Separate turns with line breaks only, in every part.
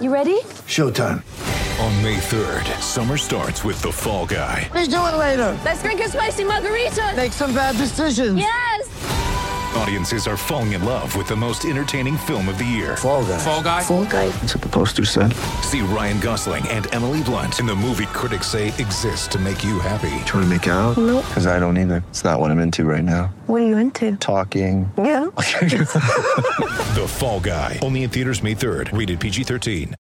You ready?
Showtime.
On May 3rd, summer starts with The Fall Guy.
Let's do it later.
Let's drink a spicy margarita.
Make some bad decisions.
Yes.
Audiences are falling in love with the most entertaining film of the year.
Fall guy.
Fall guy.
Full guy.
That's what the poster said.
See Ryan Gosling and Emily Blunt in the movie critics say exists to make you happy.
Trying to make it out? Because I don't either. It's not what I'm into right now.
What are you into?
Talking.
Yeah.
The Fall Guy. Only in theaters May 3rd. Rated PG-13.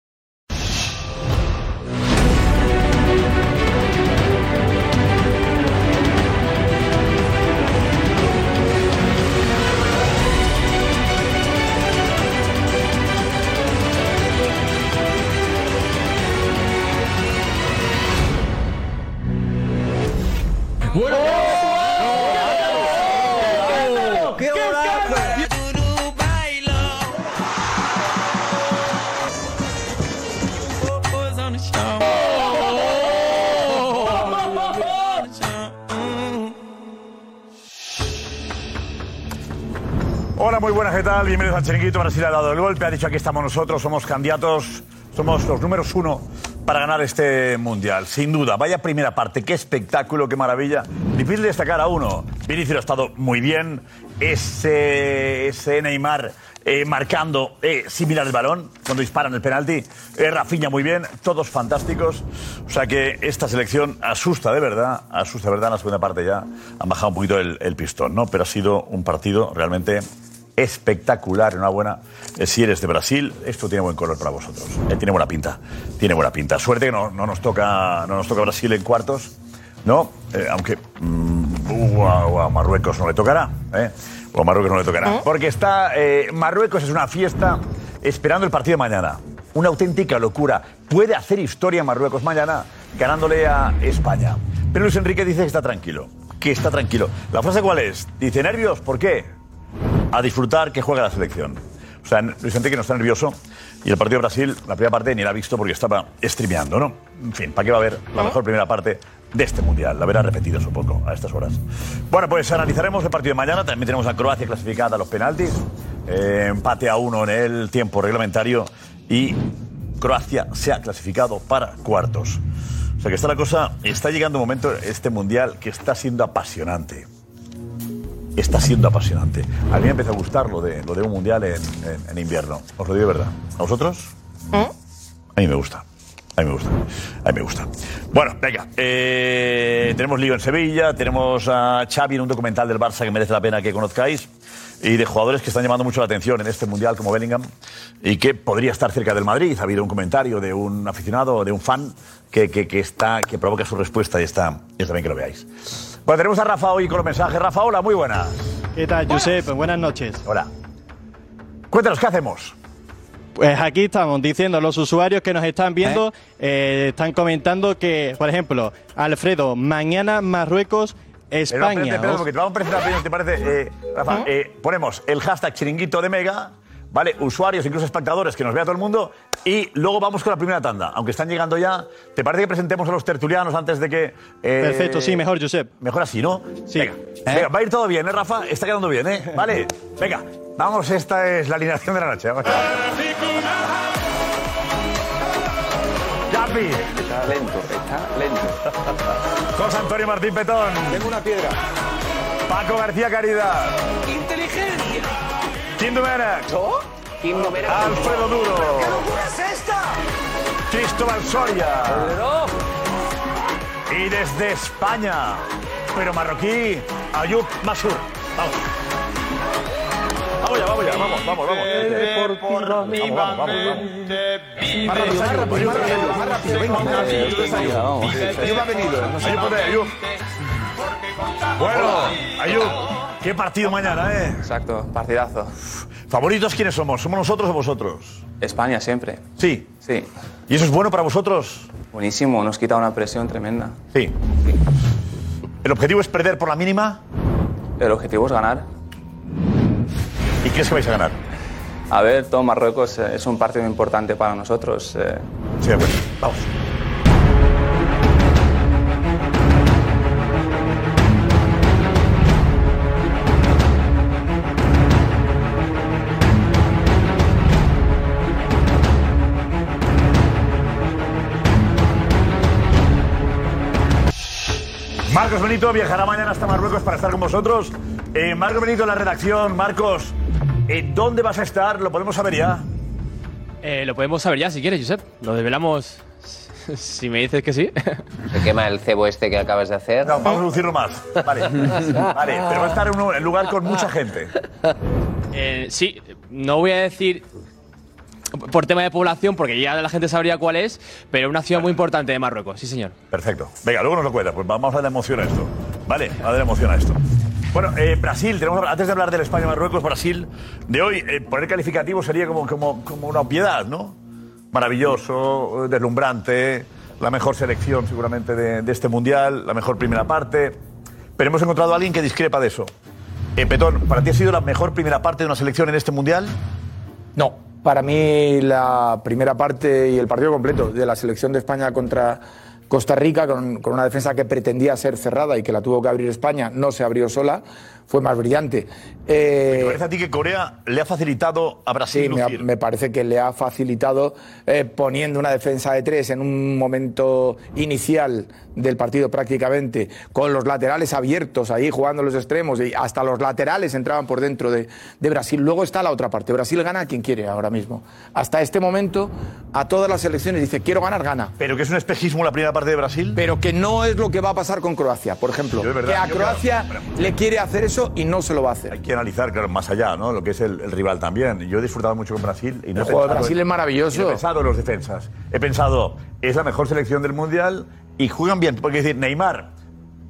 Hola, muy buenas, ¿qué tal? Bienvenidos a Chiringuito. Brasil ha dado el golpe, ha dicho aquí estamos nosotros, somos candidatos, somos los números uno para ganar este mundial. Sin duda, vaya primera parte, qué espectáculo, qué maravilla. Difícil destacar a uno. Vinicius ha estado muy bien, ese, ese Neymar eh, marcando eh, sin mirar el balón cuando disparan el penalti, eh, Rafinha muy bien, todos fantásticos. O sea que esta selección asusta de verdad, asusta de verdad en la segunda parte ya. Han bajado un poquito el, el pistón, ¿no? Pero ha sido un partido realmente espectacular, enhorabuena. Eh, Si eres de Brasil, esto tiene buen color para vosotros. Eh, tiene buena pinta, tiene buena pinta. Suerte que no, no nos, toca, no nos toca Brasil en cuartos, ¿no? Eh, aunque mm, uh, a, a Marruecos no le tocará, ¿eh? O a Marruecos no le tocará. Porque está, eh, Marruecos es una fiesta esperando el partido de mañana. Una auténtica locura. Puede hacer historia Marruecos mañana ganándole a España. Pero Luis Enrique dice que está tranquilo, que está tranquilo. ¿La frase cuál es? Dice, nervios, ¿por qué? a disfrutar que juega la selección. O sea, Luis Enrique no está nervioso y el partido de Brasil, la primera parte, ni la ha visto porque estaba streameando, ¿no? En fin, ¿para qué va a ver la mejor primera parte de este Mundial? La verá repetida, supongo, a estas horas. Bueno, pues analizaremos el partido de mañana. También tenemos a Croacia clasificada a los penaltis. Eh, empate a uno en el tiempo reglamentario y Croacia se ha clasificado para cuartos. O sea que está la cosa, está llegando un momento este Mundial que está siendo apasionante está siendo apasionante. A mí me empezó a gustar lo de, lo de un mundial en, en- en invierno. Os lo digo de verdad. ¿A vosotros? A mí me gusta. A mí me gusta. A mí me gusta. Bueno, venga. eh, tenemos lío en Sevilla, tenemos a Xavi en un documental del Barça que merece la pena que conozcáis y de jugadores que están llamando mucho la atención en este mundial como Bellingham y que podría estar cerca del Madrid. Ha habido un comentario de un aficionado, de un fan que, que- que está, que provoca su respuesta y está, y está bien que lo veáis. Bueno, tenemos a Rafa hoy con los mensajes. Rafa, hola, muy buena.
¿Qué tal, Josep? Pues Buenas noches.
Hola. Cuéntanos, ¿qué hacemos?
Pues aquí estamos diciendo los usuarios que nos están viendo, eh, están comentando que, por ejemplo, Alfredo, mañana Marruecos,
Pero espérate,
España.
espérate, porque te vamos a presentar primero, ¿te parece? Eh, Rafa, eh, ponemos el hashtag chiringuito de Mega, ¿vale? Usuarios, incluso espectadores, que nos vea todo el mundo. Y luego vamos con la primera tanda, aunque están llegando ya. ¿Te parece que presentemos a los tertulianos antes de que. eh,
Perfecto, sí, mejor, Josep.
Mejor así, ¿no?
Sí.
Venga, venga, va a ir todo bien, ¿eh, Rafa? Está quedando bien, ¿eh? Vale, venga, vamos, esta es la alineación de la noche. Vamos. Yapi,
Está lento, está lento.
José Antonio Martín Petón,
Tengo una piedra.
Paco García Caridad. Inteligencia. Kim Domènech,
¿Yo? ¿Quién no me
Alfredo Duro,
locura es esta?
Cristóbal Soria.
Pero...
Y desde España, pero marroquí, Ayub Masur. Vamos. Vamos ya, vamos ya, vamos, vamos,
É,
vamos. Vamos, vamos, vamos, vamos. Más rápido, más rápido, más rápido, más rápido, venga. Ayub ha venido. Ayub, ponte, Ayub. Bueno, Ayub, qué partido mañana, ¿eh?
Exacto, partidazo.
¿Favoritos quiénes somos? ¿Somos nosotros o vosotros?
España siempre.
Sí.
Sí.
¿Y eso es bueno para vosotros?
Buenísimo, nos quita una presión tremenda.
Sí.
Sí.
¿El objetivo es perder por la mínima?
El objetivo es ganar.
¿Y crees que vais a ganar?
A ver, todo Marruecos eh, es un partido importante para nosotros. eh.
Sí, de acuerdo. Vamos. Marcos Benito viajará mañana hasta Marruecos para estar con vosotros. Eh, Marcos Benito en la redacción. Marcos, eh, ¿dónde vas a estar? ¿Lo podemos saber ya?
Eh, lo podemos saber ya si quieres, Josep. Lo develamos si me dices que sí.
Se quema el cebo este que acabas de hacer.
No, vamos a reducirlo más. Vale. Vale, pero va a estar en un lugar con mucha gente.
Eh, sí, no voy a decir por tema de población, porque ya la gente sabría cuál es, pero una ciudad muy importante de Marruecos, sí señor.
Perfecto. Venga, luego nos lo cuentas. Pues vamos a darle emoción a esto. Vale, vamos a darle emoción a esto. Bueno, eh, Brasil, tenemos, antes de hablar del España-Marruecos, Brasil de hoy, eh, poner calificativo sería como, como, como una obviedad, ¿no? Maravilloso, eh, deslumbrante, la mejor selección seguramente de, de este mundial, la mejor primera parte. Pero hemos encontrado a alguien que discrepa de eso. Eh, Petón, ¿para ti ha sido la mejor primera parte de una selección en este mundial?
No, para mí la primera parte y el partido completo de la selección de España contra Costa Rica, con, con una defensa que pretendía ser cerrada y que la tuvo que abrir España, no se abrió sola, fue más brillante. Eh,
¿Te parece a ti que Corea le ha facilitado a Brasil
Sí, me, ha-
lucir?
me parece que le ha facilitado eh, poniendo una defensa de tres en un momento inicial del partido prácticamente, con los laterales abiertos ahí jugando los extremos y hasta los laterales entraban por dentro de, de Brasil. Luego está la otra parte, Brasil gana a quien quiere ahora mismo. Hasta este momento a todas las selecciones dice quiero ganar, gana.
¿Pero que es un espejismo la primera parte de Brasil?
Pero que no es lo que va a pasar con Croacia, por ejemplo.
Yo, es verdad,
que a
yo, claro,
Croacia
hombre.
le quiere hacer eso y no se lo va a hacer.
Hay que analizar, claro, más allá, ¿no? Lo que es el, el rival también. Yo he disfrutado mucho con Brasil. Y no
El
he
juego de
pensado
Brasil
en-
es maravilloso.
y no He pensado en los defensas. He pensado, es la mejor selección del Mundial y juegan bien. Porque es decir, Neymar,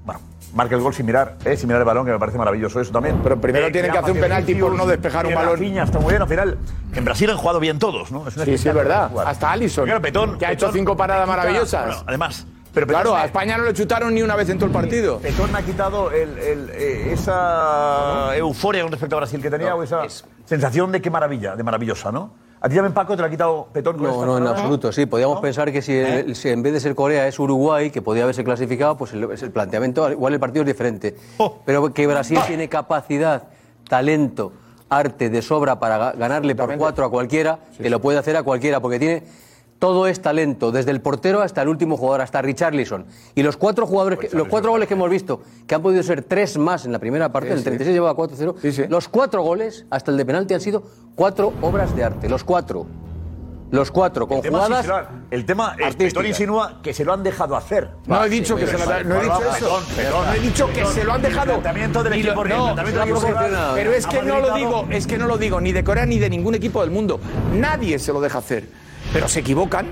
bueno, marca el gol sin mirar, ¿eh? sin mirar el balón, que me parece maravilloso eso también.
Pero primero tienen que
crea
hacer un
Mateo
penalti por
Vinicius,
no despejar un
que
balón.
Rafinha está muy bien. Al final, en Brasil han jugado bien todos, ¿no? un
Sí, sí, es
espectáculo
verdad.
jugar.
Hasta Alisson,
Claro, Petón,
que ha hecho
Petón
cinco paradas
me quita-
maravillosas.
bueno, además. Pero Petón
Claro,
me-
a España no le chutaron ni una vez en todo el partido.
Petón me ha quitado el- el- eh, esa euforia con respecto a Brasil que tenía, o esa sensación de qué maravilla, de maravillosa, ¿no? A ti también, Paco, te la ha quitado Petón con
No,
esta
no, en
palabra?
absoluto. Sí, podíamos
¿No? ¿Eh?
pensar que si, el- si en vez de ser Corea es Uruguay, que podía haberse clasificado, pues el, es el planteamiento, igual el partido es diferente.
Oh.
Pero que Brasil tiene capacidad, talento, arte de sobra para ga- ganarle por cuatro a cualquiera, que lo puede hacer a cualquiera, porque tiene. Todo es talento, desde el portero hasta el último jugador, hasta Richarlison. Y los cuatro jugadores, que- los cuatro goles que hemos visto, que han podido ser tres más en la primera parte, el 36 llevaba 4-0,
Sí, sí.
los cuatro goles, hasta el de penalti, han sido cuatro obras de arte, los cuatro. Los cuatro, con
El tema,
jugadas.
sí, claro, el tema es
artísticas.
Petón insinúa que se lo han dejado hacer.
No he dicho que se lo han- no he
Vale,
dicho
vale,
eso.
Petón, Petón,
No he dicho que
Petón,
se lo han dejado.
El planteamiento del
Y lo-
equipo rival,
no,
el
se lo
planteamiento
ha
del equipo
proporcionado.
rival,
Pero es
ha
que no lo
habilitado-
digo, es que no lo digo ni de Corea ni de ningún equipo del mundo. Nadie se lo deja hacer. Pero se equivocan.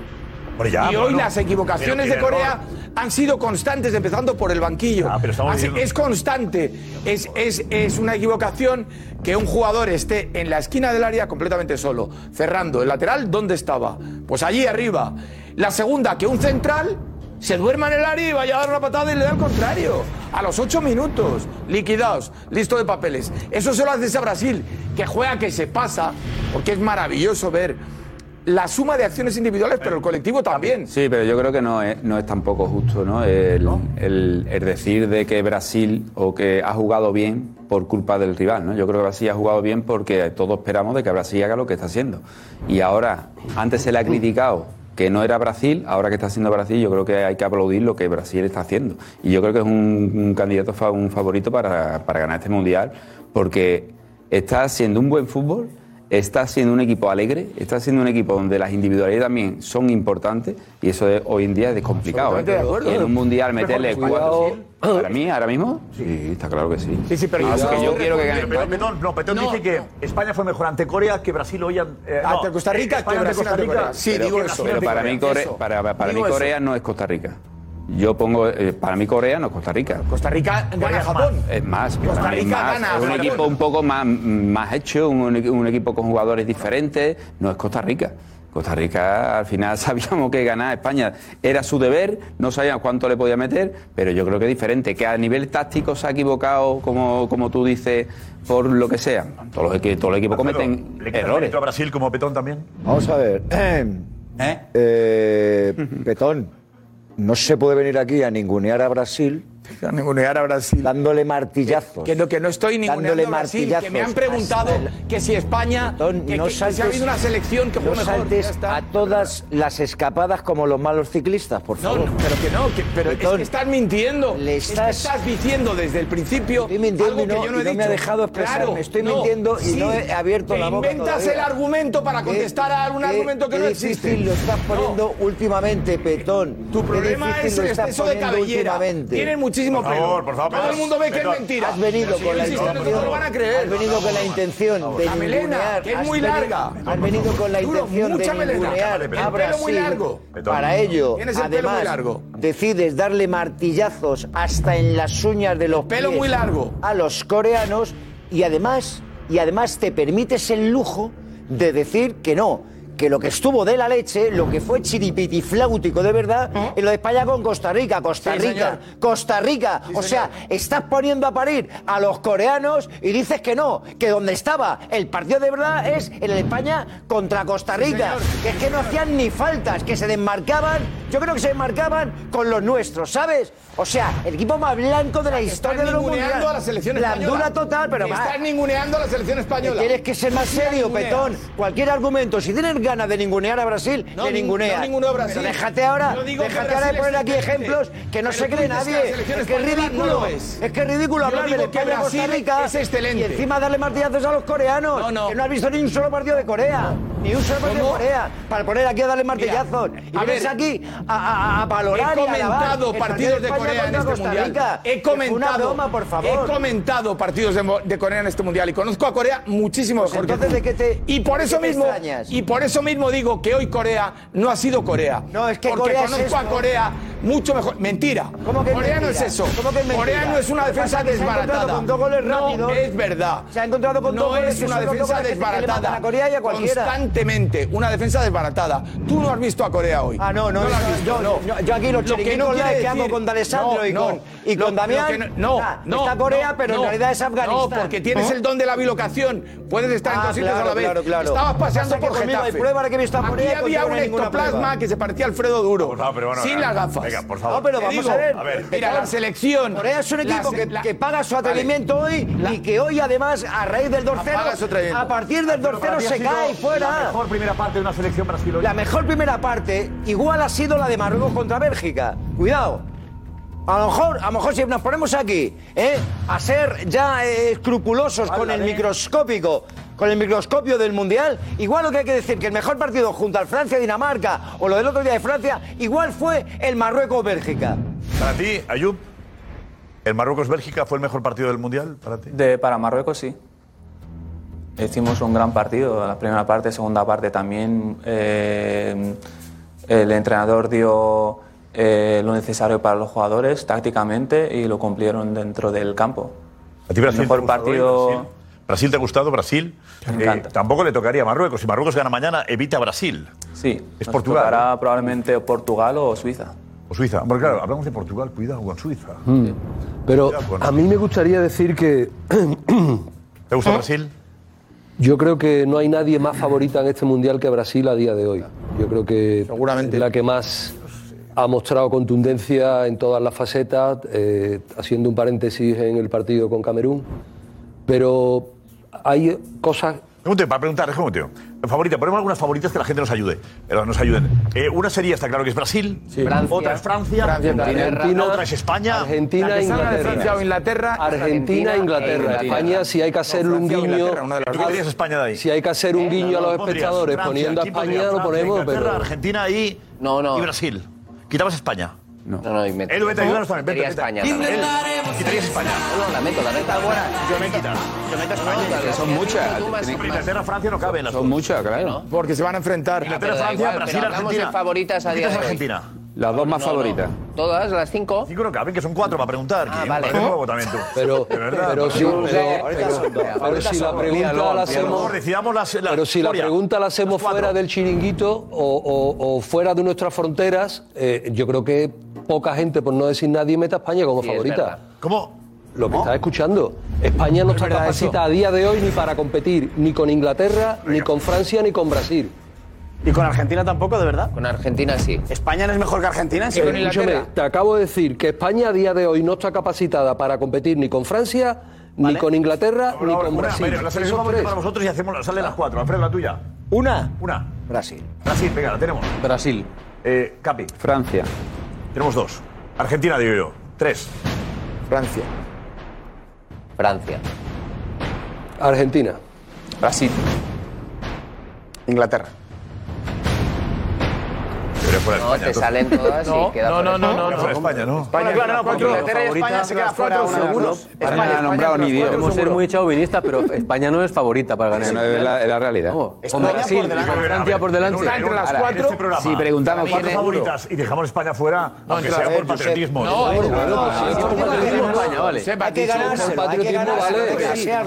Hombre, ya,
y hoy
bueno,
las equivocaciones
pero
de
el
Corea
error-
han sido constantes, empezando por el banquillo.
Ah, pero estamos
Así-
diciendo-
es constante. Es, es, es una equivocación que un jugador esté en la esquina del área completamente solo, cerrando. El lateral, ¿dónde estaba? Pues allí arriba. La segunda, que un central se duerma en el área y vaya a dar una patada y le da al contrario. A los ocho minutos, liquidados, listo de papeles. Eso se lo haces a Brasil, que juega que se pasa, porque es maravilloso ver la suma de acciones individuales, pero el colectivo también.
Sí, pero yo creo que no es, no es tampoco justo, ¿no? El, el- el decir de que Brasil o que ha jugado bien por culpa del rival, ¿no? Yo creo que Brasil ha jugado bien porque todos esperamos de que Brasil haga lo que está haciendo. Y ahora, antes se le ha criticado que no era Brasil, ahora que está haciendo Brasil, yo creo que hay que aplaudir lo que Brasil está haciendo. Y yo creo que es un, un candidato, fa- un favorito para, para ganar este mundial, porque está haciendo un buen fútbol está siendo un equipo alegre, está siendo un equipo donde las individualidades también son importantes y eso de- hoy en día es complicado. ¿eh?
Absolutamente de acuerdo.
Y en un mundial meterle
Mejor que
cuatro para mí ahora mismo, sí, está claro que sí.
Sí, sí, pero
Aunque
cuidado.
yo quiero que gane
Pero Petón,
España.
Petón, no, Petón dice que España fue mejor ante Corea que Brasil hoy. eh, no,
Ah, Ante Costa Rica,
España
que
ante
Brasil ante Corea. Sí,
Pero
digo
que
eso.
Brasil
Pero
ante
para
Corea.
mí, Core-
eso.
para, para mí
Digo eso.
Corea no es Costa Rica. Yo pongo, eh, para mí Corea no es Costa Rica.
Costa Rica gana a Japón.
Es más,
Costa
para mí es
Rica
más.
gana,
Es un
Japón.
equipo un poco más, más hecho, un, un equipo con jugadores diferentes. No es Costa Rica. Costa Rica, al final sabíamos que ganar a España era su deber, no sabíamos cuánto le podía meter, pero yo creo que es diferente. Que a nivel táctico se ha equivocado, como, como tú dices, por lo que sea. Todos los, equi- todos los equipos
Alfredo,
cometen
¿Le quitas
errores.
mérito a Brasil como Petón también?
Vamos a ver. Eh, Petón, no se puede venir aquí a ningunear a Brasil
a ningunear a Brasil.
Dándole martillazos.
Que no, que no estoy ninguneando
Dándole
a Brasil, que me han
martillazos.
preguntado que si España,
Don,
que,
no
que- que si
saltes-
ha habido una selección que
no
juega mejor.
saltes a todas las escapadas como los malos ciclistas, por
No,
favor.
no, pero que no, que- pero es que estás mintiendo. Es que estás... diciendo desde el principio algo
y
que
no-
yo no he
y no me
dicho.
ha dejado expresarme.
Claro,
Estoy
no,
mintiendo y
sí.
no he abierto
Te
la boca
inventas
todavía. Eh,
el argumento para
Qué-
contestar a un
qué-
argumento que
qué
no
difícil
existe.
eh, lo estás poniendo últimamente, Petón. Eh,
Tu problema es el exceso de cabellera. Tienen muchísimo
Por
pelo.
favor, por favor,
Todo el mundo ve que es
Petón.
mentira.
Has venido
Pero si
con
yo
la
insisto en esto,
intención.
no lo van a creer.
Has venido con la intención de
La melena,
ningunear.
que es
Has
muy
venido-
larga.
Has venido con la
Duro,
intención de
mucha melena. Tiene el
ningunear
pelo
a
muy
Brasil.
largo. Petón.
Para ello,
Tienes el pelo muy
además,
largo.
decides darle martillazos hasta en las uñas de los
Pelo
pies
muy largo.
a los coreanos y además y además te permites el lujo de decir que no que lo que estuvo de la leche, lo que fue chiripitifláutico de verdad, es lo de España con Costa Rica, Costa
Sí,
Rica, Costa Rica. o sea, estás poniendo a parir a los coreanos y dices que no, que donde estaba el partido de verdad es en el España contra Costa Rica, que es que no hacían ni faltas, que se desmarcaban, yo creo que se desmarcaban con los nuestros, ¿sabes? O sea, el equipo más blanco de la historia de los mundiales.
ninguneando a la selección
Blandura
española.
total, pero
Te
va.
estás ninguneando a la selección española.
Tienes que ser más
Sí,
serio,
ninguneas.
Petón. Cualquier argumento, si tienes ganas de ningunear a Brasil,
No,
le
ni-
ningunea.
no ninguneo a Brasil.
Pero déjate ahora,
Yo digo que
déjate
Brasil
ahora de
es
poner aquí
diferente.
ejemplos que no
Pero
se
tú
cree
dices que
nadie.
la selección
es que es
española
ridículo.
no lo es.
es. que es ridículo
Yo
hablar de
digo que
España Costa
Brasil
Rica
es excelente.
y encima darle martillazos a los coreanos. Que no has visto ni un solo partido de Corea. Ni un solo partido
¿Cómo?
de Corea. Para poner aquí a darle martillazos. y
a
vienes
ver,
aquí a, a- a valorar
He
y a alabar
comentado
el
partidos de
España
Corea en
contra
este
Costa
mundial.
Rica.
He
Que fue una
comentado.
broma, por favor.
He comentado partidos de, mo- de Corea en este mundial y conozco a Corea muchísimo mejor que
Pues entonces,
tú.
¿de qué te-
y por
de
eso
qué te
mismo
extrañas?
y por eso mismo digo que hoy Corea no ha sido Corea. No, es
que
porque
Corea es
conozco a
eso.
Corea mucho mejor. Mentira.
¿Cómo que es
Corea no
mentira?
es eso.
¿Cómo que es mentira?
Corea no es una
Lo que pasa
defensa
es que se ha encontrado
desbaratada.
con dos goles
no
rápidos.
es verdad.
Se ha encontrado con
no
dos goles
es
que
una
son los
defensa
goles que se le matan
desbaratada.
a Corea y a cualquiera.
Constantemente una defensa desbaratada. Tú no has visto a Corea hoy.
Ah, no, no,
la has
no,
visto,
yo-
no.
yo- yo aquí los
Lo
chiringuitos
quiere
live que hago
decir-
con D'Alessandro
No,
y con-
no,
y con
lo-
Damián,
lo que No,
ah,
no,
está Corea,
no,
pero en
no,
realidad es Afganistán.
No, porque tienes
¿No?
el don de la bilocación. Puedes estar en
Ah,
dos sitios
claro,
a la vez.
claro, claro.
Estabas
Pasa
paseando
que
por
conmigo
Getafe.
hay prueba de que he visto a Corea y
Aquí había
contigo
un
no hay ninguna
ectoplasma
prueba.
que se parecía a Alfredo Duro. sin las gafas.
Venga, por favor.
No, pero
Te
vamos
digo,
a ver.
Mira, la selección.
Corea es un equipo
la-
que,
la-
que paga su atrevimiento hoy y que hoy, además, a raíz del
Apaga
2-0,
su atrevimiento.
a partir del
Pero para
2-0
mí ha
se
sido
cae
La
fuera.
mejor primera parte de una selección brasileña.
La mejor primera parte, igual ha sido la de Marruecos contra Bélgica. Cuidado. A lo mejor, a lo mejor si nos ponemos aquí, ¿eh? a ser ya eh, escrupulosos con el microscópico, con el microscopio del mundial, igual lo que hay que decir que el mejor partido junto al Francia Dinamarca o lo del otro día de Francia, igual fue el Marruecos Bélgica.
Para ti, Ayub, ¿el Marruecos-Bélgica fue el mejor partido del Mundial para ti?
De, para Marruecos sí. Hicimos un gran partido, la primera parte, segunda parte también. Eh, el entrenador dio eh, lo necesario para los jugadores tácticamente y lo cumplieron dentro del campo.
¿A ti Brasil
mejor
te ha gustado
partido-
hoy, Brasil? ¿Brasil te ha gustado? Brasil. Eh, tampoco le tocaría a Marruecos. Si Marruecos gana mañana, evita a Brasil.
Sí,
Es
nos
Portugal,
tocará probablemente Portugal o Suiza.
O Suiza. Porque claro, hablamos de Portugal, cuidado con Suiza.
Mm. Pero
Cuidado con-
a mí me gustaría decir que. ¿Eh?
¿Te gusta Brasil?
Yo creo que no hay nadie más favorita en este mundial que Brasil a día de hoy. Yo creo que es la que más ha mostrado contundencia en todas las facetas, eh, haciendo un paréntesis en el partido con Camerún. Pero hay cosas.
Pregunte, para preguntar, es como tío. Favorita, ponemos algunas favoritas que la gente nos ayude. Pero nos ayuden. Eh, una sería, está claro que es Brasil.
Francia.
otra es Francia.
Francia,
Argentina,
Argentina,
otra es España.
Argentina,
La que salga de
Inglaterra.
Francia o Inglaterra,
Argentina,
Argentina e
Inglaterra.
Inglaterra.
España, si hay que hacer un
Francia o
guiño.
Inglaterra, una de las
a-
dos. ¿Tú qué dirías
España de ahí?
Si hay que hacer un guiño a los
¿Pondrías
espectadores
Francia,
poniendo a
quién pondrías?
España, lo
Francia,
ponemos,
Inglaterra,
pero.
Argentina y,
No, no.
y Brasil. Quitabas España.
No, no, y meto.
Edu, vete, ayúdanos también. Vete,
Quería
vete.
España
Edu,
también.
Quitarías España.
No, no, la meto, la meto. Ahora,
yo me quitas. Yo meto España.
que son muchas.
Inglaterra, Francia no cabe en las
Son muchas, claro.
Porque se van a enfrentar.
Inglaterra,
Pero da
Francia,
igual,
Brasil,
pero hablamos
Argentina.
de favoritas a día
Quitas
de hoy.
Argentina.
Las dos más
No, no.
favoritas.
Todas, las cinco.
Cinco no caben, que son cuatro para preguntar.
Ah,
que
vale.
parece nuevo también tú.
Pero,
De verdad.
pero si-
Yo-
pero-
Ahorita
pero-
son dos.
pero
Ahorita
si la
son dos.
pregunta
Dialog,
la
dialog.
hacemos-
Decidamos las- las-
Pero si la
Gloria,
pregunta la hacemos
las cuatro.
fuera del chiringuito o, o- o fuera de nuestras fronteras, eh, yo creo que poca gente, por no decir nadie, meta a España como
Sí, es verdad.
favorita.
¿Cómo?
Lo que estás escuchando. España no está capacitada a día de hoy ni para competir ni con Inglaterra, ni con Francia, ni con Brasil.
¿Y con Argentina tampoco, de verdad?
Con Argentina sí.
¿España no es mejor que Argentina? ¿Sí?
Eh, Escúchame, te acabo de decir que España a día de hoy no está capacitada para competir ni con Francia, ni con Inglaterra, ni con
Una,
Brasil.
Mario, la selección
Esos
favorita
tres.
para vosotros y hacemos, sale las cuatro. Alfredo, la tuya.
¿Una?
Una.
Brasil.
Brasil, venga, la tenemos.
Brasil.
Eh, Capi.
Francia.
Tenemos dos. Argentina, digo yo. Tres.
Francia.
Francia.
Argentina.
Brasil.
Inglaterra.
No, te salen todas y queda
No, no,
fuera
no,
España.
no, no.
España, ¿no?
España,
Bueno,
claro,
claro,
cuatro.
porque
Inglaterra y España se queda fuera. una de las dos.
No
España,
la
España,
han nombrado
los
ni Dios.
cuatro,
Podemos ser
seguro.
muy chauvinistas, pero España no es favorita para ganar.
Sí, no, es la- es la realidad.
Vamos, con
España por
Brasil,
delante.
con Francia por delante.
Está entre las
Ahora,
cuatro.
en este programa,
Si preguntamos
cuatro
quién es-
favoritas y dejamos España fuera, aunque
entra-
sea por
eh,
patriotismo.
No,
Seguro.
no, no, no,
Sí,
no,
por
no, no,
patriotismo.
no, no, no,
Sepa,
Hay que
dicho, por
ganárselo, hay
patriotismo
que ganárselo,
vale.
hay que ganárselo,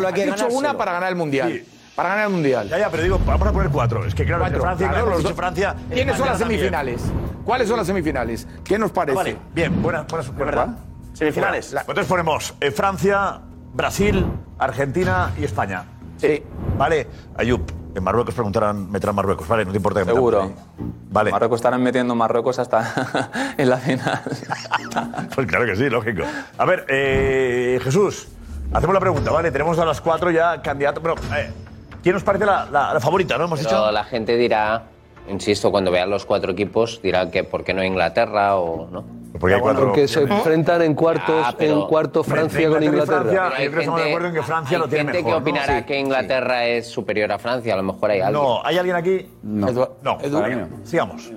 hay que
Ha dicho
ganárselo.
una para
ganar el
Mundial.
Para ganar el Mundial.
Ya, ya, pero digo, vamos a poner cuatro. Es que claro,
Cuatro.
entre Francia, claro,
Claro, los
hemos
dos.
dicho Francia.
¿Quiénes
España
son las
también. Ah,
semifinales? ¿Cuáles son las semifinales? ¿Qué nos parece?
vale, bien, buenas, buenas, verdad.
Semifinales.
Bueno, entonces ponemos eh, Francia, Brasil, Argentina y España.
Sí.
Vale, Ayup, en Marruecos preguntarán, meterán Marruecos, vale, no te importa que metamos
Seguro.
ahí. Vale.
Marruecos estarán metiendo Marruecos hasta en la final.
Pues claro que sí, lógico. A ver, eh, Jesús, hacemos la pregunta, ¿vale? Tenemos a las cuatro ya candidatos. Bueno, eh, ¿quién os parece la, la- la favorita, no? Hemos dicho.
Pero la gente dirá, insisto, cuando vean los cuatro equipos, dirá que por qué no Inglaterra o no.
Porque,
Porque se enfrentan en cuartos,
Ah, pero-
en cuartos Francia con Inglaterra.
Pero hay gente- hay gente que opinará que Inglaterra es superior a Francia, a lo mejor hay alguien.
No, ¿hay alguien aquí?
No.
No, vale, sigamos.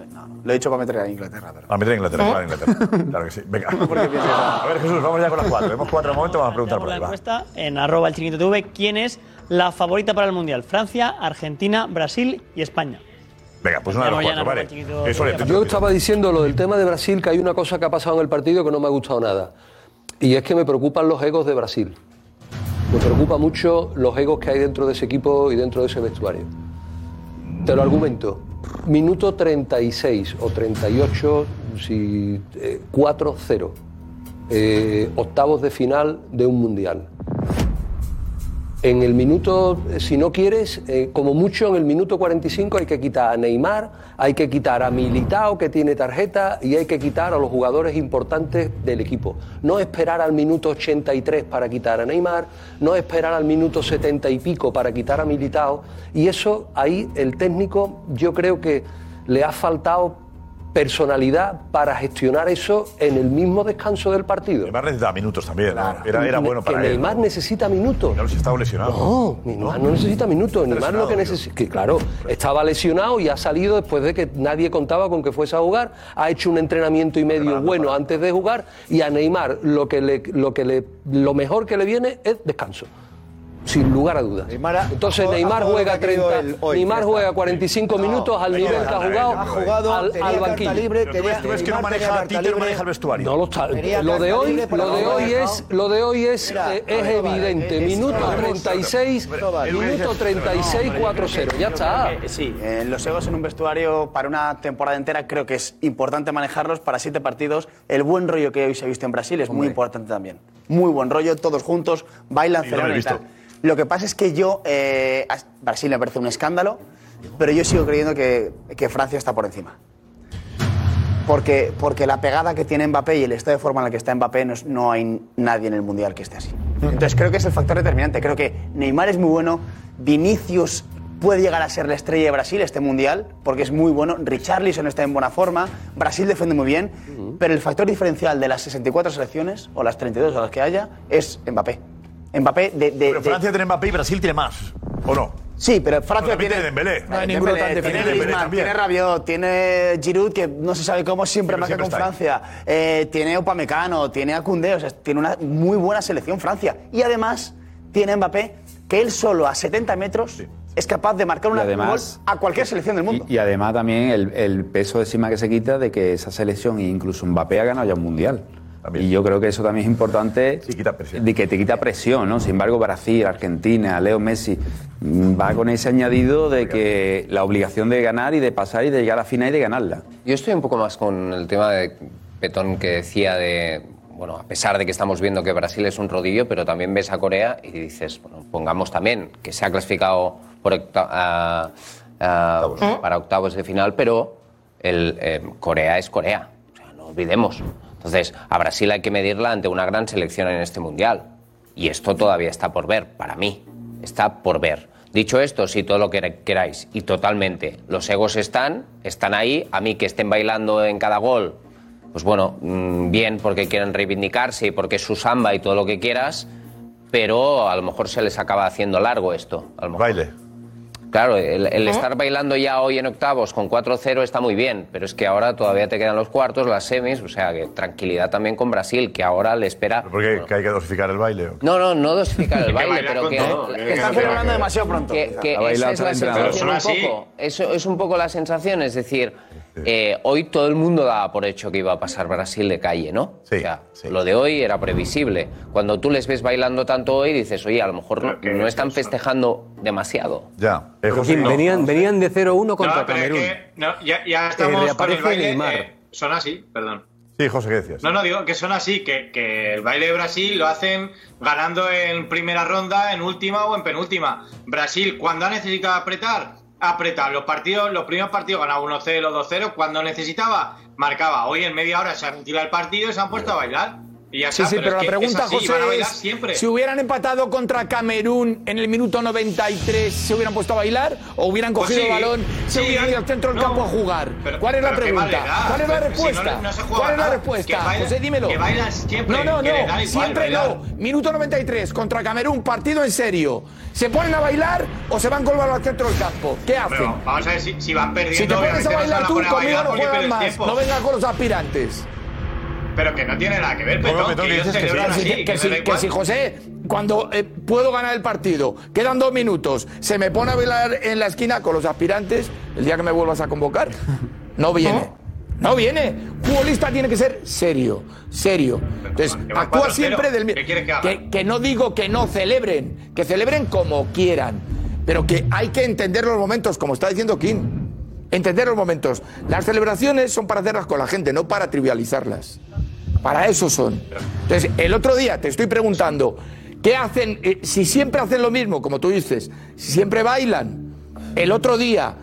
Lo he dicho para meter a Inglaterra. pero-
A meter a Inglaterra, para Inglaterra. Claro que sí. Venga. A ver, Jesús, vamos ya con las cuatro. Hemos cuatro al momento, vamos a preguntar por ahí. va.
encuesta en arroba el chiringuito TV quién es la favorita para el Mundial. Francia, Argentina, Brasil y España.
Venga, pues una de las
Vamos ya,
cuatro,
Narro,
vale.
el chiquito.
Eso le
Yo estaba diciendo lo del tema de Brasil, que hay una cosa que ha pasado en el partido que no me ha gustado nada. Y es que me preocupan los egos de Brasil. Me preocupa mucho los egos que hay dentro de ese equipo y dentro de ese vestuario. Te lo argumento. Minuto 36 o 38, si, eh, 4-0. Eh, octavos de final de un mundial. En el minuto, eh, si no quieres, eh, como mucho en el minuto 45 hay que quitar a Neymar, hay que quitar a Militao que tiene tarjeta y hay que quitar a los jugadores importantes del equipo. No esperar al minuto 83 para quitar a Neymar, no esperar al minuto 70 y pico para quitar a Militao y eso ahí el técnico yo creo que le ha faltado personalidad para gestionar eso eh, en el mismo descanso del partido.
Neymar necesitaba minutos también. ¿no? Era, era bueno para
que
él.
Neymar necesita minutos.
Claro, si estaba lesionado.
No, Neymar no necesita minutos. Neymar lo que necesita. Que claro, estaba lesionado y ha salido después de que nadie contaba con que fuese a jugar. Ha hecho un entrenamiento y medio bueno antes de jugar. Y a Neymar lo que le, lo que le, lo mejor que le viene es descanso. Sin lugar a dudas. Entonces
ha
Neymar
jugado
juega
lo que ha querido
30,
él hoy,
Neymar
ya está.
juega 45 minutos al
no,
nivel que
no,
ha
no, no,
jugado,
no, no, no, no. Ha jugado,
al,
tenía
al
carta
banquillo.
libre, Pero tú tenía- ves- tú ves que no Neymar maneja tenía a Tite, carta no libre. maneja el
vestuario.
No lo está.
Tenía
Lo de
carta
hoy,
libre, pero
lo de
no lo ha
hoy
dejado.
es, lo de hoy es,
Mira,
eh, es
Alba,
evidente.
es-
Minuto
Alba,
36,
Alba, Alba,
minuto
Alba,
36,
Alba,
4-0. Ya
Yo
está.
creo que Sí, eh, los egos en un vestuario para una temporada entera creo que es importante manejarlos para siete partidos. El buen rollo que hoy se ha visto en Brasil es muy importante también. Muy buen rollo, todos juntos, bailan,
Sí, ya lo he
celebran y
visto.
tal. Lo que pasa es que yo, eh, a Brasil me parece un escándalo, pero yo sigo creyendo que, que Francia está por encima. Porque, porque la pegada que tiene Mbappé y el estado de forma en la que está Mbappé, no, es- no hay nadie en el Mundial que esté así. Entonces creo que es el factor determinante. Creo que Neymar es muy bueno, Vinicius puede llegar a ser la estrella de Brasil este Mundial, porque es muy bueno, Richarlison está en buena forma, Brasil defiende muy bien, pero el factor diferencial de las 64 selecciones, o las 32 o las que haya, es Mbappé. Mbappé de... de-
Pero
de-
Francia tiene Mbappé y Brasil tiene más. ¿O no?
Sí, pero Francia
también
tiene-
tiene Dembélé.
No hay ninguno
Dembélé,
tan definido.
Tiene Dembélé
Griezmann,
también.
Tiene Rabiot, tiene Giroud, que no se sabe cómo siempre
Pero
marca
siempre
con
está ahí.
Francia. Eh, tiene Opamecano, tiene a Koundé, o sea, tiene una muy buena selección Francia. Y además tiene a Mbappé, que él solo a 70 metros es capaz de marcar un
Y además-
gol a cualquier selección del mundo.
Y además también el, el peso encima que se quita de que esa selección, e incluso Mbappé, ha ganado ya un mundial. Y yo creo que eso también es importante de que te quita presión, ¿no? Sin embargo, Brasil, Argentina, Leo Messi mm, va con ese añadido de que la obligación de ganar y de pasar y de llegar a la final y de ganarla.
Yo estoy un poco más con el tema de Petón que decía de, bueno, a pesar de que estamos viendo que Brasil es un rodillo, pero también ves a Corea y dices, bueno, pongamos también que se ha clasificado por octa- a- ah, para octavos de final, pero el, eh, Corea es Corea, o sea, no olvidemos. Entonces, a Brasil hay que medirla ante una gran selección en este Mundial. Y esto todavía está por ver, para mí, está por ver. Dicho esto, si todo lo que queráis, y totalmente, los egos están, están ahí, a mí que estén bailando en cada gol, pues bueno, mm, bien porque quieren reivindicarse y porque es su samba y todo lo que quieras, pero a lo mejor se les acaba haciendo largo esto. A lo mejor. Baile. Claro, el, el
¿Eh?
estar bailando ya hoy en octavos con 4-0 está muy bien, pero es que ahora todavía te quedan los cuartos, las semis, o sea, que tranquilidad también con Brasil, que ahora le espera... ¿Por qué?
¿Que hay que dosificar el baile?
No, no, no dosificar el baile,
bailar
pero
con
que...
todo,
que
que
está
no tiene
celebrando
nada que ver.
demasiado pronto. Que, que
Ha bailado
esa es la
también, pero
sensación un
son así.
poco. Eso es un poco la sensación, es decir, eh, hoy todo el mundo daba por hecho que iba a pasar Brasil de calle, ¿no? o sea, lo de hoy era previsible. Cuando tú les ves bailando tanto hoy, dices, oye, a lo mejor no, no están festejando demasiado.
Ya.
Joaquín, venían, venían de 0-1 contra
No, pero es
Camerún.
que- no, ya, ya
Eh,
estamos con
reaparece
el baile.
Neymar.
eh, son así, perdón.
Sí, José, ¿qué decías?
No, no, digo que son así, que, que el baile de Brasil lo hacen ganando en primera ronda, en última o en penúltima. Brasil, cuando ha necesitado apretar, apretar. Los partidos, los primeros partidos ganaba 1-0, 2-0. Cuando necesitaba, marcaba. Hoy en media hora se ha retirado el partido y se han puesto a bailar. Y ya
Sí,
está,
sí,
Ah,
pero,
es
la
que es
pregunta,
así, van a
José,
bailar
es:
siempre.
si hubieran empatado contra Camerún en el minuto 93, ¿se hubieran puesto a bailar? ¿O hubieran
Pues
cogido
sí,
el balón, se
sí,
hubieran ido al centro del
no.
campo a jugar?
Pero-
¿Cuál es la
pero qué
pregunta?
maldad.
¿Cuál es la
Si no-
respuesta?
no se juega
¿Cuál es la
nada.
respuesta?
Que bailan-
José, dímelo.
que bailan siempre,
No, no,
que
no.
les da igual
siempre
bailar.
no. Minuto 93 contra Camerún, partido en serio. ¿Se ponen a bailar o se van con el balón al centro del campo? ¿Qué hacen?
Pero vamos a ver si, si van perdiendo.
si te pones
obviamente no
a
se van
bailar tú,
poner a
conmigo
bailar
no
porque
juegas
pierdes
más.
tiempo.
No vengas con los aspirantes.
Pero que no tiene nada que ver, pues, Petón, que ellos celebran
Que si-
así,
que
me
si-
da
que
igual.
si, José, cuando eh, puedo ganar el partido, quedan dos minutos, se me pone a bailar en la esquina con los aspirantes, el día que me vuelvas a convocar, no viene. No viene. Futbolista tiene que ser serio, serio. Entonces,
van
actúa
4-0,
siempre del
¿qué quieres que
mismo.
haga?
Que, que no digo que no celebren, que celebren como quieran, pero que hay que entender los momentos, como está diciendo Kim. Entender los momentos. Las celebraciones son para hacerlas con la gente, no para trivializarlas. Para eso son. Entonces, el otro día te estoy preguntando, ¿qué hacen? eh, si siempre hacen lo mismo, como tú dices, si siempre bailan, el otro día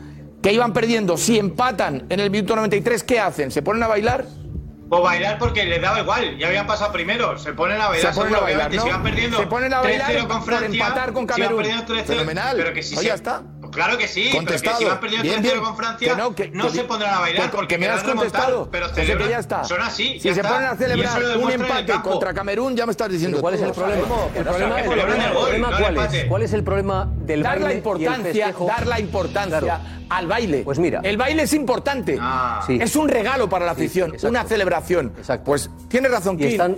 que iban perdiendo, si empatan en el minuto 93, ¿qué hacen? ¿Se ponen a bailar?
O bailar porque les daba igual, ya habían pasado primero, se ponen a bailar,
Se ponen a
seguro,
bailar,
obviamente,
¿no?
si van perdiendo
Se ponen a bailar
3-0 con
por
Francia,
empatar con
si van
Camerún.
perdiendo 3-0,
Fenomenal.
pero que si
Pues
se-
ya está.
Pues claro que sí, pero
Contestado.
que si van perdiendo
Bien,
3-0
bien.
con Francia,
Que no, que-
no
que-
se pondrán a bailar
que- que
porque
me has
querrán remontar,
contestado.
pero
José, que
celebran,
ya está.
son así,
Si
ya
se
está.
ponen a
Y eso
celebrar
lo
un
demuestran en el
empate
campo.
contra Camerún, ya me estás diciendo.
¿Cuál es el problema? El problema, el problema- el problema ¿cuál es? ¿Cuál es el problema del
dar
baile
la
y el
importancia,
festejo?
dar la importancia
Claro.
al baile. Pues mira, el baile es importante.
Sí.
Es un regalo para la afición, una celebración. Pues tienes razón,
Y
Kim.
están-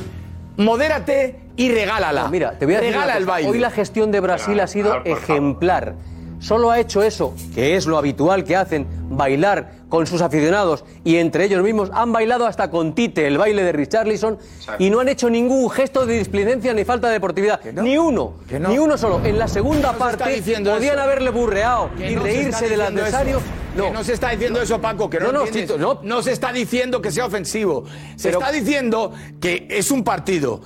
Modérate y regálala.
No, mira, te voy a decir
regala
una
el
cosa.
baile.
Hoy la gestión de Brasil ha sido ejemplar. Solo ha hecho eso, que es lo habitual que hacen, bailar con sus aficionados y entre ellos mismos han bailado hasta con Tite, el baile de Richarlison, y no han hecho ningún gesto de displicencia ni falta de deportividad. Ni uno, ni uno solo. En la segunda
No se está
parte
diciendo
podían
eso.
haberle burreado
Que
y
no se está
reírse del
diciendo
adversario.
eso. Que no se está diciendo eso, Paco, que no,
No, no,
entiendes.
Tito,
no. se está diciendo que sea ofensivo. Se
Pero-
está diciendo que es un partido.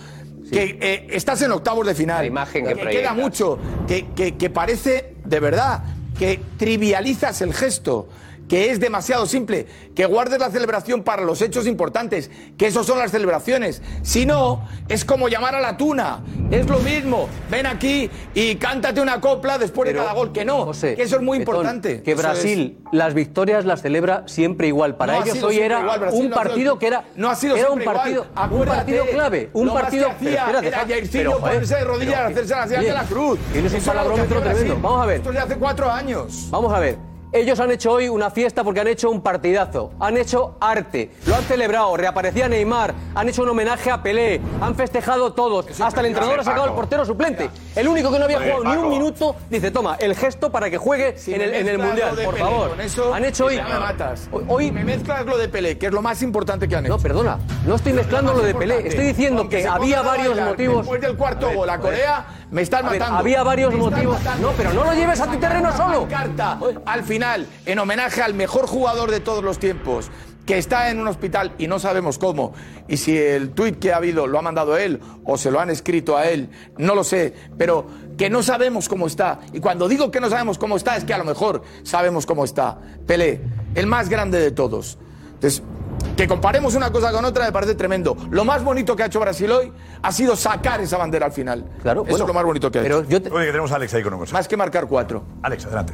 Que eh, estás en octavos de final.
imagen que
queda
proyectas.
mucho. Que, que- que parece, de verdad, que trivializas el gesto. Que es demasiado simple. Que guardes la celebración para los hechos importantes. Que esos son las celebraciones. Si no, es como llamar a la tuna. Es lo mismo. Ven aquí y cántate una copla después de cada gol. Que no. que eso es muy
Betón,
importante.
Que
Eso es.
Brasil las victorias las celebra siempre igual. Para
No ha
ellos
sido
hoy
siempre
era
igual, Brasil
un
no ha sido-
partido que era,
no ha sido
era un
siempre
partido,
igual.
un
Acuérdate,
partido clave, un
lo más
partido
que hacía
pero espérate,
era
deja-
Jairzinho
pero, joder,
ponerse de rodillas,
pero-
hacerse la señal
oye,
de la cruz.
Tienes un
Eso era lo que hacía
palabrómetro
Brasil.
tremendo. Vamos a ver.
Esto es de hace cuatro años.
Vamos a ver. Ellos han hecho hoy una fiesta porque han hecho un partidazo, han hecho arte, lo han celebrado, reaparecía Neymar, han hecho un homenaje a Pelé, han festejado todos, hasta el entrenador ha sacado al portero suplente. El único que no había
Oye,
jugado ni un
Paco.
minuto dice, toma, el gesto para que juegue
Si
en,
me
el, en el
mezclas
Mundial,
lo de
por
Pelé
favor.
con eso,
han hecho hoy...
ya me matas.
hoy-
Si me mezclas lo de Pelé, que es lo más importante que han hecho.
No, perdona, no estoy mezclando
más
lo de Pelé,
importante.
estoy diciendo
Aunque
que
se
había
pongan a
varios
bailar
motivos...
Después del cuarto gol a Corea, me están
A ver,
matando.
había varios
Me están
motivos.
matando.
No, pero no lo lleves a tu terreno
Sacar
solo.
una Carta. Al final, en homenaje al mejor jugador de todos los tiempos, que está en un hospital y no sabemos cómo, y si el tuit que ha habido lo ha mandado él o se lo han escrito a él, no lo sé, pero que no sabemos cómo está. Y cuando digo que no sabemos cómo está, es que a lo mejor sabemos cómo está. Pelé, el más grande de todos. Entonces, que comparemos una cosa con otra me parece tremendo. Lo más bonito que ha hecho Brasil hoy ha sido sacar esa bandera al final. Claro, Eso
bueno,
es lo más bonito que ha hecho.
Oye, que tenemos a Alex ahí con nosotros.
Más que marcar cuatro.
Alex, adelante.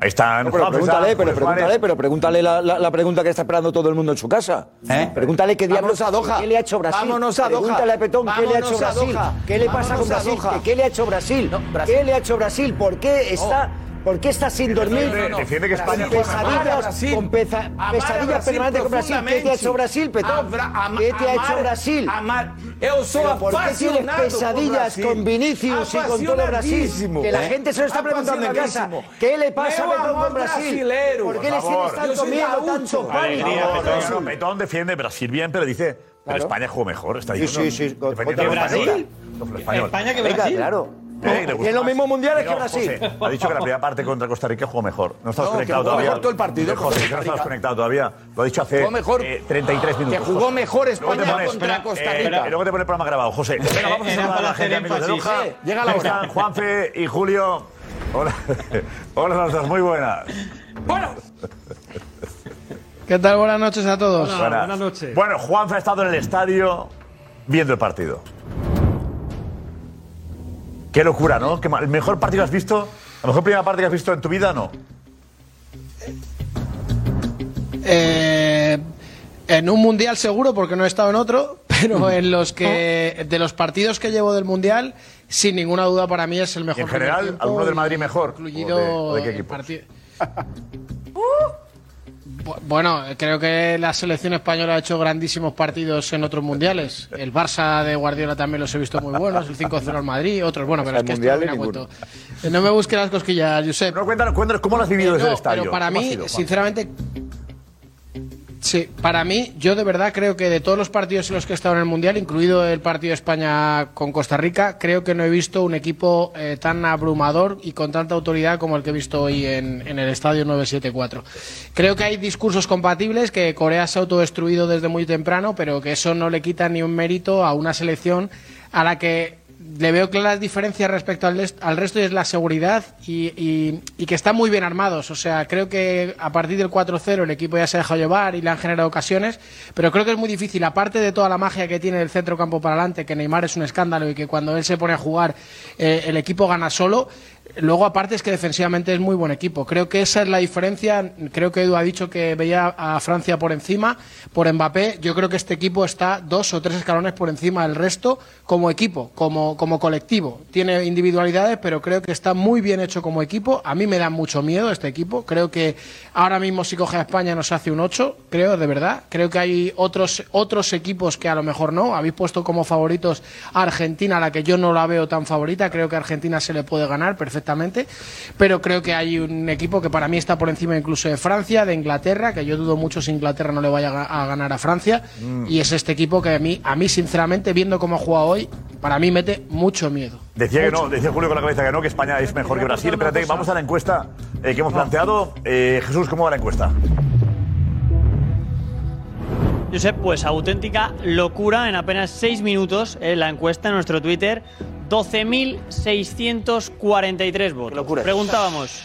Ahí están.
No, pero
Juanfe,
pregúntale,
están
pero
Juan
pregúntale,
Juárez.
pero pregúntale la, la- la pregunta que está esperando todo el mundo en su casa. Pregúntale qué diablos
Vámonos a Doha.
¿Qué le ha hecho Brasil?
Vámonos a Doha.
Pregúntale a Petón qué le ha hecho
Vámonos a
Brasil.
Doha.
¿Qué le pasa con
Vámonos a
Brasil?
Doha.
¿Qué le ha hecho Brasil? ¿Qué le ha hecho Brasil? ¿Por qué está ¿Por qué está sin dormir?
Defiende-
No, no.
defiende que España
Con
juega mal. Amar a
pesadillas,
Brasil.
con peza-
Amar a
pesadillas
Brasil
permanentes con Brasil. ¿Qué te ha hecho
profundamente.
Brasil, Petón?
Abra- ama-
¿Qué te ha hecho
amar-
Brasil?
amar. Eu sou
Pero ¿Por qué tienes
apasionado por
pesadillas
Brasil.
con Vinicius y con todo Brasil?
Apasionadísimo.
Que la
¿Eh?
gente se lo está preguntando en casa.
Apasionadísimo.
¿Qué le pasa a
Meu
Petón
amor
con Brasil?
brasilero.
¿Por qué
Por
le tienes
favor. Yo
tanto
soy
miedo,
gaucho.
tanto pánico?
Alegría,
Por
Petón.
favor.
No, Petón defiende Brasil bien, pero dice. Pero España jugó mejor. Está
Sí, sí,
diciendo,
sí,
defendiendo
contra
a la
Brasil.
española. Contra la española.
España que Venga, Brasil. claro.
Eh, le
Tiene
gusta
los
más.
mismos mundiales
Pero,
que Brasil.
José, ha dicho que la primera parte contra Costa Rica jugó mejor. No estás
No, que
conectado
jugó
todavía.
mejor todo el partido
José,
contra
no estás
Rica.
conectado todavía. Lo ha dicho hace
Jugó mejor-
eh, 33 minutos.
que jugó
José.
mejor
Luego te
España
pones-
contra Costa
eh,
Rica.
y luego te pone el programa grabado. José, venga, vamos a
Era
saludar a
para
la gente,
hacer
amigos de
énfasis.
Loja.
Sí, llega la
Ahí
hora.
están Juanfe y Julio. Hola. Hola a los dos, muy buenas.
¿Qué tal? Buenas noches a todos.
noches. Bueno, Juanfe ha estado en el estadio viendo el partido. Qué locura, ¿no? Qué ma- el mejor partido que has visto, la mejor primera parte que has visto en tu vida, ¿no?
Eh, en un mundial seguro, porque no he estado en otro,
Mm.
pero en los
Ah.
que de los partidos que llevo del mundial, sin ninguna duda para mí es el mejor.
Y en
primer
general,
tiempo
alguno del
y
Madrid mejor.
incluido
¿O de- o de qué
el
equipo?
parti- Bu- eh, Bueno, creo que la selección española ha hecho grandísimos partidos en otros mundiales. El Barça de Guardiola también los he visto muy buenos, el 5-0 al Madrid, otros. Bueno, pero
O sea,
es que esto
mundiales
no viene a
ninguno.
cuento. Eh, No me busques las cosquillas, Josep. No,
cuéntanos, cómo lo has vivido desde el estadio.
Pero para
¿Cómo ha
mí,
sido, Juan?
sinceramente. Sí, para mí, yo de verdad creo que de todos los partidos en los que he estado en el Mundial, incluido el partido de España con Costa Rica, creo que no he visto un equipo eh, tan abrumador y con tanta autoridad como el que he visto hoy en, en el Estadio 974. Creo que hay discursos compatibles, que Corea se ha autodestruido desde muy temprano, pero que eso no le quita ni un mérito a una selección a la que le veo claras diferencias respecto al, est- al resto y es la seguridad y, y- y que están muy bien armados. O sea, creo que a partir del 4-0 el equipo ya se ha dejado llevar y le han generado ocasiones, pero creo que es muy difícil, aparte de toda la magia que tiene el centro campo para adelante, que Neymar es un escándalo y que cuando él se pone a jugar eh, el equipo gana solo, Luego, aparte, es que defensivamente es muy buen equipo. Creo que esa es la diferencia. Creo que Edu ha dicho que veía a Francia por encima, por Mbappé. Yo creo que este equipo está dos o tres escalones por encima del resto como equipo, como, como colectivo. Tiene individualidades, pero creo que está muy bien hecho como equipo. A mí me da mucho miedo este equipo. Creo que ahora mismo, si coge a España, nos hace un 8, creo, de verdad. Creo que hay otros, otros equipos que a lo mejor no. Habéis puesto como favoritos a Argentina, a la que yo no la veo tan favorita. Creo que a Argentina se le puede ganar perfectamente. Pero creo que hay un equipo que para mí está por encima incluso de Francia, de Inglaterra, que yo dudo mucho si Inglaterra no le vaya a ga- a ganar a Francia.
Mm.
Y es este equipo que a mí, a mí, sinceramente, viendo cómo ha jugado hoy, para mí mete mucho miedo.
Decía que no,
Mucho.
decía Julio con la cabeza que no, que España es mejor que Brasil. Espérate, vamos a la encuesta eh, que hemos planteado. Eh, Jesús, ¿cómo va la encuesta?
Josep, pues auténtica locura en apenas 6 minutos en la encuesta en nuestro Twitter. 12.643 votos. Preguntábamos,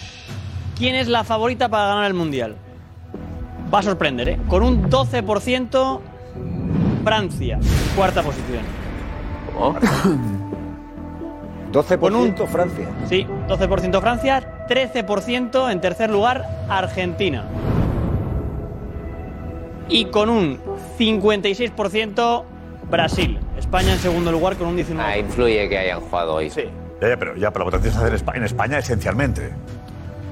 ¿quién es la favorita para ganar el Mundial? Va a sorprender, ¿eh? Con un 12% Francia, cuarta posición.
12%
Con un-
Francia.
Sí, 12% Francia, 13% en tercer lugar Argentina. Y con un 56% Brasil. España en segundo lugar con un 19%. Ah,
influye que hayan jugado hoy. Sí.
Ya, ya, pero, ya, pero la votación se hace en Espa- en España esencialmente.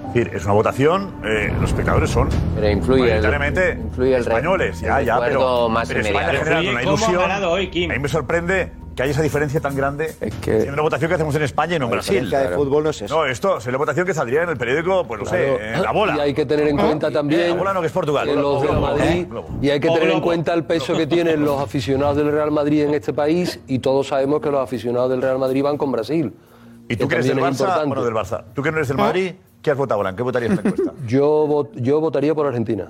Es decir, es una votación, eh, los espectadores son
Pero influye el-
mayoritariamente
influye el re-
españoles, ya,
el
ya,
recuerdo
pero,
más
pero España
inmediato.
genera una
Influye cómo ha
ilusión.
ganado
a mí me sorprende que haya esa diferencia tan grande en una votación que hacemos en España y no en
La
Brasil.
diferencia de Claro. fútbol
no es eso. No, esto es la votación que saldría en el periódico, pues no sé,
Claro.
en La Bola.
Y hay que tener en cuenta
Eh,
también
La Bola no, que es Portugal.
que los del
Globo,
Madrid
¿eh? Globo.
y hay que
O
tener en
Globo.
cuenta el peso que tienen los aficionados del Real Madrid en este país y todos sabemos que los aficionados del Real Madrid van con Brasil.
¿Y tú que eres del
también es
Barça?
importante.
Bueno, del Barça. ¿Tú que no
¿Ah?
eres del Madrid? ¿Qué has votado, Alan? ¿Qué votarías en la encuesta?
Yo, vot- yo votaría por Argentina.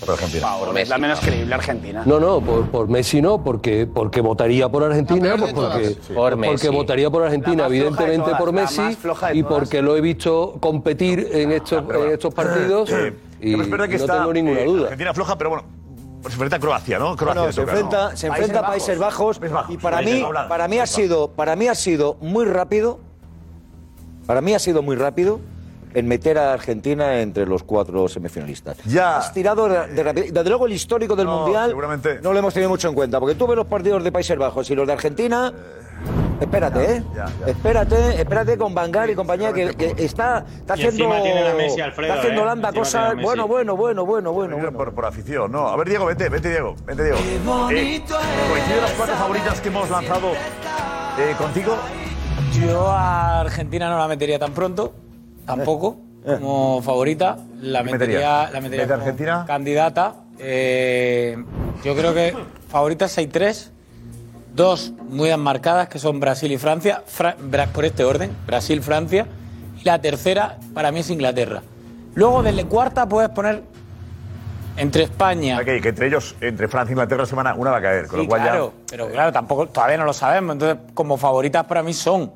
Por Argentina.
la menos creíble Argentina.
No, no, por, por Messi no, porque, porque votaría por Argentina, pues
peor de
porque,
todas. Sí. Por
porque
Messi.
votaría por Argentina,
La más floja de
evidentemente
todas,
por
la
Messi
más floja de
y
todas.
porque lo he visto competir en estos, en estos partidos
Eh,
y
pero es verdad que
no
está,
tengo ninguna
eh,
duda.
Argentina floja, pero bueno, se enfrenta a Croacia, ¿no? Croacia
Bueno,
le
se
toca,
enfrenta,
¿no?
se enfrenta a Países Bajos, y para
Países
mí,
Bajos.
para mí ha sido, para mí ha sido muy rápido. Para mí ha sido muy rápido en meter a Argentina entre los cuatro semifinalistas.
Ya.
Has tirado de, de rapidez. Desde luego el histórico del mundial. No lo hemos tenido mucho en cuenta porque tú ves los partidos de Países Bajos y los de Argentina. Espérate, ¿eh? Espérate, espérate con Vangal y compañía que, que está, está
Y
haciendo.
encima tienen a Messi, Alfredo,
está haciendo
¿eh?
Holanda
Encima tienen a
cosas.
Messi.
Bueno, bueno, bueno, bueno, bueno.
Por, por afición, no. A ver, Diego, vete, vete, Diego. Vete, Diego.
Qué
bonito Coincide las cuatro favoritas que hemos lanzado eh, contigo.
Yo a Argentina no la metería tan pronto, tampoco, como favorita. La
Eh. ¿Qué
metería,
meterías?
la metería
¿Mete
como
Argentina?
candidata. Eh, yo creo que favorita 6-3. Dos muy enmarcadas que son Brasil y Francia, Fra- Bra- por este orden, Brasil, Francia. Y la tercera para mí es Inglaterra. Luego desde cuarta puedes poner entre España.
Ok, que entre ellos, entre Francia e Inglaterra, semana una va a caer. Con
Sí,
lo cual
claro, pero claro, tampoco todavía no lo sabemos. Entonces, como favoritas para mí son.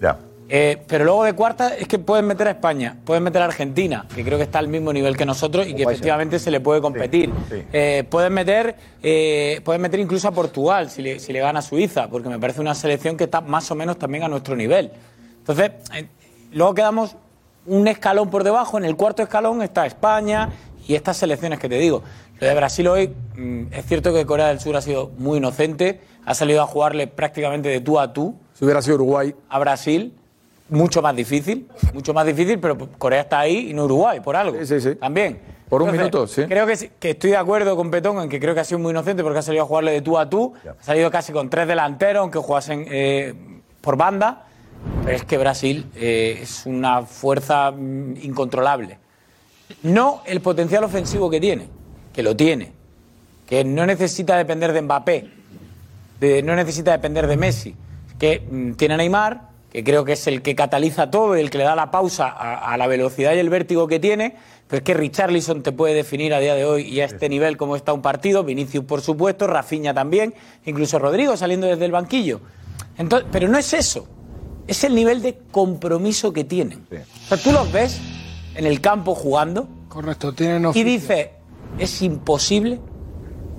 Ya.
Eh, pero luego de cuarta es que pueden meter a España, pueden meter a Argentina, que creo que está al mismo nivel que nosotros y que
¿eh?
efectivamente se le puede competir. Eh, pueden meter, eh, pueden meter incluso a Portugal si le, si le gana a Suiza, porque me parece una selección que está más o menos también a nuestro nivel. Entonces, eh, luego quedamos un escalón por debajo. En el cuarto escalón está España y estas selecciones que te digo. Lo de Brasil hoy, mm, es cierto que Corea del Sur ha sido muy inocente, ha salido a jugarle prácticamente de tú a tú. Si hubiera sido Uruguay. A Brasil, mucho más difícil, mucho más difícil, pero Corea está ahí y no Uruguay, por algo. Sí, sí, sí. También.
Por un minuto, sí.
Creo que, sí- que estoy de acuerdo con Petón en que creo que ha sido muy inocente porque ha salido a jugarle de tú a tú. Ha salido casi con tres delanteros, aunque jugasen eh, por banda. Pero es que Brasil eh, es una fuerza mm, incontrolable. No el potencial ofensivo que tiene, que lo tiene, que no necesita depender de Mbappé, de- no necesita depender de Messi, que mm, tiene a Neymar, que creo que es el que cataliza todo y el que le da la pausa a, a la velocidad y el vértigo que tiene, pero es que Richarlison te puede definir a día de hoy y a este nivel cómo está un partido, Vinicius por supuesto, Rafinha también, incluso Rodrigo saliendo desde el banquillo. Entonces, pero no es eso, es el nivel de compromiso que tienen. O sea, tú los ves en el campo jugando. Correcto, tienen Y dice, es imposible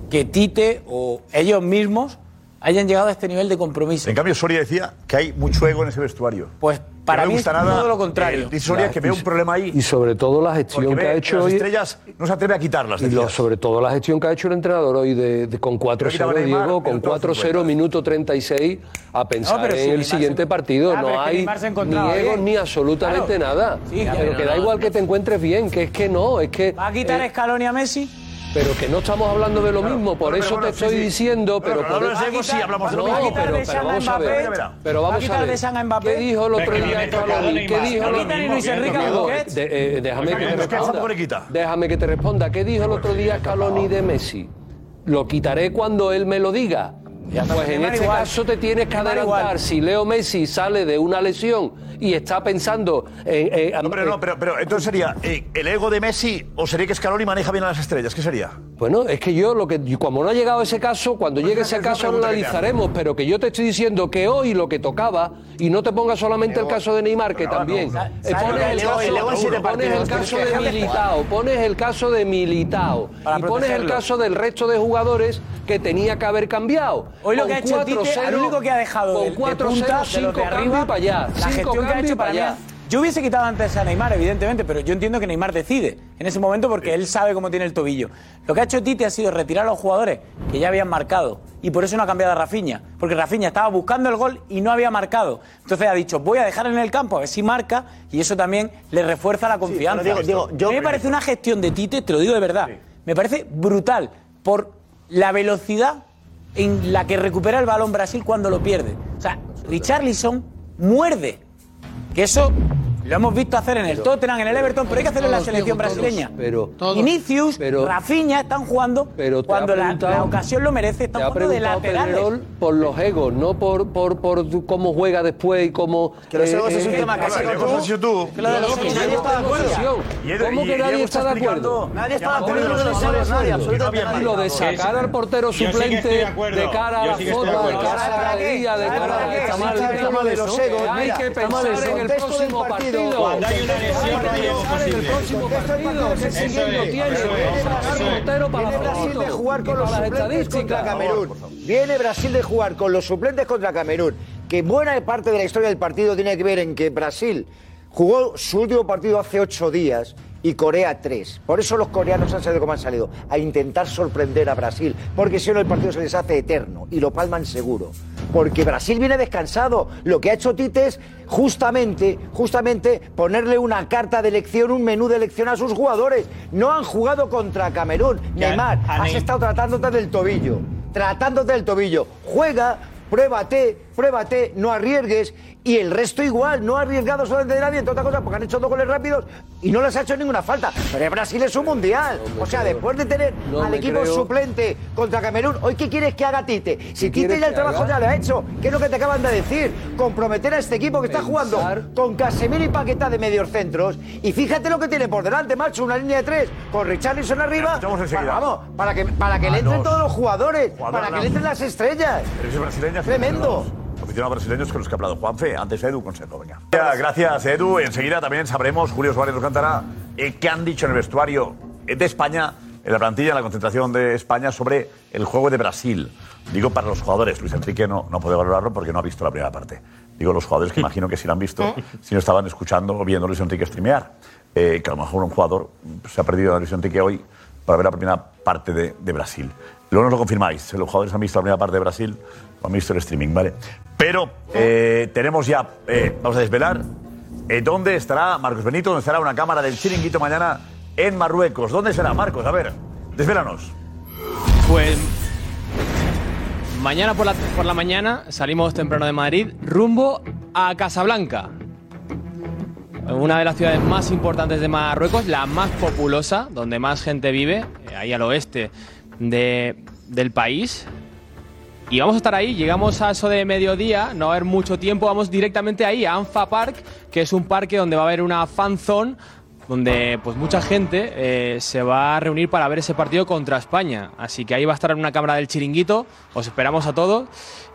que Tite o ellos mismos hayan llegado a este nivel de compromiso.
En cambio, Soria decía que hay mucho ego en ese vestuario.
Pues para
no
mí
me gusta
es
nada
todo lo contrario.
el- dice Soria que ve un problema ahí.
Y sobre todo la
Porque
gestión
ve
que ha
que
hecho
las
hoy.
estrellas no se atreve a quitarlas.
Y
decía.
lo- sobre todo la gestión que ha hecho el entrenador hoy de, de- con
Pero quitaba
4-0,
Neymar,
Diego, con
minuto
4-0, minuto 36, a pensar
pero si
en el
Neymar se-
siguiente partido.
Ah, pero es
no
que
hay
Neymar se
ni
encontraba
ego
bien.
ni absolutamente
Claro.
nada.
Sí, ya,
pero
pero
que da
no,
igual que te encuentres bien, que es que no, es que. ¿Va
a quitar a Scaloni a Messi?
Pero que no estamos hablando de lo mismo, por eso te estoy diciendo, pero,
pero
por
hablamos de ego, sí, hablamos de
no,
lo mismo.
pero,
Va
pero
a quitar de
vamos a
Shan a
ver,
Mbappé.
pero
Va a
vamos
quitar
ver.
de Shan a Mbappé.
¿Qué dijo el otro
Pero es que
día
viene
esto?
tocado
¿Qué
Neymar,
dijo?
no lo Quitan a mismo, Luis viene Enrique tocado. Busquets.
De- eh, Déjame que te
Es que
responda. Déjame que te responda. ¿Qué dijo el otro día Scaloni de Messi? Lo quitaré cuando él me lo diga. Pues en
Neymar
este
igual.
caso te tienes que adelantar. Si Leo Messi sale de una lesión y está pensando en. en-
No, pero no, pero, pero entonces sería eh, el ego de Messi o sería que Scaloni maneja bien a las estrellas. ¿Qué sería?
Bueno, es que yo lo que y como no ha llegado ese caso, cuando
Pues
llegue ese caso lo
pregunta que te
analizaremos, pero que yo te estoy diciendo que hoy lo que tocaba y no te pongas solamente el caso de Neymar que también.
no.
Eh,
Sa-
Pones
sa-
el
el ego-
caso-
el ego en siete
pones el caso
partidos, tienes que
de
dejar de
Militao, pones el caso de Militao y pones el
protegerlo.
caso del resto de jugadores que tenía que haber cambiado.
Hoy lo
Con
que ha hecho Tite,
4-0,
al único que ha dejado
con
de, de
4-0,
punta, de los
cinco
de
cambios
arriba,
para allá,
la
cinco
gestión que ha
cambios
hecho
para
para mí
allá.
Yo hubiese quitado antes a Neymar, evidentemente, pero yo entiendo que Neymar decide en ese momento porque él sabe cómo tiene el tobillo. Lo que ha hecho Tite ha sido retirar a los jugadores que ya habían marcado y por eso no ha cambiado a Rafinha, porque Rafinha estaba buscando el gol y no había marcado. Entonces ha dicho, voy a dejar en el campo a ver si marca y eso también le refuerza la confianza.
pero Diego, Diego, yo-
a mí me parece una gestión de Tite, te lo digo de verdad, me parece brutal por la velocidad en la que recupera el balón Brasil cuando lo pierde. O sea, Richarlison muerde. Que eso lo hemos visto hacer en el Tottenham, en el Everton, pero hay que hacerlo en la
Todos,
selección
Diego, todos.
brasileña.
Pero,
Inicius,
pero-
Rafinha están jugando
pero te
cuando
ha
la,
preguntado-
la ocasión lo merece, están
Te ha
jugando de
preguntado
laterales.
Pedrerol por los egos, no por, por, por tu- cómo juega después y cómo. eh,
Que los egos es un tema que has sacado tú. Que lo de los egos nadie está de acuerdo.
Posición.
Y Edu-
¿Cómo
y
que nadie
Diego
está
está
de acuerdo?
explicando- Nadie está de acuerdo, no lo sabe nadie, absolutamente
Y lo de
nadie.
sacar al portero
Yo sí que estoy
suplente
de acuerdo.
de cara a
Yo
la
sí que estoy de
foto, de
acuerdo.
cara a la
¿Sabes para qué?
galería, de
¿Sabes
cara
para
a
qué?
está mal,
¿Sabes
está
para
mal
qué?
eso.
Los egos,
Hay
mira,
que
está
pensar
mal eso.
en el
Contexto del
próximo
partido.
partido.
Cuando hay una lesión, no
Hay
hay
que
algo
pensar en el
posible.
próximo partido. ¿Qué
Eso
sentido
es,
tiene?
eso
Puede
es,
sacar
eso es.
portero para
Viene
la
Brasil
foto
de jugar
y
con los
para las
suplentes contra
estadísticas.
Camerún. Viene Brasil de jugar con los suplentes contra Camerún. Que buena parte de la historia del partido tiene que ver en que Brasil jugó su último partido hace ocho días y Corea tres. Por eso los coreanos han salido como han salido, a intentar sorprender a Brasil. Porque si no, el partido se les hace eterno y lo palman seguro. Porque Brasil viene descansado. Lo que ha hecho Tite es justamente, justamente ponerle una carta de elección, un menú de elección a sus jugadores. No han jugado contra Camerún.
Ya,
Neymar,
a
has
Ney-
estado tratándote del tobillo. Tratándote del tobillo. Juega, pruébate, pruébate, no arriesgues. Y el resto igual, no ha arriesgado solamente de nadie, entre otras cosas, porque han hecho dos goles rápidos y no les ha hecho ninguna falta. Pero Brasil es un mundial. o sea, después de tener
no
al
me
equipo
creo.
suplente contra Camerún, ¿hoy qué quieres que haga Tite? Si Tite
quieres
ya el
que
trabajo
haga?
ya lo ha hecho, ¿qué es lo que te acaban de decir? Comprometer a este equipo que está jugando con Casemiro y Paquetá de medios centros. Y fíjate lo que tiene por delante, macho, una línea de tres con Richarlison arriba.
enseguida.
Para- vamos, para que, para que
Ah,
le entren
no.
todos los jugadores, para que
Jugadoras.
le entren las estrellas.
Pero brasileños.
Tremendo.
Aficionados brasileños con los que ha hablado Juanfe. Antes Edu, consejo, venga. Ya, Gracias, Edu. Enseguida también sabremos, Julio Suárez nos cantará, eh, qué han dicho en el vestuario eh, de España, en la plantilla, en la concentración de España, sobre el juego de Brasil. Digo para los jugadores, Luis Enrique no, no puede valorarlo porque no ha visto la primera parte. Digo los jugadores que imagino que sí la han visto, si no estaban escuchando o viendo a Luis Enrique streamear. Eh, que a lo mejor un jugador mm, se ha perdido a Luis Enrique hoy para ver la primera parte de, de Brasil. Luego nos lo confirmáis. Los jugadores han visto la primera parte de Brasil, lo han visto el streaming, ¿vale? Pero eh, tenemos ya, eh, vamos a desvelar, eh, ¿dónde estará Marcos Benito? ¿Dónde estará una cámara del chiringuito mañana en Marruecos? ¿Dónde será, Marcos? A ver, desvelanos.
Pues mañana por la, por la mañana salimos temprano de Madrid rumbo a Casablanca. Una de las ciudades más importantes de Marruecos, la más populosa, donde más gente vive, eh, ahí al oeste de- del país. Y vamos a estar ahí, llegamos a eso de mediodía, no va a haber mucho tiempo, vamos directamente ahí, a Anfa Park, que es un parque donde va a haber una fan zone, donde pues mucha gente eh, se va a reunir para ver ese partido contra España. Así que ahí va a estar una cámara del chiringuito, os esperamos a todos,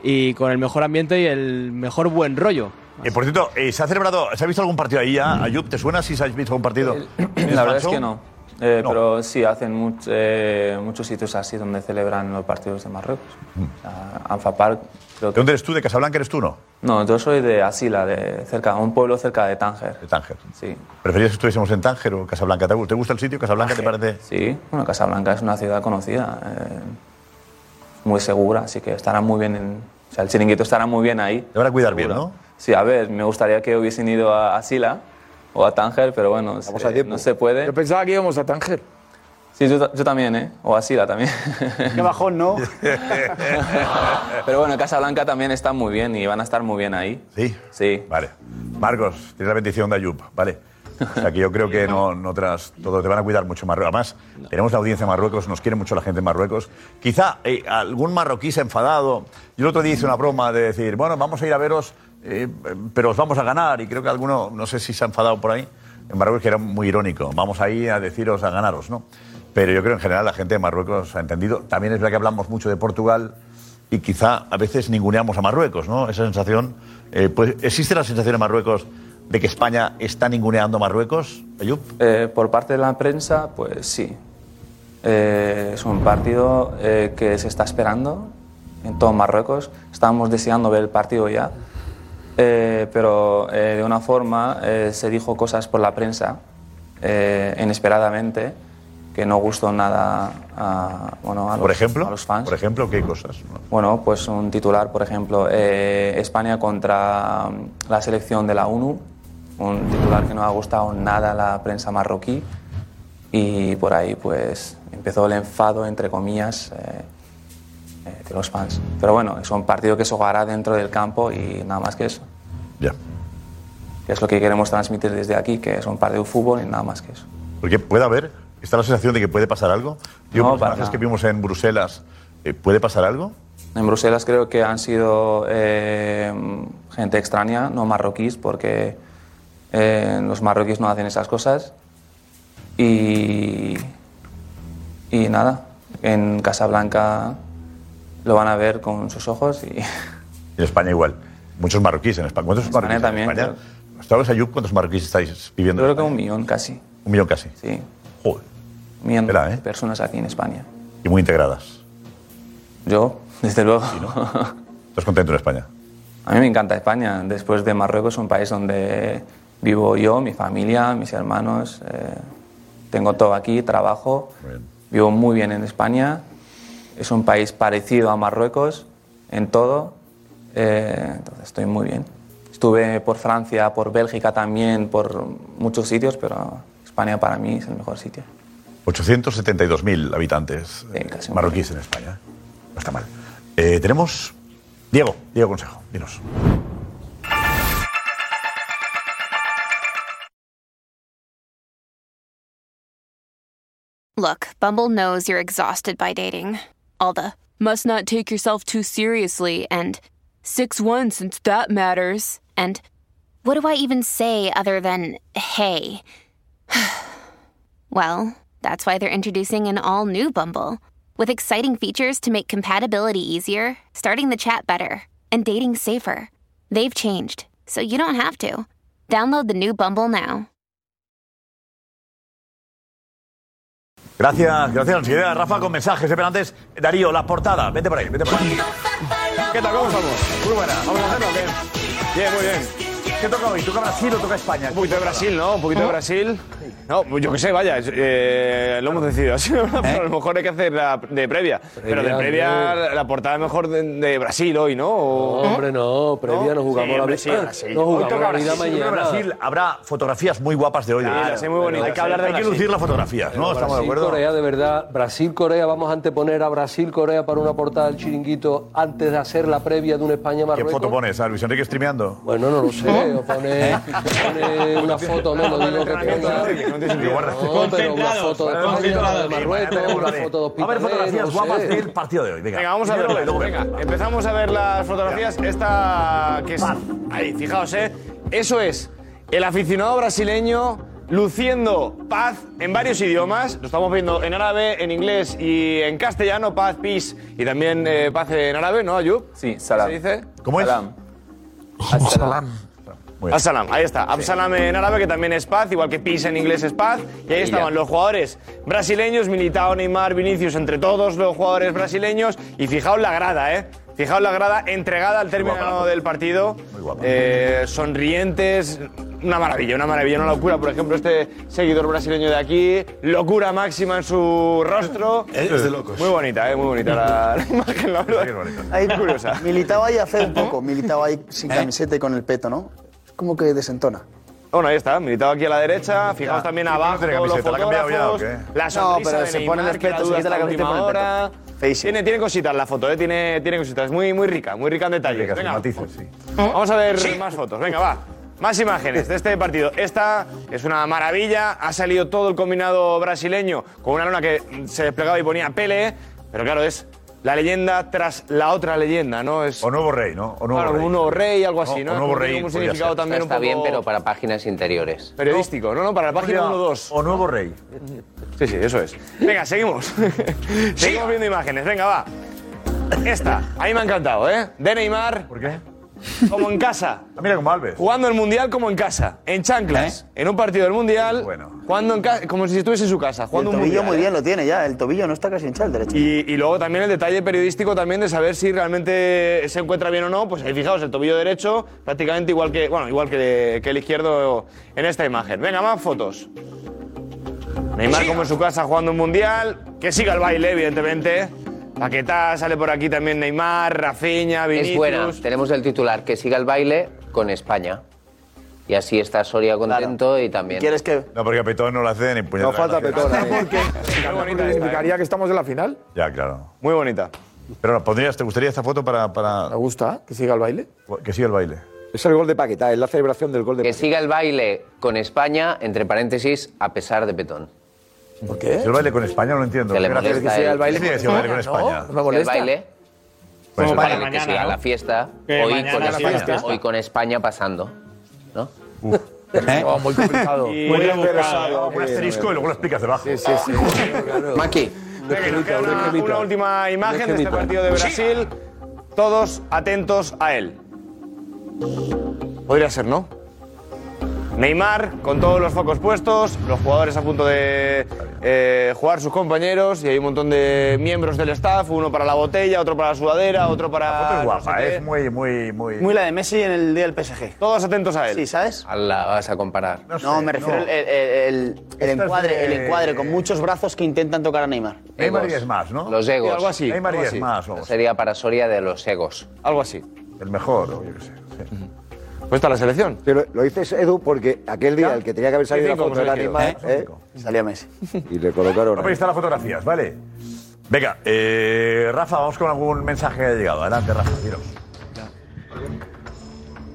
y con el mejor ambiente y el mejor buen rollo.
Eh, por cierto, eh, ¿se ha celebrado, se ha visto algún partido ahí ya? Ayub, ¿te suena si se ha visto algún partido?
La verdad es
Nacho?
que no. Eh, Pero sí, hacen much- eh, muchos sitios así donde celebran los partidos de Marruecos. O sea, Anfa Park. Creo que...
Mm. ¿De dónde eres tú? ¿De Casablanca eres tú no?
No, yo soy de Asila, de cerca, un pueblo cerca de Tánger.
De Tánger.
Sí.
¿Preferías que estuviésemos en Tánger o Casablanca? ¿Te gu- te gusta el sitio? ¿Casablanca te parece?
Sí, bueno, Casablanca es una ciudad conocida, eh, muy segura, así que estará muy bien. En, o sea, el chiringuito estará muy bien ahí.
Deberá cuidar bien, ¿no?
Sí, a ver, me gustaría que hubiesen ido a, a Sila o a Tánger, pero bueno, se- no se puede. Yo pensaba que íbamos a Tánger. Sí, yo, ta- yo también, ¿eh? O a Sila también.
Qué bajón, ¿no?
pero bueno, Casablanca también está muy bien y van a estar muy bien ahí.
Sí.
Sí.
Vale. Marcos, tienes la bendición de Ayub, ¿vale? O sea que yo creo que no, no te las- todo te van a cuidar mucho en Marruecos. Además, tenemos la audiencia en Marruecos, nos quiere mucho la gente en Marruecos. Quizá eh, algún marroquí se ha enfadado. Yo el otro día hice una broma de decir, bueno, vamos a ir a veros, eh, pero os vamos a ganar. Y creo que alguno, no sé si se ha enfadado por ahí, en Marruecos que era muy irónico. Vamos ahí a deciros a ganaros, ¿no? Pero yo creo que en general la gente de Marruecos ha entendido. También es verdad que hablamos mucho de Portugal y quizá a veces ninguneamos a Marruecos, ¿no? Esa sensación. eh, pues, ¿Existe la sensación en Marruecos de que España está ninguneando a Marruecos, Ayub?
Eh, por parte de la prensa, pues sí. Eh, es un partido eh, que se está esperando en todo Marruecos. Estábamos deseando ver el partido ya. Eh, eh, pero eh, de una forma eh, se dijo cosas por la prensa, eh, inesperadamente, que no gustó nada a, bueno, a los,
Por ejemplo,
a los fans.
Por ejemplo, ¿qué cosas?
Bueno, pues un titular, por ejemplo, eh, España contra mm, la selección de la ONU, un titular que no ha gustado nada a la prensa marroquí y por ahí pues empezó el enfado, entre comillas, eh, eh, de los fans. Pero bueno, es un partido que se jugará dentro del campo y nada más que eso.
Ya.
Que es lo que queremos transmitir desde aquí, que es un partido de fútbol y nada más que eso.
Porque puede haber, está la sensación de que puede pasar algo. Yo,
No,
por
para
las imágenes
nada.
que vimos en Bruselas, eh, ¿puede pasar algo?
En Bruselas creo que han sido eh, gente extraña, no marroquíes, porque eh, los marroquíes no hacen esas cosas. Y, y nada, en Casablanca lo van a ver con sus ojos y
En España igual. Muchos marroquíes en España. ¿Cuántos
España
marroquíes
también,
en España? ¿Estabas Ayub, ¿Cuántos marroquíes estáis viviendo?
creo que un millón casi.
Un millón casi.
Sí.
Joder.
Un millón de
¿eh?
personas aquí en España.
Y muy integradas.
Yo, desde luego.
¿Estás contento en España?
A mí me encanta España. Después de Marruecos, un país donde vivo yo, mi familia, mis hermanos. eh, tengo todo aquí, trabajo. Vivo muy bien en España. Es un país parecido a Marruecos en todo. eh, entonces estoy muy bien. Estuve por Francia, por Bélgica también, por muchos sitios, pero España para mí es el mejor sitio.
872.000 habitantes eh, marroquíes en España. No está mal. Eh, tenemos Diego, Diego Consejo, dinos.
Look, Bumble knows you're exhausted by dating. All the must not take yourself too seriously and 6 1 since that matters. And what do I even say other than hey? well, that's why they're introducing an all new Bumble with exciting features to make compatibility easier, starting the chat better, and dating safer. They've changed, so you don't have to. Download the new Bumble now.
Gracias, gracias. Enseguida, Rafa, con mensajes. Espera, antes, Darío, la portada. Vete por ahí, vete por ahí. ¿Qué tal? ¿Cómo estamos? Muy buena. ¿Vamos a hacerlo o qué? Bien, muy bien. ¿Qué toca hoy? ¿Toca Brasil o toca España? Un
poquito de Brasil, ¿no? Un poquito de Brasil. No, pues yo qué sé, vaya, es- eh, lo hemos decidido así, ¿verdad? Pero a lo mejor hay que hacer la de previa. Pero de
Previa,
previa,
no.
la- la portada mejor de, de Brasil hoy, ¿no? O-
Hombre, no, previa no jugamos
Sí,
la
hombre,
vida.
sí, Brasil.
No
Hoy toca
jugamos la vida
Brasil,
mañana.
Brasil habrá fotografías muy guapas de hoy.
Claro,
Darío.
sí, muy bonitas.
Hay que hablar de Hay que
Brasil.
lucir las fotografías, ¿no?
Pero
Estamos de
Brasil,
acuerdo.
Corea, de verdad. Brasil-Corea, vamos a anteponer a Brasil-Corea para una portada del chiringuito antes de hacer la previa de un
¿Qué
España-Marruecos.
foto pones? ¿A Luis Enrique streameando? ¿Eh?
Bueno, no lo sé. O pone, pone una foto, no, no digo que ponga. No, pero una foto de España, de Marruecos, una foto de
A ver,
Hospitalet,
fotografías
no
guapas
sé.
del partido de hoy. Venga,
Venga, vamos a
Primero
verlo.
lo
Venga, empezamos a ver las fotografías. Esta que es. Ahí, fijaos, ¿eh? Eso es el aficionado brasileño luciendo paz en varios idiomas. Lo estamos viendo en árabe, en inglés y en castellano. Paz, peace y también eh, paz en árabe, ¿no, Ayub?
Sí, salam.
¿Se dice?
¿Cómo es?
Salam.
Absalam, ahí está. Absalam en árabe, que también es paz, igual que peace en inglés es paz. Y ahí estaban los jugadores brasileños, Militao, Neymar, Vinicius, entre todos los jugadores brasileños. Y fijaos la grada, ¿eh? Fijaos la grada entregada al término del partido. Eh, sonrientes. Una maravilla, una maravilla, una locura. Por ejemplo, este seguidor brasileño de aquí, locura máxima en su rostro.
Es de locos.
Muy bonita, ¿eh? Muy bonita la, la imagen, la verdad.
Ahí,
curiosa.
Militaba ahí hace un poco, militaba ahí sin camiseta y con el peto, ¿no? Es como que desentona.
Bueno, ahí está, militado aquí a la derecha. Fijaos también
¿Por qué no
abajo
tiene
los
camiseta? ¿La ha cambiado
fotógrafos.
ya o qué?
La sonrisa
No, pero
de
se pone
Neymar,
el
que la
peto,
duda
se quita la
hasta
camiseta y
última
pone el
hora. Tiene, tiene cositas la foto, ¿eh? tiene, tiene cositas. Muy, muy rica, muy rica en detalles.
Ricas,
Venga,
matices, sí.
Vamos a ver más fotos. Venga, va. Más imágenes de este partido. Esta es una maravilla. Ha salido todo el combinado brasileño con una lona que mm, se desplegaba y ponía Pele. Pero claro, es la leyenda tras la otra leyenda, ¿no? Es o
nuevo rey, ¿no? O nuevo
claro,
rey.
un nuevo rey, algo así, ¿no?
o nuevo
Tiene
rey,
como un
podría
significado
ser.
también
Está
un poco
bien, pero para páginas interiores.
periodístico. No, no, para la página 1-2.
O nuevo rey.
Sí, sí, eso es. Venga, seguimos. seguimos viendo imágenes. Venga, va. Esta, a mí me ha encantado, ¿eh? De Neymar. ¿Por
qué? Ah,
como en casa.
Mira como Alves. ¿Eh?
Jugando el mundial como en casa, en chanclas, en un partido del mundial, jugando en ca- como si estuviese en su casa,
El
jugando un
tobillo
mundial. ¿eh?
muy bien lo tiene ya, el tobillo no está casi hinchado el derecho.
Y, y luego también el detalle periodístico también de saber si realmente se encuentra bien o no. Pues ahí fijaos, el tobillo derecho prácticamente igual que, bueno, igual que, que el izquierdo en esta imagen. Venga, más fotos. Neymar como en su casa jugando un mundial. Que siga el baile, evidentemente. Paquetá, sale por aquí también Neymar, Rafinha, Vinicius.
Es buena. Tenemos el titular que siga el baile con España. Y así está Soria contento y también.
¿Quieres
que.?
No, porque a Petón no lo hace ni puñetera.
No falta
gracia.
Petón ahí.
¿Significaría que estamos en la final?
Ya, claro.
Muy bonita.
Pero no, ¿pondrías, ¿te gustaría esta foto para, para. ¿Te
gusta? ¿Que siga el baile?
Que siga el baile.
Es el gol de Paquetá, es la celebración del gol de
Que siga el baile con España, entre paréntesis, a pesar de Petón.
¿Por qué?
El baile con España no lo entiendo.
Que le
Gracias.
molesta el-
Sí, que siga el baile con
No,
España.
que El baile.
Pues
el
para
baile que
mañana,
siga
¿no?
la fiesta.
Que
Hoy
mañana
con,
la
España,
fiesta.
hoy con España pasando. ¿No?
muy complicado.
Muy bien buscado. Un asterisco y luego lo explicas debajo. Sí, sí, sí.
Maki.
Venga, nos queda una, una última imagen de este
Descremita.
partido de Brasil. Todos atentos a él. Podría ser, ¿no? Neymar con todos los focos puestos, los jugadores a punto de eh, jugar sus compañeros y hay un montón de miembros del staff, uno para la botella, otro para la sudadera, otro para...
La foto es
no
guapa, ¿eh?
sé qué.
es muy, muy, muy.
Muy
la de Messi en el día del PSG.
Todos atentos a él.
Sí, ¿sabes?
La vas a comparar.
No, me refiero al el, el- el- el
Esta es
encuadre,
de-
el encuadre con muchos brazos que intentan tocar a Neymar.
Neymar y es más, ¿no?
Los egos.
Sí, algo así, Neymar y algo es así. más, vamos.
Sería para Soria de los egos.
Algo así.
El mejor, o yo qué sé.
Pues está la selección.
lo, lo dices, Edu, porque aquel día el que tenía que haber salido la
Cinco,
foto era
como
Neymar,
se
¿eh?
Salía Messi.
Y le colocaron.
Ahí están las fotografías, ¿vale? Venga, eh, Rafa, vamos con algún mensaje que ha llegado. Adelante, Rafa, dinos.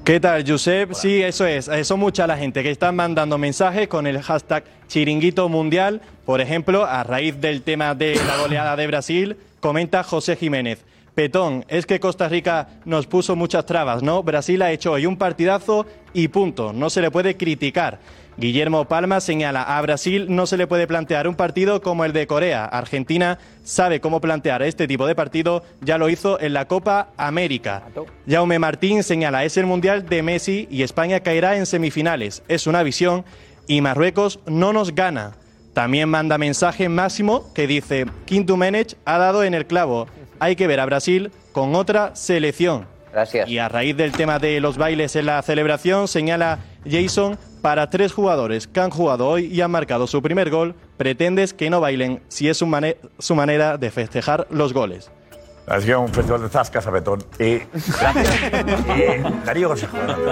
¿Qué tal, Josep? Sí, eso es. Eh, Son mucha la gente que está mandando mensajes con el hashtag Chiringuito Mundial. Por ejemplo, a raíz del tema de la goleada de Brasil, comenta José Jiménez. Petón, es que Costa Rica nos puso muchas trabas, ¿no? Brasil ha hecho hoy un partidazo y punto. No se le puede criticar. Guillermo Palma señala, a Brasil no se le puede plantear un partido como el de Corea. Argentina sabe cómo plantear este tipo de partido, ya lo hizo en la Copa América. Jaume Martín señala, es el Mundial de Messi y España caerá en semifinales. Es una visión y Marruecos no nos gana. También manda mensaje Máximo que dice, Quinto Menech ha dado en el clavo. Hay que ver a Brasil con otra selección.
Gracias.
Y a raíz del tema de los bailes en la celebración, señala Jason, para tres jugadores que han jugado hoy y han marcado su primer gol, pretendes que no bailen si es su, mane- su manera de festejar los goles.
Ha sido un festival de zascas a betón. Y gracias. Eh, Darío Consejo. adelante.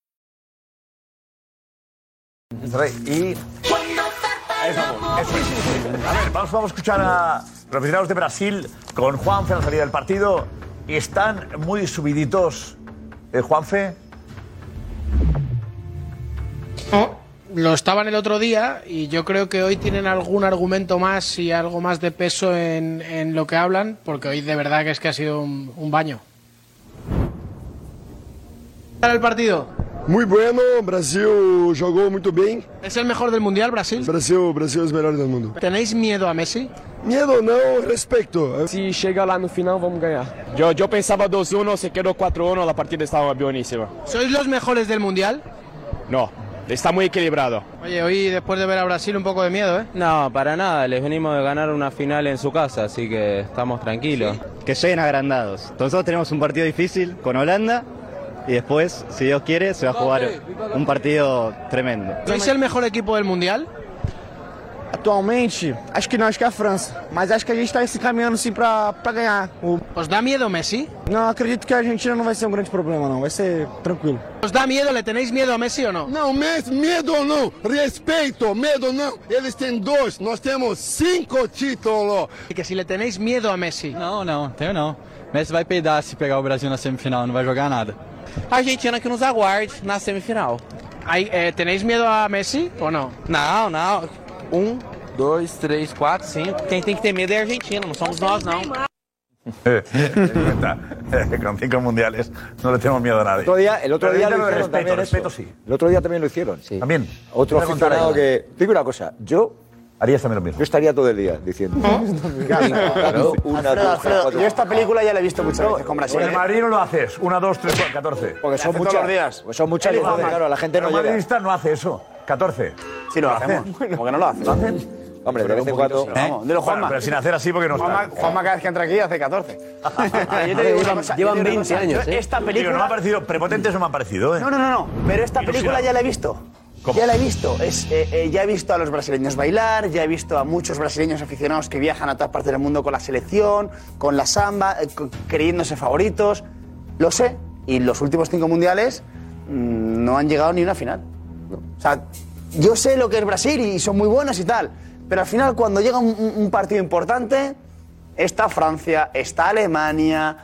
Y. Ahí estamos. Eso es. A ver, vamos, vamos a escuchar a los aficionados de Brasil con Juanfe a la salida del partido. Están muy subiditos. Eh, Juanfe,
No, lo estaban el otro día y yo creo que hoy tienen algún argumento más y algo más de peso en, en lo que hablan, porque hoy de verdad que es que ha sido un, un baño. ¿Qué tal el partido?
Muy bueno, Brasil jogou muito bem.
¿Es el mejor del mundial, Brasil?
Brasil, Brasil é os melhores do mundo.
¿Tenéis miedo a Messi?
Miedo não, respeito.
Se chega lá no final, vamos ganhar. Eu, eu pensava 2-1, se quedou 4-1, a partida estava bueníssima.
¿Sois los mejores del mundial?
Não, está muito equilibrado.
Oye, hoy después de ver a Brasil un poco de miedo, ¿eh?
No, para nada, les venimos de ganar una final en su casa, así que estamos tranquilos.
que lleguen agrandados. Nosotros tenemos un partido difícil con Holanda y después, si Dios quiere, se va a jugar un partido tremendo.
¿Sois el mejor equipo del mundial?
Atualmente, acho que não, acho que é a França. Mas acho que a gente está se encaminhando sim para ganhar.
Os dá medo o Messi?
Não, acredito que a Argentina não vai ser um grande problema, não. Vai ser tranquilo.
¿Os da miedo? ¿Le tenéis miedo a Messi o no?
Não, mes- medo ou não, respeito, medo não. Eles têm dois, nós temos cinco títulos.
Y que si le tenéis miedo a Messi.
Não, não, tenho não. Messi vai peidar se pegar o Brasil na semifinal, não vai jogar nada.
Argentina que nos aguarde na semifinal. eh, ¿Tenéis miedo a Messi o no?
Não, não. Um, dois, três, quatro, cinco. Quem tem que ter medo é a Argentina, não somos nós, não.
Eh, Cuenta, Eh, Con cinco mundiales no le tenemos miedo a nadie.
Otro día, el otro
Pero
día lo
dentro del
hicieron
respeto,
también
respeto
eso. Eh,
sí.
El otro día también lo hicieron.
También.
Otro
Voy a contar
aficionado
algo.
que... Te digo una cosa, yo...
Harías también lo mismo.
Yo estaría todo el día diciendo... Claro, una,
¿Eh? Alfredo,
dos,
Alfredo,
cuatro.
yo esta película ya la he visto muchas veces con Brasil. ¿eh?
Con el Madrid no lo haces. Una, dos, tres, cuatro, catorce. Porque
son muchas-
Todos los días.
Pues son muchas luces, claro, la gente no
El
llega.
madridista no hace eso. Catorce.
Sí, lo
hacen.
hacemos. ¿Por qué no lo hacen?
¿Lo hacen?
Hombre, de vez en cuando...
Vamos, dilo, Juanma.
pero sin hacer así porque no
Juanma,
está.
Juanma cada vez que entra aquí hace 14. Yo te digo una cosa, yo te digo una cosa,
¿eh?
yo Esta
Digo, no me ha
película...
parecido, prepotentes no me han parecido, ¿eh?
No, no, no, no. Pero esta
Ilusión.
película ya la he visto.
¿Cómo?
Ya la he visto. Es, eh, eh, ya he visto a los brasileños bailar, ya he visto a muchos brasileños aficionados que viajan a todas partes del mundo con la selección, con la samba, eh, co- creyéndose favoritos. Lo sé. Y los últimos cinco mundiales mm, no han llegado ni una final. O sea, yo sé lo que es Brasil y son muy buenos y tal. Pero al final, cuando llega un, un- un partido importante, está Francia, está Alemania.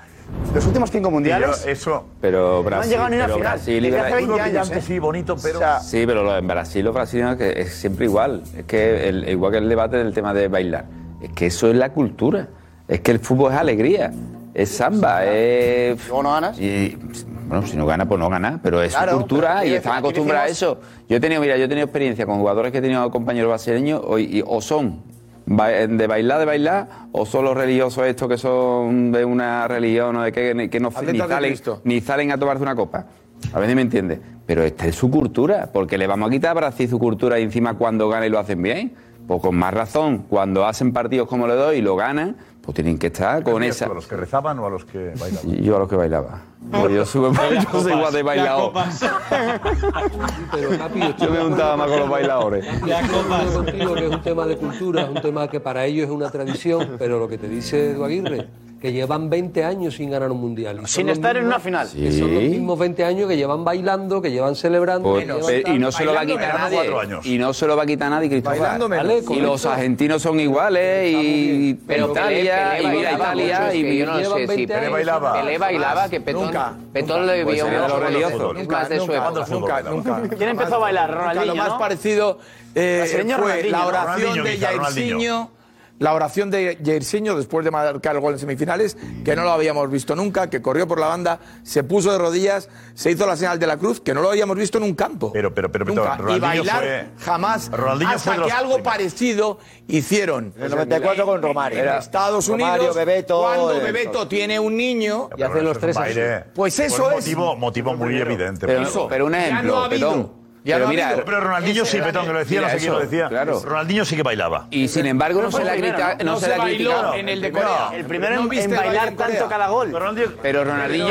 Los últimos cinco mundiales.
Yo, eso.
Pero
No han
Brasil,
llegado ni a una
pero
final.
Brasil y
Desde hace
Brasil.
20 años, ¿eh?
Sí, bonito, pero...
O sea,
Sí, pero lo- en Brasil los brasileños que es siempre igual. Es que el, igual que el debate del tema de bailar. Es que eso es la cultura. Es que el fútbol es alegría. Es samba, es...
no ganas?
Y, bueno, si no gana, pues no gana. Pero es su
Claro, pero
cultura
aquí
y
dec-
están
aquí
acostumbrados a
decimos-
eso. Yo he tenido, mira, yo he tenido experiencia con jugadores que he tenido compañeros brasileños o, y- o son ba- eh, de bailar, de bailar, o son los religiosos estos que son de una religión o de que, que, no ni
Atletas de
salen,
Cristo.
ni salen a tomarse una copa. A ver si me entiende. Pero esta es su cultura, porque le vamos a quitar a Brasil su cultura y encima cuando gana y lo hacen bien. Pues con más razón, cuando hacen partidos como le doy y lo ganan, pues tienen que estar con
¿Qué
esa.
¿A los que rezaban o a los que bailaban?
Yo a los que bailaba. Yo, sube, yo soy igual de bailado. Yo me juntaba más con los bailadores.
Yo contigo que es un tema de cultura, es un tema que para ellos es una tradición, pero lo que te dice Edu Aguirre, que llevan 20 años sin ganar un mundial. Y son
Sin
los
estar en
mismos-
una final.
Que son los
Sí.
mismos 20 años que llevan bailando, que llevan celebrando.
Por-
que llevan
pe-
tal.
eh, y no se lo va a quitar
Bailando
nadie.
cuatro años.
Y no se lo va a quitar nadie, Cristóbal.
Bailando menos. Vale,
y
correcto.
los argentinos son iguales y
Pero
Italia
Pelé,
y
Pelé
mira
bailaba mucho,
Italia
es
y
que yo no sé si Pelé bailaba. Pelé bailaba, que Petón- Nunca. Petón le
Pues
vio
era
más
lo
o menos
religioso.
fútbol, más de su época.
¿Quién empezó a bailar? Ronaldinho,
Lo más
¿no?
parecido eh,
Brasileño
fue
Ronaldinho,
la
¿no?
oración
Ronaldinho,
de
quizá, Ronaldinho.
Jairzinho. La oración de Jairzinho después de marcar el gol en semifinales, que no lo habíamos visto nunca, que corrió por la banda, se puso de rodillas, se hizo la señal de la cruz, que no lo habíamos visto en un campo. Pero,
pero, pero,
nunca. y
Ronaldinho
bailar
fue-
jamás.
Ronaldinho
hasta
fue de los
que algo parecido hicieron.
En el 94 con Romario.
En Estados Unidos.
Romario, Bebeto,
cuando
eh,
Bebeto tiene un niño.
Y hace los tres baile.
Pues eso
Fue un
es.
motivo, motivo muy evidente.
Pero,
Eso.
pero un
Ya
ejemplo,
no ha habido.
Petón.
Ya
pero
no ha
mira,
habido. Pero Ronaldinho sí, Petón, que lo decía,
Mira
no sé quién
eso,
lo decía.
claro.
Ronaldinho sí que bailaba.
Y sin embargo no
Pero
se le ha
fue el
critica-
primero, ¿no?
no
No
se
se
le ha
bailó
criticado.
en el de Corea.
El primero
No
en,
viste
en
bailar
bailar
en Corea.
tanto cada gol.
Pero Ronaldinho.
¿Quién bailaba?
Ronaldinho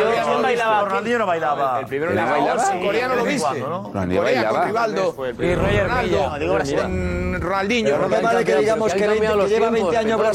no Ah, bailaba.
El primero
¿Que no bailaba?
Corea no lo viste.
Ronaldinho
Corea
bailaba.
con Rivaldo.
Fue el
Y
primero.
Roger
Ronaldo.
Milla.
Digo Brasil.
Con Ronaldinho.
Pero
Ronaldinho.
que han cambiado- que han cambiado los tiempos, Petón,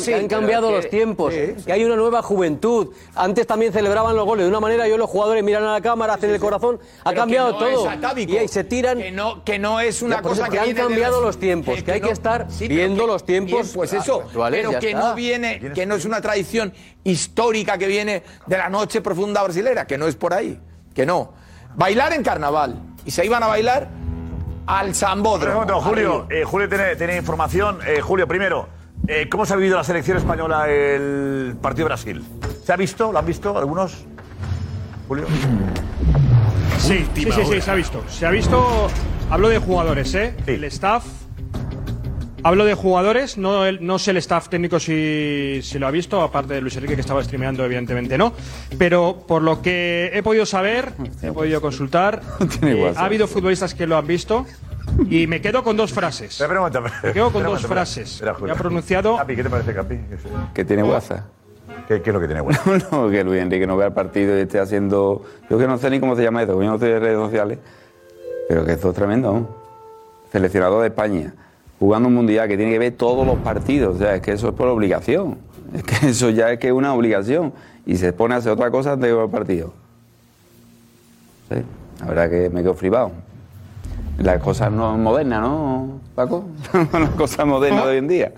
que han cambiado los tiempos, que hay una nueva juventud. Antes también celebraban los goles de una manera y hoy los jugadores miran a la cámara, hacen el corazón. Ha
Pero
cambiado
que no
todo.
es atávico,
y ahí se tiran.
Que no, que no es una
Ya, por
cosa
eso
que,
que han
viene de
cambiado
las-
los tiempos, que hay que estar
sí, pero
viendo
que-
los tiempos
bien, pues eso,
actuales,
pero
ya
que
está.
no viene, que no es una tradición histórica que viene de la noche profunda brasilera, que no es por ahí, que no. Bailar en carnaval y se iban a bailar al
Otro
Zambódromo.
momento, Julio, eh, Julio tiene, tiene información. Eh, Julio, primero, eh, ¿cómo se ha vivido la selección española el partido Brasil? ¿Se ha visto? ¿Lo han visto algunos? Julio.
Sí, sí, sí, sí, se ha visto. Se ha visto. Hablo de jugadores, ¿eh? El staff. Hablo de jugadores, no, el- no sé el staff técnico si, si lo ha visto, aparte de Luis Enrique que estaba streameando, evidentemente no. Pero por lo que he podido saber, he podido consultar,
tiene
eh,
WhatsApp.
ha habido futbolistas que lo han visto y me quedo con dos frases. me quedo con dos frases.
ha
pronunciado.
Capi, ¿qué te parece, Capi? ¿Qué es-
Que tiene WhatsApp.
¿Qué, es lo que tiene
WhatsApp? no, que Luis Enrique no vea el partido y esté haciendo. Yo que no sé ni cómo se llama eso, porque yo no estoy en redes sociales. Pero que esto es tremendo. ¿no? Seleccionador de España. jugando un mundial que tiene que ver todos los partidos. O sea, es que eso es por obligación. Es que eso ya es que es una obligación. Y se pone a hacer otra cosa antes de ver el partido. Sí, la verdad que me quedo flipado. Las cosas no modernas, ¿no, Paco? Las cosas modernas de hoy en día.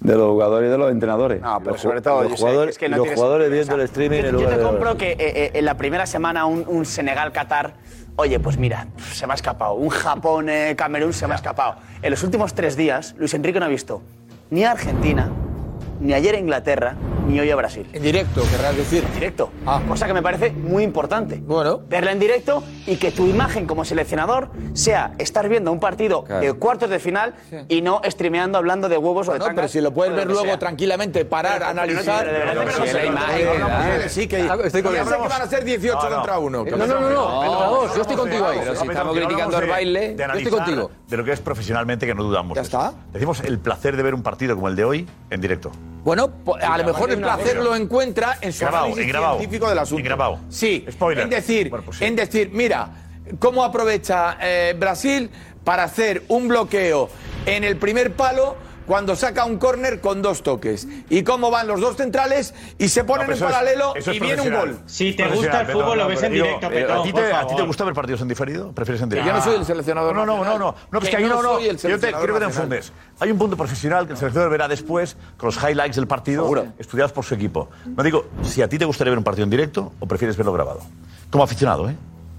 De los jugadores y de los entrenadores.
No, pero
Los ju-
sobre todo,
los
yo sé,
jugadores,
es que no
los
tiene
jugadores
sentido,
viendo
o sea,
el streaming
yo,
en
yo
lugar
te
de verlo.
compro que eh, eh, en la primera semana un, un Senegal-Qatar, oye, pues mira, pf, se me ha escapado. Un Japón-Camerún se me ha escapado. En los últimos tres días, Luis Enrique no ha visto ni a Argentina, ni ayer a Inglaterra, ni hoy a Brasil. En directo, querrás decir. En directo.
Ah.
Cosa que me parece muy importante. Bueno. Verla en directo y que tu imagen como seleccionador sea estar viendo un partido
Claro.
de cuartos de final y no streameando hablando de huevos o de
No,
tangas
pero si lo
o
puedes
de
ver
que
luego
sea.
tranquilamente, parar,
Pero, pero
analizar.
no, de verdad,
Pero
pero
sí,
no,
la
no,
imagen,
no,
¿verdad?
no,
Sí, que
Ah, estoy con
Ya
él.
sé que van a ser 18
No, no.
contra 1.
No, no, no, no, contra dos, yo estoy contigo ahí.
Pero
si estamos criticando al baile, yo estoy contigo. De lo que es profesionalmente que no dudamos. ¿Ya está? Decimos el placer de ver un partido como el de hoy en directo.
Bueno, po- a lo mejor el placer lo encuentra en su
Grabado,
análisis
en grabado,
científico del asunto.
en grabado.
Sí.
Spoiler. pues
En decir, en decir, mira, cómo aprovecha eh, Brasil para hacer un bloqueo en el primer palo cuando saca un córner con dos toques. Y cómo van los dos centrales y se ponen
No, pero
en
eso es-
paralelo
eso es
y viene un
profesional.
gol.
Es profesional, Petón, no, pero digo, eh, ¿A ti te- a ti te
gusta?
gusta ver partidos en diferido? ¿Prefieres en
Que
directo?
yo no soy el seleccionador
No, no, no,
nacional.
no. No, pues
Que
que ahí
no
no, no.
soy el
Yo te,
seleccionador
creo que te
nacional.
enfundes. Hay un punto profesional que el seleccionador verá después con los highlights del partido estudiados por su equipo. No digo si a ti te gustaría ver un partido en directo o prefieres verlo grabado. Como aficionado, ¿eh?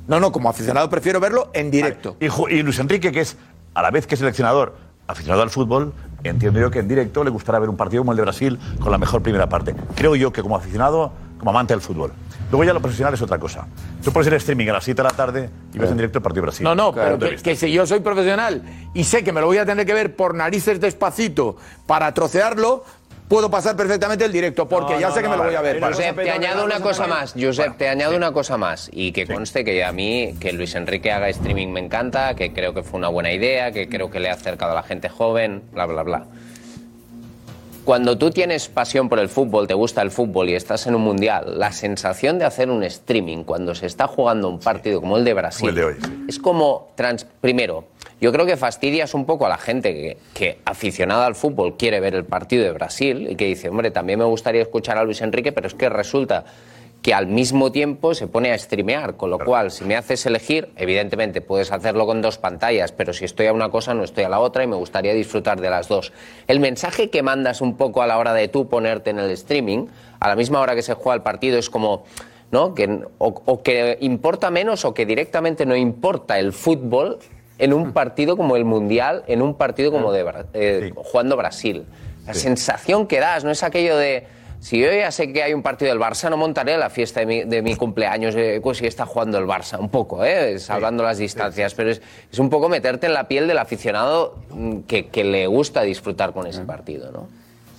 No, no, como aficionado prefiero verlo en directo.
Y, Ju- y Luis Enrique, que es a la vez que seleccionador, aficionado al fútbol, entiendo yo que en directo le gustará ver un partido como el de Brasil con la mejor primera parte. Creo yo que como aficionado, como amante del fútbol. Luego ya lo profesional es otra cosa. Tú puedes ir a streaming a las 7 de la tarde y ves en directo el partido de Brasil.
No, no,
Claro.
pero que, que si yo soy profesional y sé que me lo voy a tener que ver por narices despacito para trocearlo, puedo pasar perfectamente el directo, porque ya sé que me lo voy a ver.
Josep, te añado una cosa más. Josep, te añado una cosa más. Y que conste que a mí, que Luis Enrique haga streaming me encanta, que creo que fue una buena idea, que creo que le ha acercado a la gente joven, bla, bla, bla. Cuando tú tienes pasión por el fútbol, te gusta el fútbol y estás en un mundial, la sensación de hacer un streaming cuando se está jugando un partido como el de Brasil es como, trans- primero, yo creo que fastidias un poco a la gente que, que aficionada al fútbol quiere ver el partido de Brasil y que dice, hombre, también me gustaría escuchar a Luis Enrique, pero es que resulta que al mismo tiempo se pone a streamear, con lo cual si me haces elegir, evidentemente puedes hacerlo con dos pantallas, pero si estoy a una cosa no estoy a la otra y me gustaría disfrutar de las dos. El mensaje que mandas un poco a la hora de tú ponerte en el streaming, a la misma hora que se juega el partido, es como, ¿no? Que, n- o, o que importa menos o que directamente no importa el fútbol en
Hmm.
un partido como el Mundial, en un partido como de, Bra- eh, jugando Brasil. La sensación que das no es aquello de... Si yo ya sé que hay un partido del Barça, no montaré la fiesta de mi, de mi cumpleaños eh, pues, si está jugando el Barça, un poco, ¿eh? salvando las distancias, pero es, es un poco meterte en la piel del aficionado mm, que, que le gusta disfrutar con ese partido, ¿no?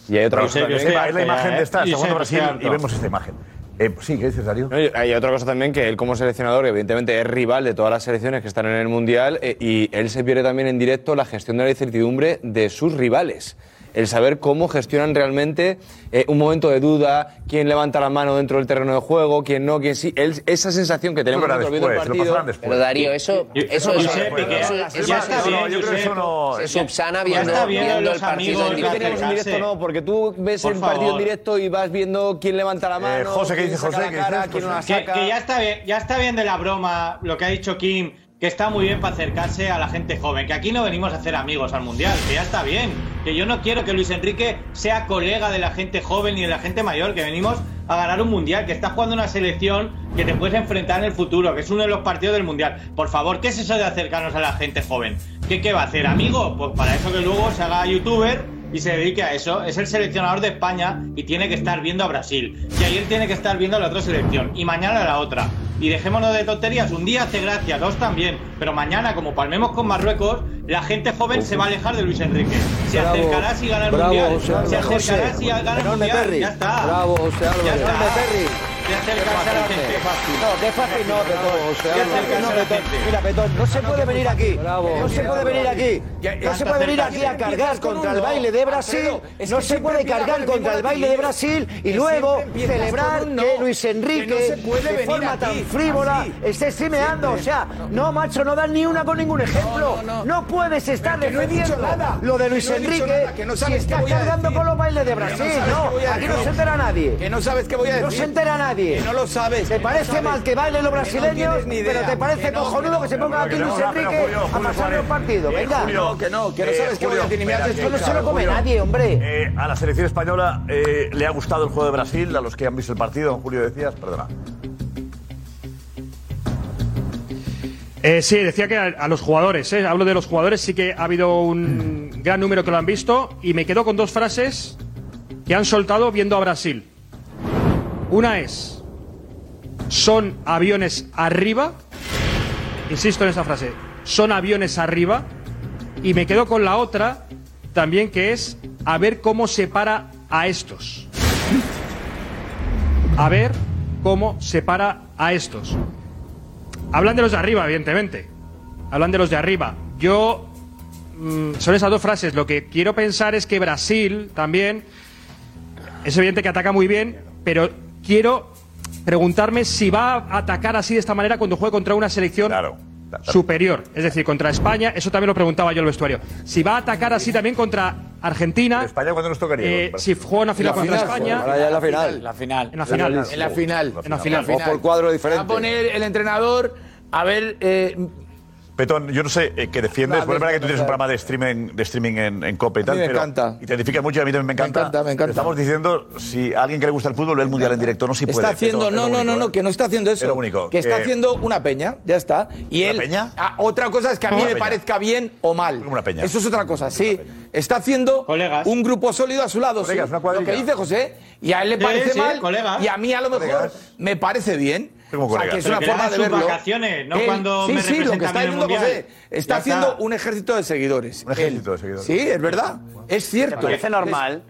Y hay
otra
Pero
cosa también.
Eusebio, es que es la imagen de esta,
¿eh? Y
segundo
Eusebio,
Brasil,
cierto.
y vemos esta imagen. Eh, pues sí, ¿qué dices, Darío?
No, y hay otra cosa también que él como seleccionador, que evidentemente es rival de todas las selecciones que están en el Mundial, eh, y él se pierde también en directo la gestión de la incertidumbre de sus rivales. El saber cómo gestionan realmente eh, un momento de duda, quién levanta la mano dentro del terreno de juego, quién no, quién sí. Él- esa sensación que tenemos
Lo verá
nosotros viendo el
después, lo
partido.
pasarán después. Pero, Darío, eso-
Y-
eso es-
Josep,
eso-
que-
eso- eso
que- ya
está
está
bien,
bien,
yo creo que eso
Josep.
no-
Se
eso-
subsana
ya
viendo-
está bien,
viendo el
los
partido
amigos, la
en directo.
acercarse.
en directo no, porque tú ves
Por
el partido en
favor.
directo y vas viendo quién levanta la mano,
Eh, José, ¿qué
quién
dice
saca
José?
la
¿Qué dices,
cara, quién no la
José?
saca.
Que, que ya está bien, ya está bien de la broma lo que ha dicho Kim, que está muy bien para acercarse a la gente joven, que aquí no venimos a hacer amigos al mundial, que ya está bien, que yo no quiero que Luis Enrique sea colega de la gente joven ni de la gente mayor, que venimos a ganar un mundial, que estás jugando una selección que te puedes enfrentar en el futuro, que es uno de los partidos del mundial. Por favor, ¿qué es eso de acercarnos a la gente joven? ¿Qué, qué va a hacer, amigo? Pues para eso que luego se haga youtuber y se dedique a eso, es el seleccionador de España y tiene que estar viendo a Brasil. Y ayer tiene que estar viendo a la otra selección y mañana a la otra. Y dejémonos de tonterías, un día hace gracia, dos también, pero mañana, como palmemos con Marruecos, la gente joven se va a alejar de Luis Enrique. Se
Bravo,
acercará si gana el
bravo,
Mundial.
José Álvarez.
se acercará
José,
si gana el
enorme
Mundial.
Perry.
Ya está.
Bravo, José
Ya
Álvarez.
está.
No, que fácil no, Petón. No, Petón. Mira, Petón, no se puede venir aquí. No se puede venir aquí. No se puede venir aquí a cargar contra el baile de Brasil. No se puede cargar contra el baile de Brasil y luego celebrar que Luis Enrique, de forma tan frívola, esté streameando. O sea, no, macho, no das ni una con ningún ejemplo. No puedes estar
Pero que no he dicho
defendiendo
nada.
lo de Luis
Que no he dicho
Enrique
nada, que no
si
sabes qué
estás
voy a
cargando
decir.
con los bailes de
Que no
Brasil.
sabes qué
No,
voy a
aquí no
decir.
se entera nadie.
Que no sabes qué voy a
No
decir.
se entera nadie.
Que no lo
¿Te
sabes. que no
parece
sabes.
mal que bailen los
Que no
brasileños?
tienes ni idea.
Pero te parece
Que no,
cojonudo que se ponga aquí Luis Enrique a pasar los partidos. Venga.
Eh,
No, que no, que no sabes qué voy a decir, ni me has
Esto no se lo come nadie, hombre.
Eh, a la selección española eh, le ha gustado el juego de Brasil, a los que han visto el partido, Julio decías, perdona.
Eh, sí, decía que a, a los jugadores, eh, hablo de los jugadores, sí que ha habido un gran número que lo han visto y me quedo con dos frases que han soltado viendo a Brasil. Una es, son aviones arriba, insisto en esa frase, son aviones arriba y me quedo con la otra también que es, a ver cómo se para a estos. A ver cómo se para a estos. Hablan de los de arriba, evidentemente. Hablan de los de arriba. Yo. mm, son esas dos frases. Lo que quiero pensar es que Brasil también. Es evidente que ataca muy bien, pero quiero preguntarme si va a atacar así de esta manera cuando juegue contra una selección superior. Es decir, contra España. Eso también lo preguntaba yo al vestuario. Si va a atacar así también contra Argentina.
España cuando nos tocaría.
eh, si juega una final
La
contra
final,
España.
ahora ya es la final.
La final. En la
En
final.
la- en la final.
En la final.
O por
cuadro
Va a poner el entrenador a ver. eh,
Petón, yo no sé eh, qué defiendes.
A
Bueno, es
ver,
verdad que tú tienes un
claro.
programa de streaming, de streaming en, en Cope y
A
tal.
mí me
pero-
encanta.
Y te identificas mucho y a mí también me encanta.
encanta, me encanta.
Estamos diciendo, si a alguien que le gusta el fútbol, ve el mundial en directo, no si puede.
está haciendo.
Petón, es
No,
lo
no,
único,
no,
¿eh?
no, que no está haciendo eso.
Es lo único.
Que está
Eh,
haciendo una peña, ya está. Y él,
peña?
Ah, otra cosa es que a mí
Una
me
peña.
parezca bien o mal.
Una peña.
Eso es otra cosa, sí. Está haciendo un grupo sólido a su lado. sí.
Colegas, una
Lo
cuadrilla.
que dice José, y a él le
Sí,
parece
sí,
mal.
colegas.
Y a mí a lo mejor
Colegas.
me parece bien.
Como
O sea,
colegas.
que es una
Pero que
forma
hagan
de
sus
verlo.
vacaciones, no
Él-
cuando
sí,
me
sí, lo
representan
que está
bien en el
haciendo
Mundial.
José. Está
Ya
haciendo
está.
un ejército de seguidores. Un
ejército de seguidores.
Sí, es verdad. Es
¿Te
cierto.
parece normal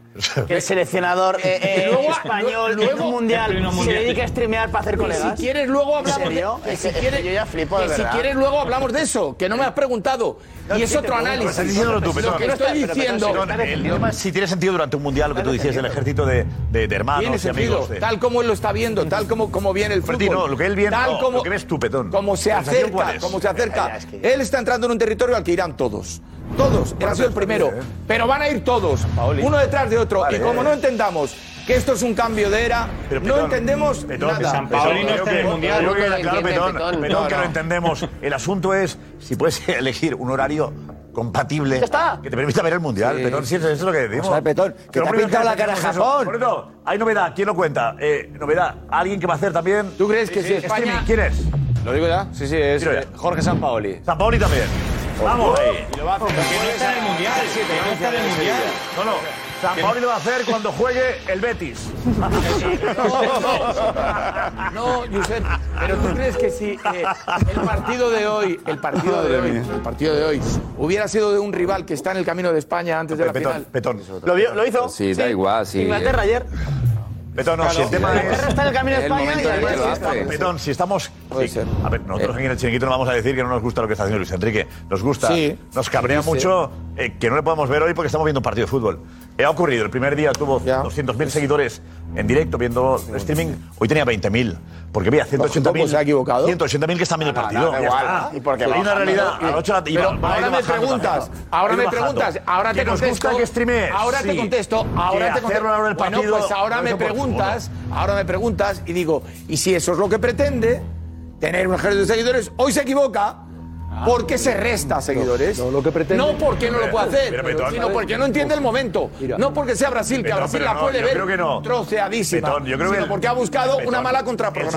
que el seleccionador eh, eh,
Y luego-
español
luego-
en un mundial
en un
se
mundial.
dedique a streamear para hacer
Que
colegas?
si quieres luego
¿En
hablamos de,
serio?
que
Es
si
es
quieres
yo ya flipo, de
que si
verdad.
quieres luego hablamos de eso que no me has preguntado
No,
y es
sí, te
otro
pregunto.
análisis
Estás diciéndolo tú, Petón.
lo que estoy diciendo
Petón, el idioma, si tiene sentido durante un mundial, lo que tú decías del ejército de, de- de hermanos
tiene
y
sentido
amigos. de-
tal como él lo está viendo tal como como viene el
Bertino,
fútbol
lo que él viene,
tal
no,
como
lo que ves tú, Petón.
como se
¿La sensación cuál
acerca
es?
como se
Ya, ya,
acerca
es que-
él está entrando en un territorio al que irán todos todos él ha sido el primero
¿eh?
pero van a ir todos uno detrás de otro y como no entendamos que esto es un cambio de era no entendemos nada
Creo que- Creo que era claro, Petón, Petón, que lo entendemos. El asunto es si puedes elegir un horario compatible
Ya está.
que te permita ver el mundial.
Sí.
Petón, sí, eso es lo que decimos.
O sea, Petón, que te ha pintado la cara Japón.
Por eso, hay novedad. ¿Quién lo cuenta? Eh, novedad. ¿Alguien que va a hacer también? ¿Tú crees
que si España-
¿Quién es?
¿Lo digo ya? Sí, sí, es
Dilo ya.
eh, Jorge Sampaoli.
Sampaoli también. Vamos ahí.
Oh. Y lo va a hacer.
el mundial. No, no. Sampaoli lo va a hacer cuando juegue el Betis.
No, Josep, pero tú crees que si eh, el partido de hoy, el partido de hoy, el partido de hoy hubiera sido de un rival que está en el camino de España antes de la
Petón,
final.
Petón.
¿Lo vio- lo hizo?
Sí, da igual, sí.
Inglaterra ayer.
Petón, no, si el tema es...
está en el camino a España y ayer sí está.
Perdón, si estamos. sí, A ver, nosotros
Eh.
aquí en el chiringuito no vamos a decir que no nos gusta lo que está haciendo Luis Enrique. Nos gusta.
Sí.
Nos cabrea
Sí, sí.
mucho eh, que no le podemos ver hoy porque estamos viendo un partido de fútbol. Eh, ha ocurrido. El primer día tuvo 200.000 seguidores en directo viendo el streaming. Hoy tenía 20.000. Porque veía 180.000.
Tampoco pues se ha equivocado. Ah,
180.000 que están viendo el partido.
da
Ya
igual.
está.
Y porque va
Hay una
bajando,
realidad.
¿no?
A las ocho de la- y
Pero
va- va a ir
ahora me
bajando
preguntas,
también.
ahora
Va a ir
me
bajando.
preguntas, ahora
Que
te
nos
contesto,
gusta que streamee,
ahora te
sí.
contesto,
Que
ahora te contesto.
hacerlo ahora en el
Bueno,
partido,
pues ahora
no
me
es oportuno.
preguntas, ahora me preguntas y digo, y si eso es lo que pretende tener un ejército de seguidores, hoy se equivoca.
Ah,
Porque se resta seguidores. No, porque no lo puede hacer,
Pero, Petón,
sino porque no entiende el momento. No porque sea Brasil, que a
Petón,
Brasil
pero
la
no,
puede
yo
ver
creo que no.
troceadísima.
Petón, yo creo que
sino
el-
porque ha buscado una
Petón,
mala
El seleccionador del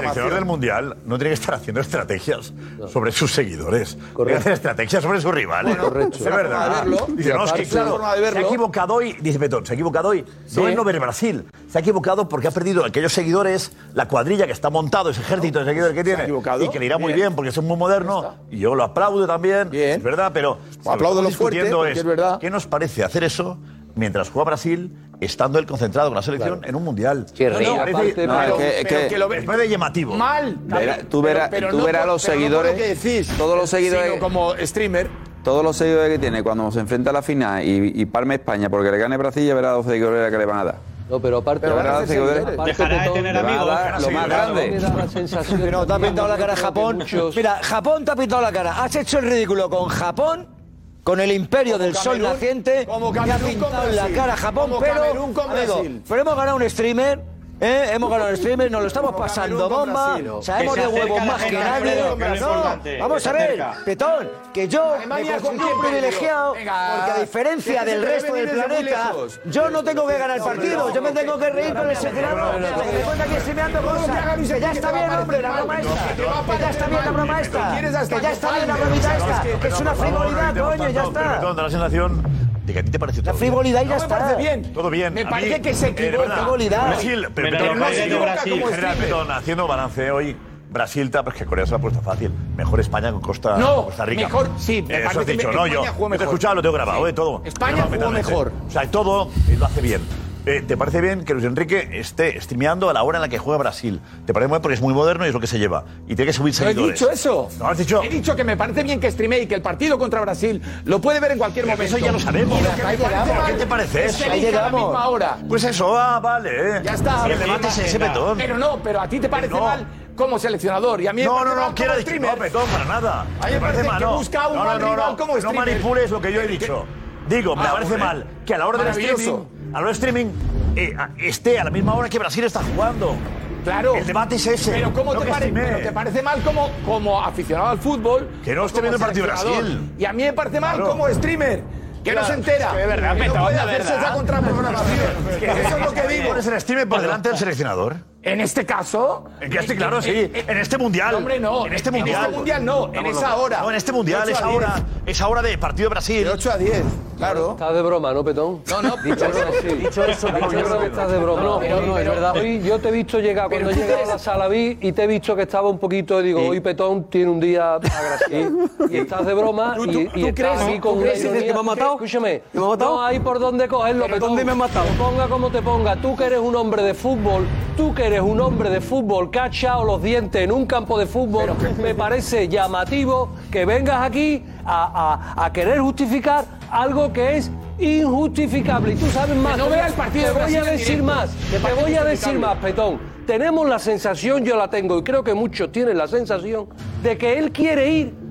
contraprogramación.
Mundial no tiene que estar haciendo estrategias sobre sus seguidores. Tiene que hacer estrategias sobre sus rivales.
Correcto.
Es
Es una
verdad.
forma de verlo.
Dice, no, es que
Es una
claro,
forma de
se ha
verlo.
equivocado hoy, dice Petón, se ha equivocado hoy. No es no ver Brasil. Se ha equivocado porque ha perdido aquellos seguidores, la cuadrilla que está montado, ese ejército de seguidores que tiene. Y que le irá muy bien porque es muy moderno. Y yo lo aplaudo también. Es verdad, pero.
Aplaudo
lo
lo
que estamos discutiendo
fuerte, porque es verdad.
¿Qué nos parece hacer eso mientras juega Brasil estando él concentrado con la selección en un mundial.
Sí, Reina, aparte, pero- pero que lo ve-
me parece llamativo.
Mal.
Verá- tú verás, tú verás los seguidores, todos los seguidores,
como streamer,
todos los seguidores que tiene cuando se enfrenta a la final y, y Palma España porque le gane Brasil ya verás los seguidores que le van a dar.
No, pero aparte,
Pero ahora
aparte
se quedó-
aparte
Dejará de
todo-
tener Le va a amigos, dar lo más grande.
Me da la sensación
Pero te ha pintado la cara
creo que
Japón.
muchos-
Mira, Japón te ha pintado la cara. Has hecho el ridículo con Japón, con el imperio del sol
Camerún,
naciente.
como
te ha
Camerún con
pintado la
Brasil,
cara Japón,
como
pero,
Camerún con
amigo,
Brasil.
pero hemos ganado un streamer. ¿eh? Hemos ganado un streamer, nos lo estamos pasando
Camerún con
bomba,
Brasil.
sabemos
Que
de
se acerca
huevos
la
más que
gente,
nadie.
Alfredo, que es lo
No,
importante, que
vamos
se
a ver,
acerca.
Petón, que yo me
Alemania, ¿con
considero
quién
un
perdió?
privilegiado,
Venga.
porque a diferencia
Tiene
del
que
resto del
venir desde muy
planeta,
lejos.
yo no tengo que ganar el partido, yo me tengo que reír con el secreto. Me cuenta que se me anda
No, no, no,
cosas. Que ya está bien, hombre, la broma esta.
que te va a
Que ya está bien la broma esta.
quieres hasta
Que ya está bien la
Topal,
bromita
pero
esta.
es que-
Que es una frivolidad, coño, ya está.
la sensación de que a ti te parece todo La
frivolidad y ya está.
Todo bien.
Me
A mí,
parece que se
eh,
equivoca,
verdad,
frivolidad.
Brasil,
Pero
pero, Petón,
no se
Brasil,
equivoca
Brasil,
como
general,
streamer.
Petón, haciendo balance hoy. Brasil, está, pues que Corea se la ha puesto fácil. Mejor España con Costa,
No,
Costa Rica.
mejor, sí, me
Eh, Eso has
parece
dicho,
que
no
España
yo.
jugó
Yo te he
mejor.
escuchado, lo tengo grabado,
Sí.
eh, todo.
España jugó
Totalmente.
mejor.
O sea, todo eh, lo hace bien. Eh, ¿Te parece bien que Luis Enrique esté streameando a la hora en la que juega Brasil? ¿Te parece muy bien? Porque es muy moderno y es lo que se lleva. Y tiene que subir
No he
seguidores.
dicho eso.
No, has dicho...
He dicho que me parece bien que streamee y que el partido contra Brasil lo puede ver en cualquier
Pero
momento.
eso ya lo sabemos.
Y lo que me
Ahí
parece
llegamos.
mal
¿Qué te parece
es
eso?
que
Ahí
elija a la
llegamos.
misma hora.
Pues eso, ah, vale. eh.
Ya está.
Y el debate es ese petón.
Pero no, pero a ti te parece mal como seleccionador y a mí me
No,
parece
no, no,
mal
quiero
como
decir, no,
streamer.
Petón, para nada.
A mí me
Me
parece
parece mal,
que
no.
busca un
no,
mal
no, no,
rival
no,
como
no
streamer.
manipules lo que yo he
Que-
dicho. Digo, me
Ah,
parece
bueno,
mal que a la hora del streaming,
maravilloso.
a la hora del streaming eh, a- esté a la misma hora que Brasil está jugando.
Claro.
El debate es ese.
Pero ¿cómo
no
te,
que
pare-
streamee.
pero te parece mal como, como aficionado al fútbol?
Que no
o
esté
como
viendo el partido de
seleccionador?
Brasil.
Y a mí me parece mal
Claro.
como streamer. Que no
Claro,
se entera.
es que de verdad,
que
me
no
está
puede
dando
hacerse
verdad.
esa contraprogramación. Eso es lo que digo.
Pones el streamer por delante del seleccionador.
En este caso.
En que este, claro, sí. en este mundial.
No, hombre, no.
En este
En
mundial.
este mundial no, en
Estamos
esa
locos.
hora.
No, en este
De
mundial,
ocho a
esa
diez.
hora. Esa hora de partido Brasil. De
8 a 10. Claro.
Estás de broma, ¿no, Petón?
No, no,
Dicho eso, dicho eso, yo creo que estás de broma.
No, no, pero-
Hoy-
no, es verdad.
Hoy yo te he visto llegar, cuando he llegado a la sala vi y te he visto que estaba un poquito, y digo, hoy Petón tiene un día agraciado. Y estás de broma
¿Tú-
y,
tú-
y
tú
estás
crees-
aquí
tú
con una
crees que
ironía.
me ha matado?
Escúchame,
¿Me ha matado?
no hay por dónde cogerlo,
¿Pero
Petón.
dónde me ha matado?
Te ponga como te ponga, tú que eres un hombre de fútbol, tú que eres un hombre de fútbol que ha echado los dientes en un campo de fútbol, me parece llamativo que vengas aquí a, a- a querer justificar algo que es injustificable. Y tú sabes más.
no
te
vea
voy-
el partido de
Te voy
Brasil
a
en
decir
directo.
más,
Me
te
parece
voy a decir
injustificable.
más, Petón. Tenemos la sensación, yo la tengo y creo que muchos tienen la sensación, de que él quiere ir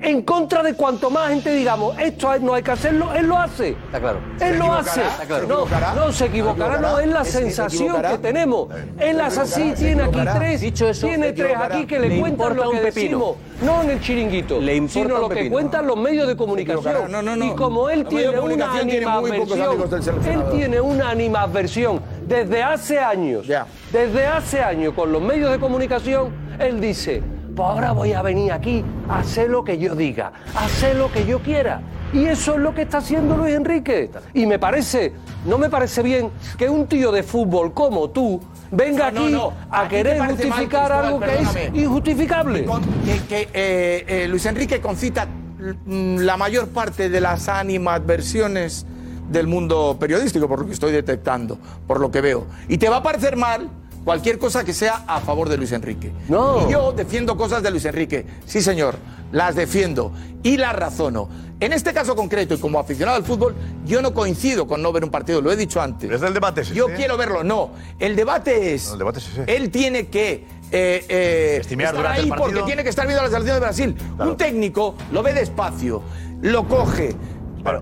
en contra de cuanto más gente digamos, esto es- no hay que hacerlo, él lo hace.
Está claro.
Él lo hace.
Está claro.
No, no se equivocará, no, es la
¿Se
sensación
equivocará?
que tenemos. Él las así, tiene aquí tres,
Dicho eso,
tiene
se
tres
equivocará.
aquí que le,
Le
cuentan
importa
lo que
un pepino.
decimos, no en el chiringuito,
Le importa
sino
un
lo que
pepino.
cuentan los medios de
Se
comunicación.
equivocará. No, no, no.
Y como él
Los medios
tiene
de
una
comunicación tienen muy pocos amigos del
animadversión, él
seleccionador.
tiene una animadversión desde hace años, desde hace años con los medios de comunicación, él dice, pues ahora voy a venir aquí a hacer lo que yo diga, a hacer lo que yo quiera. Y eso es lo que está haciendo Luis Enrique. Y me parece, no me parece bien que un tío de fútbol como tú
Ah,
venga
No, no,
aquí
no.
a,
ti te
querer
parece mal,
justificar
Cristóbal,
algo que es
perdóname.
injustificable.
Con- que, que, eh, eh, Luis Enrique concita mm, la mayor parte de las animadversiones del mundo periodístico, por lo que estoy detectando, por lo que veo. Y te va a parecer mal cualquier cosa que sea a favor de Luis Enrique. No. Y yo defiendo cosas de Luis Enrique. Sí, señor, las defiendo y las razono. En este caso concreto y como aficionado al fútbol, yo no coincido con no ver un partido, lo he dicho antes.
el debate ese,
Yo
¿eh?
quiero verlo, no. El debate es...
El debate es ese.
Él tiene que eh, eh,
Estimear
estar
durante
ahí
el partido.
porque tiene que estar viendo a la selección de Brasil. Un técnico lo ve despacio, lo coge.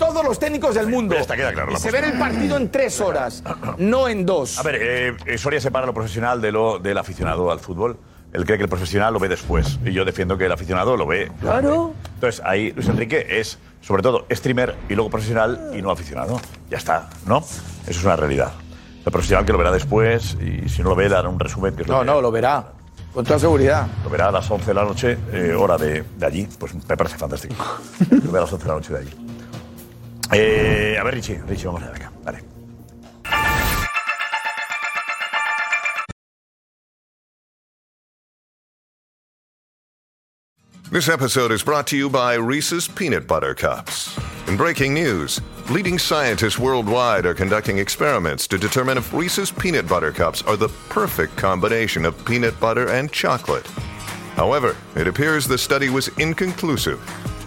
Todos los técnicos del mundo.
queda claro la
se ven
postura.
el partido en tres horas, no en dos.
A ver, eh, eh, Soria separa lo profesional de lo, del aficionado al fútbol. Él cree que el profesional lo ve después. Y yo defiendo que el aficionado lo ve.
Claro.
Entonces, ahí Luis Enrique es, sobre todo, streamer y luego profesional y no aficionado. Ya está, ¿no? Eso es una realidad. El profesional que lo verá después y si no lo ve, dará un resumen. Que es lo
No,
que-
no, lo verá. Con toda seguridad.
Lo verá a las 11 de la noche, eh, hora de, de allí. Pues me parece fantástico. Lo verá a las 11 de la noche de allí. Eh, a ver, Richie, Richie, vamos a ver acá. Vale.
This episode is brought to you by Reese's Peanut Butter Cups. In breaking news, Leading scientists worldwide are conducting experiments to determine if Reese's peanut butter cups are the perfect combination of peanut butter and chocolate. However, it appears the study was inconclusive,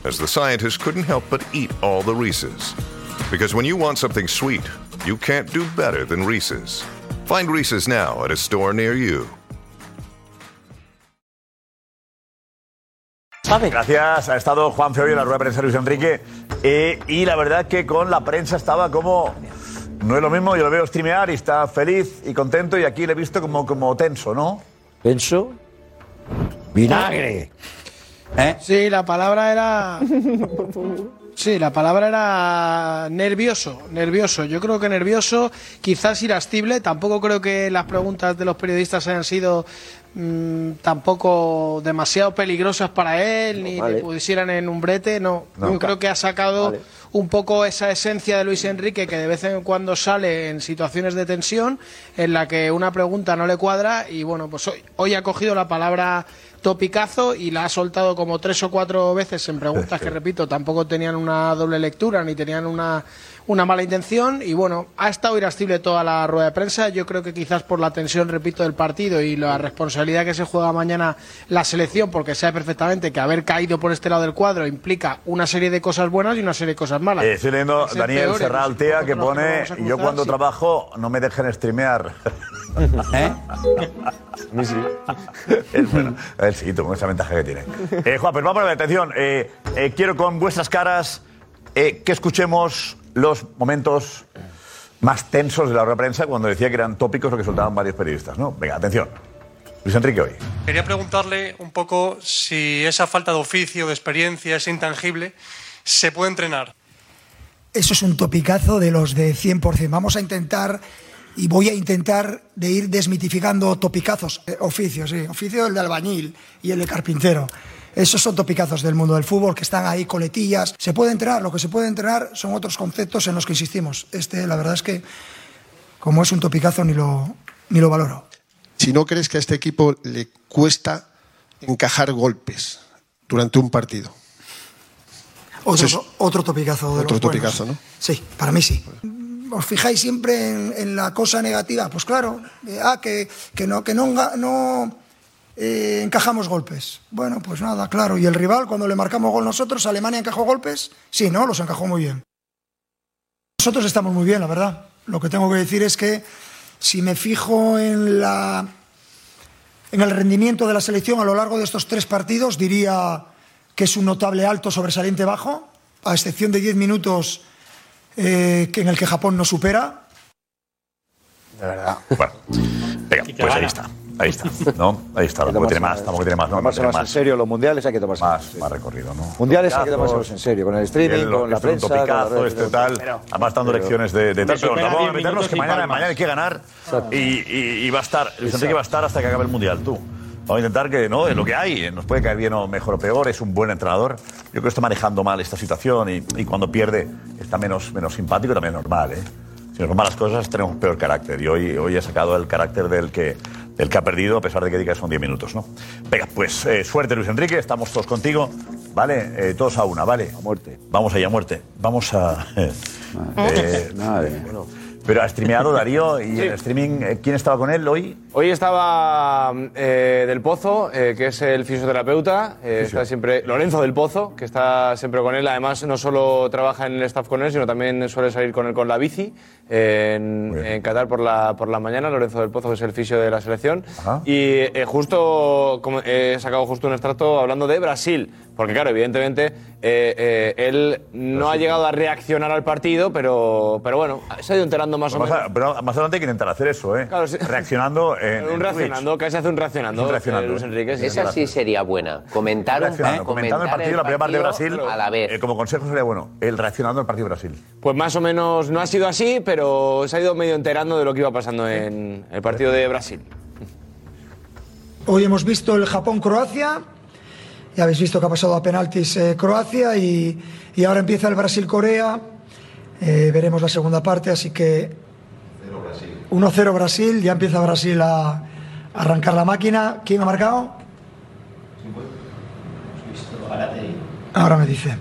as the scientists couldn't help but eat all the Reese's. Because when you want something sweet, you can't do better than Reese's. Find Reese's now at a store near you.
Gracias. Ha estado Juan Feo y la rueda de prensa Luis Enrique. Eh, y la verdad que con la prensa estaba como. No es lo mismo, yo lo veo streamear y está feliz y contento. Y aquí le he visto como, como tenso, ¿no?
¿Tenso? Vinagre.
Sí, la palabra era. Sí, la palabra era nervioso, nervioso. Yo creo que nervioso, quizás irascible. Tampoco creo que las preguntas de los periodistas hayan sido mm, tampoco demasiado peligrosas para él, ni
vale.
le pusieran en un brete. No, yo
Nunca.
creo que ha sacado
Vale.
un poco esa esencia de Luis Enrique que de vez en cuando sale en situaciones de tensión en la que una pregunta no le cuadra y bueno, pues hoy, hoy ha cogido la palabra topicazo y la ha soltado como tres o cuatro veces en preguntas que repito, tampoco tenían una doble lectura ni tenían una una mala intención y bueno, ha estado irascible toda la rueda de prensa, yo creo que quizás por la tensión, repito, del partido y la responsabilidad que se juega mañana la selección, porque sabe perfectamente que haber caído por este lado del cuadro implica una serie de cosas buenas y una serie de cosas malas.
Eh, estoy leyendo
Ser
Daniel
peores,
Serral, tía, que
nosotros no
pone:
vamos a
Yo
cruzar,
cuando
sí.
trabajo no me dejen streamear. ¿Eh? Es bueno. A ver, sí, tengo esa ventaja que tiene. Eh, Juan, pero vamos a ver, atención. eh, eh, quiero con vuestras caras eh, que escuchemos los momentos más tensos de la rueda de prensa cuando decía que eran tópicos lo que soltaban varios periodistas, ¿no? Venga, atención. Luis Enrique hoy.
Quería preguntarle un poco si esa falta de oficio, de experiencia, es intangible, se puede entrenar.
Eso es un topicazo de los de 100%. Vamos a intentar y voy a intentar de ir desmitificando topicazos, eh, oficios, sí. Oficio el de albañil y el de carpintero. Esos son topicazos del mundo del fútbol que están ahí coletillas. Se puede entrenar, lo que se puede entrenar son otros conceptos en los que insistimos. Este, la verdad es que como es un topicazo ni lo ni lo valoro.
si no crees que a este equipo le cuesta encajar golpes durante un partido.
Otro,
Eso es
otro topicazo de
otro
los buenos.
topicazo, ¿no?
Sí, para mí sí. ¿Os fijáis siempre en, en la cosa negativa? Pues claro, eh, ah, que, que no, que no, enga- no, eh, encajamos golpes. Bueno, pues nada, claro. ¿Y el rival, cuando le marcamos gol nosotros, Alemania encajó golpes? Sí, ¿no? Los encajó muy bien. Nosotros estamos muy bien, la verdad. Lo que tengo que decir es que si me fijo en la en el rendimiento de la selección a lo largo de estos tres partidos, diría que es un notable alto sobresaliente bajo, a excepción de 10 minutos eh, que en el que Japón no supera.
De verdad. Bueno, venga, pues ahí está. Ahí está, ¿no? Ahí está. Tampoco tiene más, tampoco tiene más, ¿no? Tampoco
Tomarse
tiene
más en
más.
serio los mundiales, hay que tomarse más,
más recorrido, ¿no?
Mundiales hay que
Topicazos.
tomárselos en serio, con el streaming,
Bien, lo
con
que
la
es un
prensa. con la
topicazo,
red,
este
pero-
tal.
pero-
Además, dando
pero-
lecciones de, de tal.
Me
Pero
supera
vamos a
10
meternos que
minutos y
mañana,
palmas.
mañana hay que ganar. Y, y- y va a estar, Luis Enrique va a estar hasta que acabe el mundial, tú. Vamos a intentar que, ¿no? Es lo que hay. Nos puede caer bien o mejor o peor. Es un buen entrenador. Yo creo que está manejando mal esta situación y, y cuando pierde está menos, menos simpático y también es normal, ¿eh? Si nos van malas cosas, tenemos peor carácter. Y hoy, hoy ha sacado el carácter del que, del que ha perdido, a pesar de que diga que son 10 minutos, ¿no? Venga, pues eh, suerte, Luis Enrique. Estamos todos contigo, ¿vale? Eh, todos a una, ¿vale? A muerte. Vamos allá, a muerte. Vamos a. Eh, Pero este ha streameado Darío y el streaming, eh, ¿quién estaba con él hoy?
Hoy estaba eh, Del Pozo, eh, que es el fisioterapeuta, eh, está siempre Lorenzo Del Pozo, que está siempre con él. Además, no solo trabaja en el staff con él, sino también suele salir con él con la bici eh, en, en Qatar por la, por la mañana. Lorenzo Del Pozo, que es el fisio de la selección. Y eh, justo como eh, he sacado justo un extracto hablando de Brasil, porque claro, evidentemente eh, eh, él no ha llegado a reaccionar al partido, pero, pero bueno, se ha ido enterando más o
Más,
menos.
a- pero más adelante hay que intentar hacer eso, ¿eh? Reaccionando. En,
Un
en
reaccionando, casi hace un reaccionando.
Un reaccionando,
eh, Luis
¿eh?
Enrique, sí.
Esa sí
sería buena.
Comentar, un,
Reaccionando,
¿eh? comentar
comentando el partido, la primera parte de Brasil,
a la vez.
eh, como consejo sería bueno, el reaccionando al partido de Brasil.
Pues más o menos no ha sido así, pero se ha ido medio enterando de lo que iba pasando en el partido de Brasil.
Hoy hemos visto el Japón-Croacia, ya habéis visto que ha pasado a penaltis eh, Croacia y, y ahora empieza el Brasil-Corea. Eh, veremos la segunda parte, así que 1-0 Brasil, ya empieza Brasil a, a arrancar la máquina. ¿Quién ha marcado? Ahora me dice.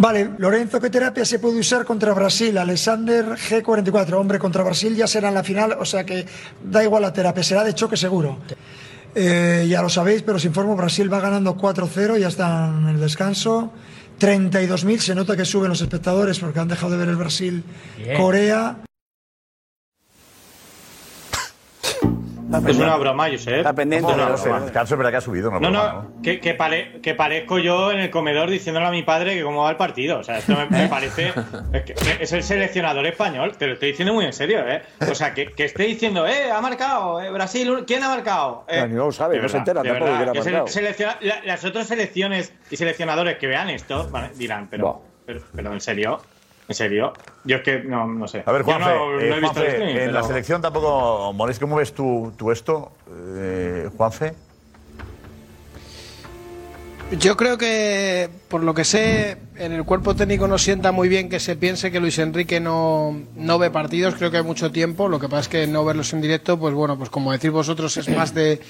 Vale, Lorenzo, ¿qué terapia se puede usar contra Brasil? Alexander G44, hombre, contra Brasil ya será en la final, o sea que da igual la terapia, será de choque seguro. Eh, ya lo sabéis, pero os informo, Brasil va ganando 4-0, ya está en el descanso. 32.000, se nota que suben los espectadores porque han dejado de ver el
Bien.
Brasil-Corea.
Es una broma, Josep.
Está pendiente.
Es una broma.
Carlos, es verdad que ha subido, no,
No,
broma,
no, que, que, pare- que parezco yo en el comedor diciéndole a mi padre que cómo va el partido. O sea, esto me, me
¿Eh?
parece. Es, que es el seleccionador español, te lo estoy diciendo muy en serio, ¿eh? O sea, que, que esté diciendo, eh, ha marcado, eh, Brasil, un- ¿quién ha marcado? Eh,
No, ni lo sabe,
de
no se
verdad,
entera
de
tampoco
verdad,
de quién ha
que se-
marcado.
selecciona- la- las otras selecciones y seleccionadores que vean esto vale, dirán, pero, pero, pero en serio, en serio. Yo es que no, no sé.
A ver,
Yo
Juanfe,
no, no
eh,
he visto
Juanfe,
esto ni-
en
pero-
la selección tampoco molesta. ¿Cómo ves tú, tú esto, eh, Juanfe?
Yo creo que, por lo que sé, en el cuerpo técnico no sienta muy bien que se piense que Luis Enrique no, no ve partidos. Creo que hay mucho tiempo. Lo que pasa es que no verlos en directo, pues bueno, pues como decís vosotros, es más de,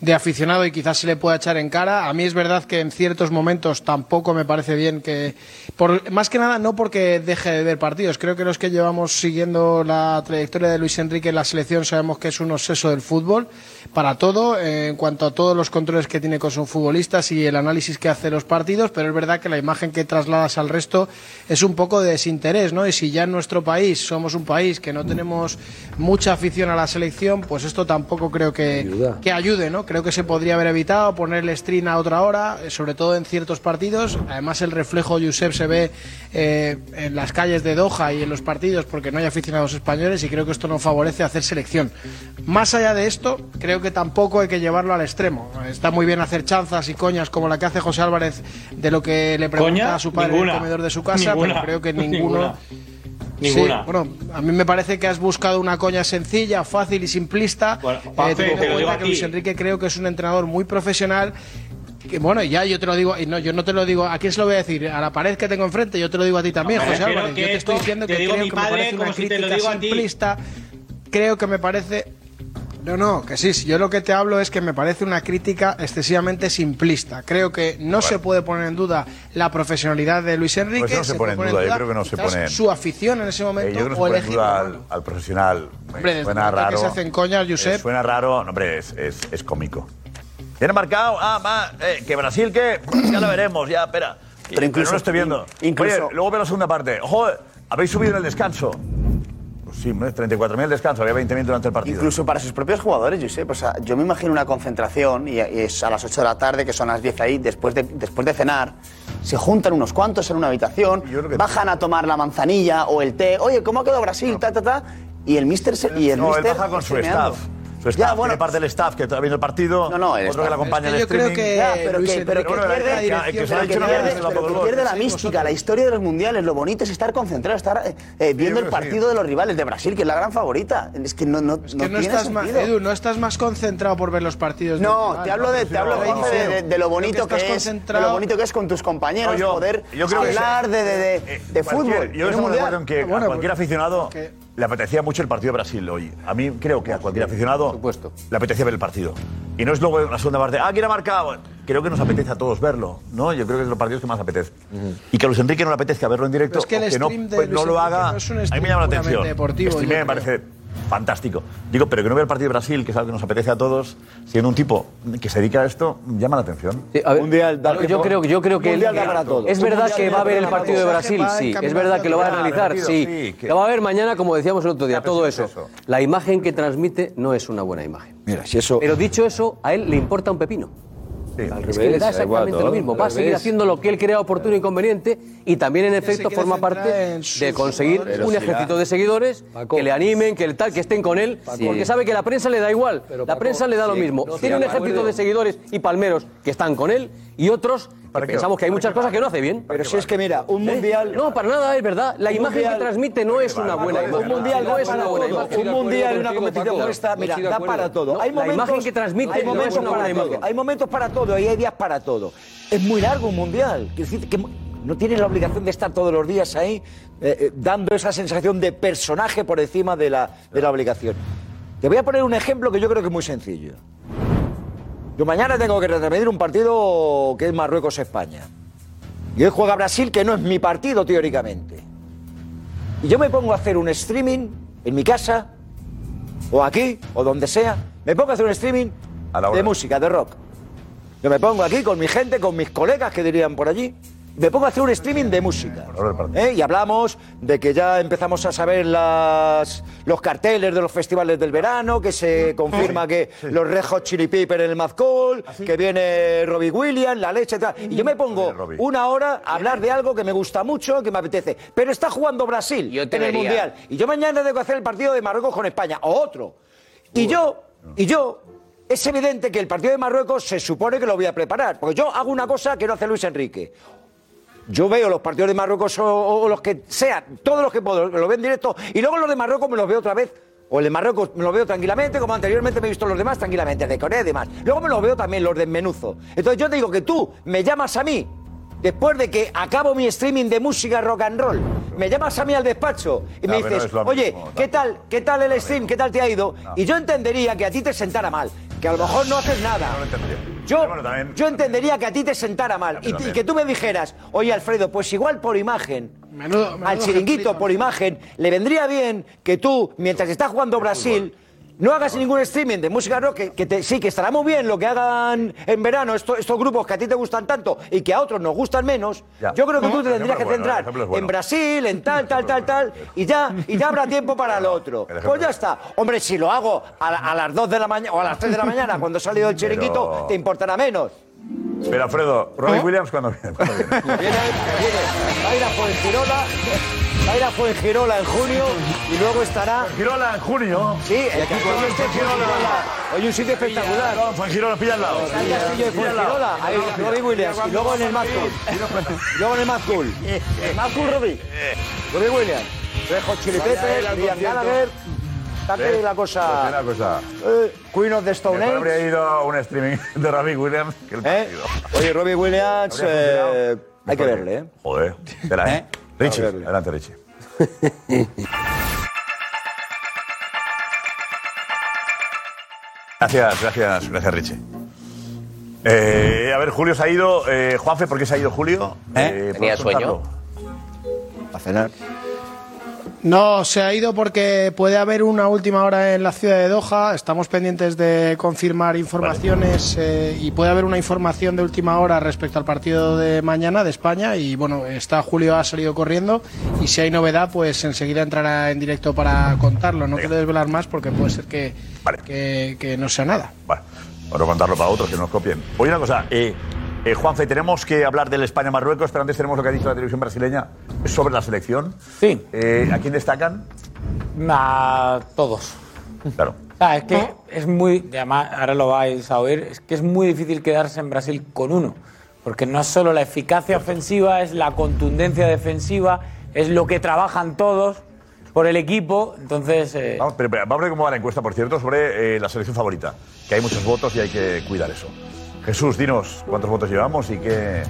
de aficionado y quizás se le pueda echar en cara. A mí es verdad que en ciertos momentos tampoco me parece bien que, por, más que nada no porque deje de ver partidos, creo que los que llevamos siguiendo la trayectoria de Luis Enrique en la selección sabemos que es un obseso del fútbol para todo, eh, en cuanto a todos los controles que tiene con sus futbolistas y el análisis que hace de los partidos, pero es verdad que la imagen que trasladas al resto es un poco de desinterés, ¿no? Y si ya en nuestro país somos un país que no tenemos mucha afición a la selección, pues esto tampoco creo que, que ayude, ¿no? Creo que se podría haber evitado poner el stream a otra hora, eh, sobre todo en ciertos partidos. Además, el reflejo Josep se ve eh, en las calles de Doha y en los partidos porque no hay aficionados españoles y creo que esto no favorece hacer selección. Más allá de esto, creo que tampoco hay que llevarlo al extremo. Está muy bien hacer chanzas y coñas como la que hace José Álvarez de lo que le pregunta
¿Coña?
a su padre
Ninguna.
en el comedor de su casa,
Ninguna.
pero creo que ninguno
Ninguna. Ninguna.
Sí, bueno, a mí me parece que has buscado una coña sencilla, fácil y simplista.
Bueno,
eh,
Juanfe,
teniendo
te
en
lo digo
cuenta
a
que
ti.
Luis Enrique creo que es un entrenador muy profesional. Que bueno, ya yo te lo digo, y no, yo no te lo digo, ¿a quién se lo voy a decir? A la pared que tengo enfrente, yo te lo digo a ti también,
No, me
José
refiero
Álvarez.
que
Yo te estoy
esto
diciendo
te
que
digo
creo
mi
que me
padre
parece una
como si te lo
crítica
digo a ti.
simplista. Creo que me parece no, no, que sí, sí, yo lo que te hablo es que me parece una crítica excesivamente simplista. Creo que no se puede poner en duda la profesionalidad de Luis Enrique.
Pues no se pone en
puede
duda, yo creo que no se
quizás
pone en-
Su afición en ese
Eh,
momento
yo creo que no se
o el
pone en
equipo.
duda al, al profesional. Me
Hombre, desde
suena
el momento
raro.
que se hacen coñas,
Eh,
Josep.
suena raro. No, hombre, es, es, es cómico. ¿Quién ha marcado? Ah, va, eh, que Brasil, que ya lo veremos, ya, espera. Pero
incluso-
no lo estoy viendo.
in- incluso-
Oye, luego veo la segunda parte. Eh, Ojo, habéis subido en el descanso. Pues sí, hombre, 34.000 el descanso, había 20.000 durante el partido.
Incluso para sus propios jugadores, Josep. O sea, yo me imagino una concentración y, y es a las 8 de la tarde, que son las 10 ahí, después de, después de cenar, se juntan unos cuantos en una habitación, bajan a tomar la manzanilla o el té. Oye, ¿cómo ha quedado Brasil? Ta, ta, ta. Y el mister se- y el
no, él
míster
baja con su
meando.
staff. Su staff, tiene parte del staff que está viendo el partido. No, no, otro que le acompaña en el streaming.
Ya, pero que, pero que pierde,
que- que se
pero
lo ha
que
dicho, no,
pierde-
se lo ha
pero que
dado
pierde
gol.
la mística, la historia de los mundiales. Lo bonito es estar concentrado, estar eh, eh, viendo el
creo que sí.
partido de los rivales de Brasil, que es la gran favorita. Es que no, no,
Que
no
no
tiene
estás más,
sentido.
Edu, no estás más concentrado por ver los partidos.
No, te hablo de, te hablo Juanfe, de, de- de lo bonito que,
estás
es, de
concentrado-
lo bonito que es con tus compañeros
No, yo-
poder
yo creo que
hablar
sí.
de, de, de-
Eh,
de
cualquier-
fútbol. en un
Yo estoy de
mundial.
acuerdo en que a
pues,
cualquier aficionado le apetecía mucho el partido de Brasil hoy. A mí creo que a cualquier aficionado le apetecía ver el partido. Y no es luego en la segunda parte, ah, ¿quién ha marcado? Creo que nos apetece a todos verlo, ¿no? Yo creo que es de los partidos que más apetece. Y que a Luis Enrique no le apetezca verlo en directo,
Pero es que el
o que no,
stream de
pues, no
Luis
lo
Enrique
haga,
no es un
a mí
stream
me llama la
puramente
atención.
deportivo,
Streaming
yo
me parece fantástico. Digo, pero que no vea el partido de Brasil, que es algo que nos apetece a todos, siendo un tipo que se dedica a esto, llama la atención.
Mundial
da
yo
tiempo.
creo, yo creo que
Mundial
él-
da para todos.
es verdad
Mundial
que
da
va a ver el
para todos.
partido de Brasil,
Va
sí.
encaminado
Es verdad que lo va a
ya,
analizar,
repetido,
sí.
sí, que-
Lo va a ver mañana, como decíamos el otro día. Todo eso. La imagen que transmite no es una buena imagen.
Mira, si eso.
Pero dicho eso, a él le importa un pepino.
al
Es que le da exactamente lo mismo. Va a seguir haciendo lo que él crea oportuno y conveniente y también, en efecto,
quiere
forma
centrar
parte
en
de conseguir
jugadores. Pero
un
si la-
ejército de seguidores que le animen, que el tal, que estén con él,
Paco.
porque sabe que la prensa le da igual. la prensa le da lo
sí,
mismo.
no,
Tiene
sí,
un
de
ejército
acuerdo.
de seguidores y palmeros que están con él y otros que
qué
pensamos
va?
que hay muchas cosas que no hace bien.
Pero si es que, mira, un mundial.
No, para nada, es verdad. La
Un
imagen
mundial-
que transmite no es una buena imagen.
Un mundial
no
da
es
para
una buena
todo.
imagen.
Un mundial, una competición como esta, mira, da para todo. Hay
La
momentos,
imagen que transmite
hay
no es
momentos
una
para
buena
todo.
imagen.
Hay momentos para todo y hay días para todo. Es muy largo un mundial. Quiero decir que no tienes la obligación de estar todos los días ahí eh, eh, dando esa sensación de personaje por encima de la, de la obligación. Te voy a poner un ejemplo que yo creo que es muy sencillo. Yo mañana tengo que retransmitir un partido que es Marruecos-España.
Y hoy juega Brasil, que no es mi partido teóricamente. Y yo me pongo a hacer un streaming en mi casa, o aquí, o donde sea. Me pongo a hacer un streaming de música, de rock. Yo me pongo aquí con mi gente, con mis colegas que dirían por allí. y Me pongo a hacer un streaming de música. ¿eh? Y hablamos de que ya empezamos a saber las, los carteles de los festivales del verano, que se confirma que los rejos Chili Pepper en el Mazcol, que viene Robbie Williams, la leche, tal. Y yo me pongo una hora a hablar de algo que me gusta mucho, que me apetece. Pero está jugando Brasil
te
en
vería.
el Mundial. Y yo mañana tengo que hacer el partido de Marruecos con España, o otro. Y yo, y yo, es evidente que el partido de Marruecos se supone que lo voy a preparar. Porque yo hago una cosa que no hace Luis Enrique. Yo veo los partidos de Marruecos o, o los que sean, todos los que puedo, me los veo en directo. Y luego los de Marruecos me los veo otra vez. O el de Marruecos me los veo tranquilamente, como anteriormente me he visto los demás tranquilamente, de Corea y demás. Luego me los veo también los de Menuzo. Entonces yo te digo que tú me llamas a mí después de que acabo mi streaming de música rock and roll, me llamas a mí al despacho y
No,
me
pero
dices,
Ah, es lo mismo,
oye, ¿qué tal, ¿qué tal el stream? ¿Qué tal te ha ido? Y yo entendería que a ti te sentara mal, que a lo mejor no haces nada. Yo, yo entendería que a ti te sentara mal y, y que tú me dijeras, oye Alfredo, pues igual por imagen, al chiringuito por imagen, le vendría bien que tú, mientras está jugando Brasil, no hagas ningún streaming de música rock, que, que te- sí, que estará muy bien lo que hagan en verano esto- estos grupos que a ti te gustan tanto y que a otros nos gustan menos. Yo creo que tú te tendrías que
bueno, el
centrar
ejemplo es bueno.
en Brasil, en tal, tal, tal, tal, y ya, y ya habrá tiempo para lo otro. Pues ya está. Hombre, si lo hago a, la- a las 2 de la mañana o a las 3 de la mañana, cuando he salido del chiringuito,
Pero-
te importará menos.
Pero Alfredo, Robbie Williams cuando viene. ¿Cuándo viene?
Va a ir a Fuengirola, va a ir a Fuengirola en junio y luego estará.
¿Fuengirola en junio?
Sí, el
aquí
equipo
cuando
este
esté
Fuengirola.
Fuengirola.
Hoy un sitio espectacular.
No, Fuengirola, pilla al lado.
Está el castillo de
Pilla al lado.
Fuengirola, ahí
Pilla al lado.
Robbie Williams y luego en el Mazcool. Y Luego en el Mazcool. El Mazcool, Robbie. Robbie Williams. Rejo Chili
Vaya él
Peppers,
al
Liam
concierto.
Gallagher. Está que la
Pues
cosa.
Una cosa.
eh, Queen of the ¿Eh? Stone
Mejor
Age.
habría ido a un streaming de Robbie Williams que el partido.
Oye, Robbie Williams,
Habría funcionado.
eh, hay que verle, ¿eh?
Joder. Espera, ¿eh? Richie, adelante, Richie. Gracias, gracias, gracias, Richie. Eh, a ver, Julio se ha ido. Eh, Juanfe, ¿por qué se ha ido Julio? Eh,
¿Tenía
¿puedes
sueño?
contarlo?
A cenar.
No, se ha ido porque puede haber una última hora en la ciudad de Doha. Estamos pendientes de confirmar informaciones eh, y puede haber una información de última hora respecto al partido de mañana de España. Y bueno, está Julio ha salido corriendo y si hay novedad, pues enseguida entrará en directo para contarlo. No quiero desvelar más porque puede ser que, que- que no sea nada.
Vale, ahora contarlo para otros que nos copien. Oye, una cosa, eh, eh, Juanfe, tenemos que hablar del España-Marruecos, pero antes tenemos lo que ha dicho la televisión brasileña sobre la selección. Sí. ¿A quién destacan?
A todos.
Claro.
Ah, es que es muy, y además, ahora lo vais a oír, es que es muy difícil quedarse en Brasil con uno, porque no es solo la eficacia ofensiva, es la contundencia defensiva, es lo que trabajan todos por el equipo, entonces... eh,
Vamos, pero, pero, vamos a ver cómo va la encuesta, por cierto, sobre eh, la selección favorita, que hay muchos votos y hay que cuidar eso. Jesús, dinos cuántos votos llevamos y que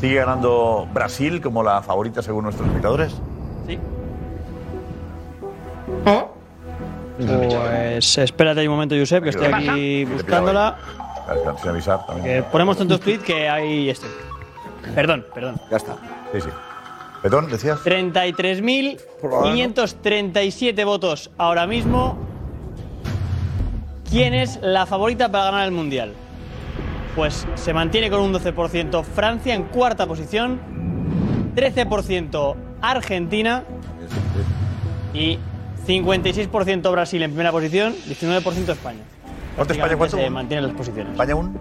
sigue ganando Brasil como la favorita según nuestros espectadores.
Pues espérate un momento, Josep, que estoy aquí buscándola.
Claro, claro, sin avisar también.
que ponemos tantos tweets que ahí estoy. Perdón, perdón.
Ya está. Sí, sí. Perdón, decías.
33.537 votos ahora mismo. ¿Quién es la favorita para ganar el Mundial? Pues se mantiene con un 12% Francia en cuarta posición, 13% Argentina y 56% Brasil en primera posición, 19% España.
¿Cuánto España?
Prácticamente
¿Cuánto?
Se mantienen las posiciones.
¿España un?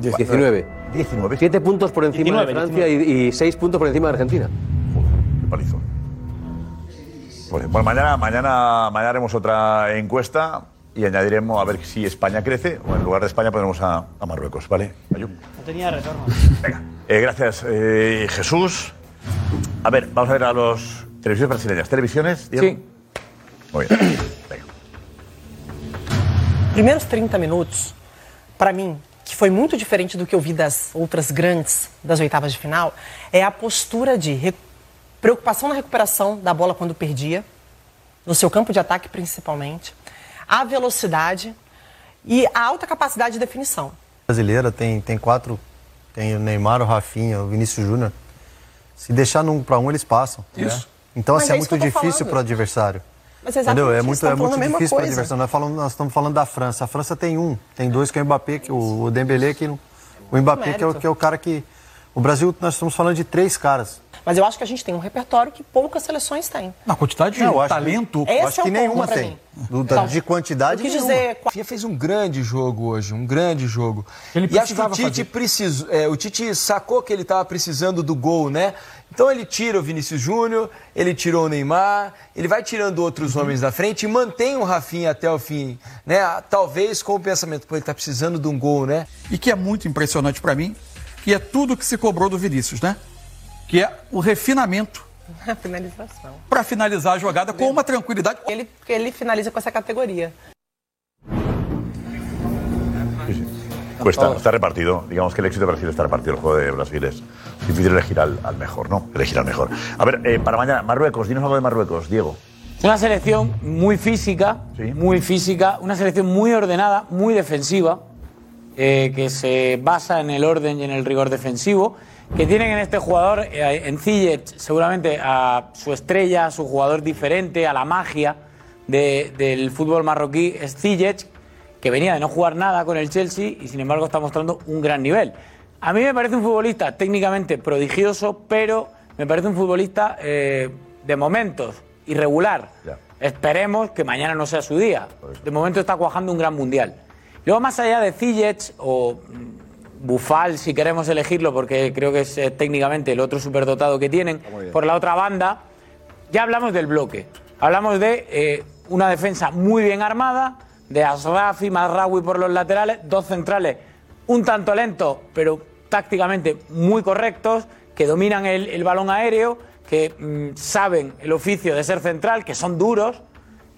19.
19.
7 puntos por encima
19,
de Francia y, 6 puntos por encima de Argentina.
Bueno, Pues, bueno, mañana, mañana, mañana haremos otra encuesta y añadiremos a ver si España crece o en lugar de España pondremos a, a Marruecos, ¿vale? Ayub.
No tenía retorno.
Eh, gracias, eh, Jesús. A ver, vamos a ver a los televisiones brasileñas. ¿Televisiones? Sí. Muy bien.
Primeiros 30 minutos, para mim, que foi muito diferente do que eu vi das outras grandes das oitavas de final, é a postura de re- preocupação na recuperação da bola quando perdia, no seu campo de ataque principalmente, a velocidade e a alta capacidade de definição.
brasileira tem, tem quatro Tem o Neymar, o Rafinha, o Vinícius Júnior. Se deixar num para um, eles passam.
Isso.
Então,
Mas
assim,
é
é
isso que
muito
eu tô
difícil
falando.
para o adversário.
Mas exatamente,
Entendeu? É
eles
muito,
estão
é
falando
muito
a mesma
difícil para o
coisa.
adversário. Nós, falamos- nós estamos falando da França. A França tem um, tem dois que é o Mbappé, que o, o Dembélé, que não- o Mbappé que é o,
Mérito.
que é o cara que o Brasil nós estamos falando de três caras.
Mas eu acho que a gente tem um repertório que poucas seleções têm.
Na quantidade
de talento- Esse
acho
é
que
o
nenhuma
ponto pra
tem.
mim.
Do- da-
Então,
de quantidade
eu quis
nenhuma.
dizer-
A FIA fez um grande jogo hoje, um grande jogo. Ele e acho que o precisava
fazer.
Tite, precisou, é, o Tite sacou que ele estava precisando do gol, né? Então ele tira o Vinícius Júnior, ele tirou o Neymar, ele vai tirando outros homens da frente e mantém o Rafinha até o fim, né? Talvez com o pensamento, pô, ele tá precisando de um gol, né?
e que é muito impressionante para mim, que é tudo que se cobrou do Vinícius, né? Que é o refinamento
A finalização.
para finalizar a jogada com uma tranquilidade.
Ele, ele finaliza com essa categoría.
Cuesta, está repartido. Digamos que el éxito de Brasil está repartido. El juego de Brasil es difícil elegir al, al mejor, ¿no? Elegir al mejor. A ver, eh, para mañana, Marruecos, dinos algo de Marruecos, Diego.
Una selección muy física, muy física, una selección muy ordenada, muy defensiva, eh, que se basa en el orden y en el rigor defensivo, que tienen en este jugador, eh, en Ziyech, seguramente a su estrella, a su jugador diferente, a la magia de- del fútbol marroquí, es Ziyech, que venía de no jugar nada con el Chelsea y sin embargo está mostrando un gran nivel. A mí me parece un futbolista técnicamente prodigioso, pero me parece un futbolista eh, de momentos, irregular. Esperemos que mañana no sea su día. De momento está cuajando un gran mundial. Luego, más allá de Ziyech o mm, Bufal, si queremos elegirlo, porque creo que es eh, técnicamente el otro superdotado que tienen,
muy bien.
por la otra banda, ya hablamos del bloque. Hablamos de eh, una defensa muy bien armada, de Asraf y Marraoui por los laterales, dos centrales un tanto lentos, pero tácticamente muy correctos, que dominan el, el balón aéreo, que mm, saben el oficio de ser central, que son duros.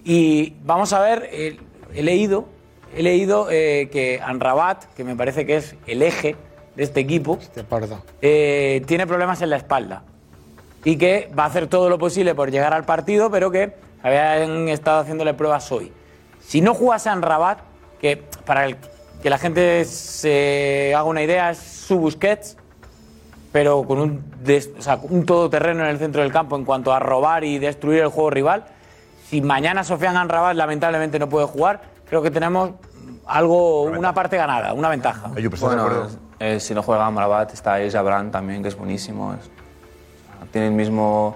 Y vamos a ver, eh, he leído, he leído eh, que Anrabat, que me parece que es el eje de este equipo, eh, tiene problemas en la espalda y que va a hacer todo lo posible por llegar al partido, pero que habían estado haciéndole pruebas hoy. Si no jugase en Rabat, que para el- que la gente se haga una idea, es su Busquets, pero con un, des- o sea, un todoterreno en el centro del campo en cuanto a robar y destruir el juego rival. Si mañana Sofian Anrabat lamentablemente no puede jugar, creo que tenemos algo, una parte ganada, una ventaja.
Bueno, eh, si no juega Amrabat, está Isla Brand también, que es buenísimo. es- tiene el mismo...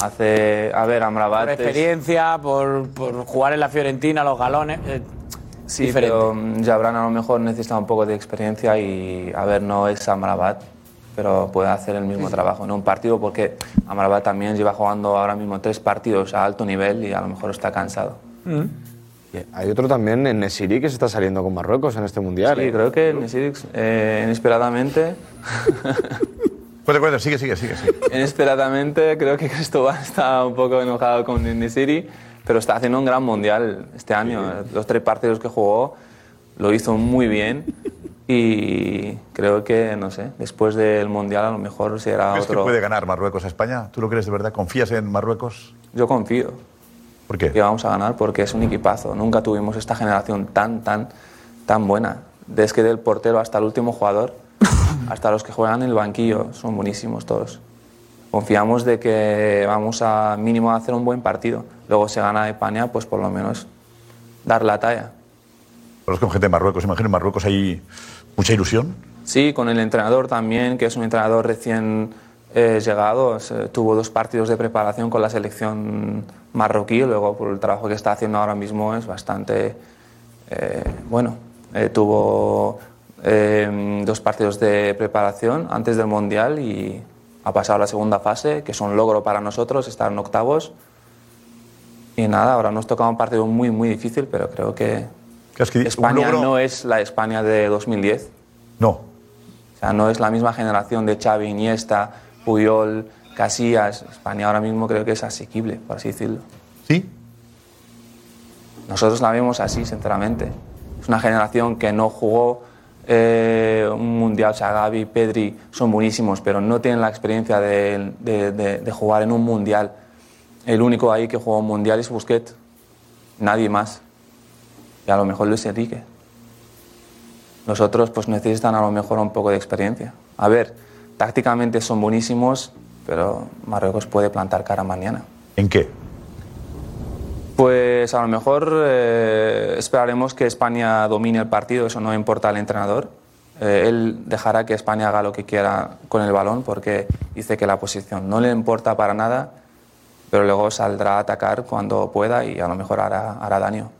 Hace... A ver, Amrabat
Por
es-
experiencia, por, por jugar en la Fiorentina, los galones. eh,
Sí,
diferente.
pero mm, Jabran a lo mejor necesita un poco de experiencia y, a ver, no es Amrabat, pero puede hacer el mismo trabajo, ¿no? Un partido, porque Amrabat también lleva jugando ahora mismo tres partidos a alto nivel y a lo mejor está cansado.
Hay otro también en Nesiri que se está saliendo con Marruecos en este mundial.
Sí, creo que Nesirix, eh, inesperadamente...
Cuenta, cuenta, sigue, sigue, sigue.
Inesperadamente, creo que Cristóbal está un poco enojado con Nesiri, pero está haciendo un gran mundial este año. Los tres partidos que jugó lo hizo muy bien y creo que, no sé, después del mundial a lo mejor será
¿Crees
otro...
que puede ganar Marruecos a España? ¿Tú lo crees de verdad? ¿Confías en Marruecos?
Yo confío.
¿Por qué?
Que vamos a ganar porque es un equipazo. Nunca tuvimos esta generación tan, tan, tan buena. Desde que del portero hasta el último jugador, hasta los que juegan en el banquillo, son buenísimos todos. Confiamos de que vamos a mínimo a hacer un buen partido. Luego se gana España, pues por lo menos dar la talla.
Hablas con gente de Marruecos. Imagino en Marruecos hay mucha ilusión.
Sí, con el entrenador también, que es un entrenador recién eh, llegado. Se- tuvo dos partidos de preparación con la selección marroquí. Luego, por el trabajo que está haciendo ahora mismo, es bastante eh, bueno. Eh, tuvo eh, dos partidos de preparación antes del Mundial y ha pasado a la segunda fase, que es un logro para nosotros estar en octavos. Y nada, ahora nos toca un partido muy, muy difícil, pero creo que España
logro-
no es la España de 2010.
No.
O sea, no es la misma generación de Xavi, Iniesta, Puyol, Casillas. España ahora mismo creo que es asequible, por así decirlo.
¿Sí?
Nosotros la vemos así, sinceramente. Es una generación que no jugó eh, un mundial. O sea, Gavi, Pedri son buenísimos, pero no tienen la experiencia de, de- de- de jugar en un mundial. El único ahí que jugó un mundial es Busquets. Nadie más. Y a lo mejor Luis Enrique. Los otros pues necesitan a lo mejor un poco de experiencia. A ver, tácticamente son buenísimos, pero Marruecos puede plantar cara mañana.
¿En qué?
Pues a lo mejor eh, esperaremos que España domine el partido, eso no importa al entrenador. Eh, él dejará que España haga lo que quiera con el balón porque dice que la posición no le importa para nada, pero luego saldrá a atacar cuando pueda y a lo mejor hará, hará daño.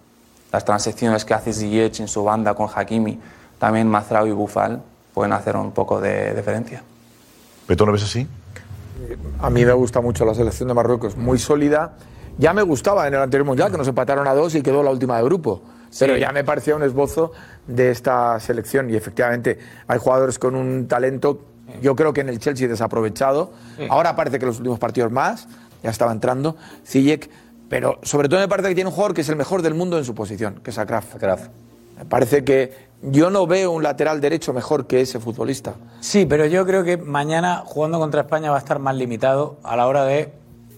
Las transiciones que hace Ziyech en su banda con Hakimi, también Mazrao y Bufal, pueden hacer un poco de diferencia.
¿Pero tú no ves así?
A mí me gusta mucho la selección de Marruecos, muy sólida. Ya me gustaba en el anterior mundial que nos empataron a dos y quedó la última de grupo. Pero ya me parecía un esbozo de esta selección. Y efectivamente, hay jugadores con un talento, yo creo que en el Chelsea desaprovechado.
Sí.
Ahora parece que los últimos partidos más, ya estaba entrando. Ziyech, pero sobre todo me parece que tiene un jugador que es el mejor del mundo en su posición, que es Akraf. Me parece que yo no veo un lateral derecho mejor que ese futbolista.
Sí, pero yo creo que mañana jugando contra España va a estar más limitado a la hora de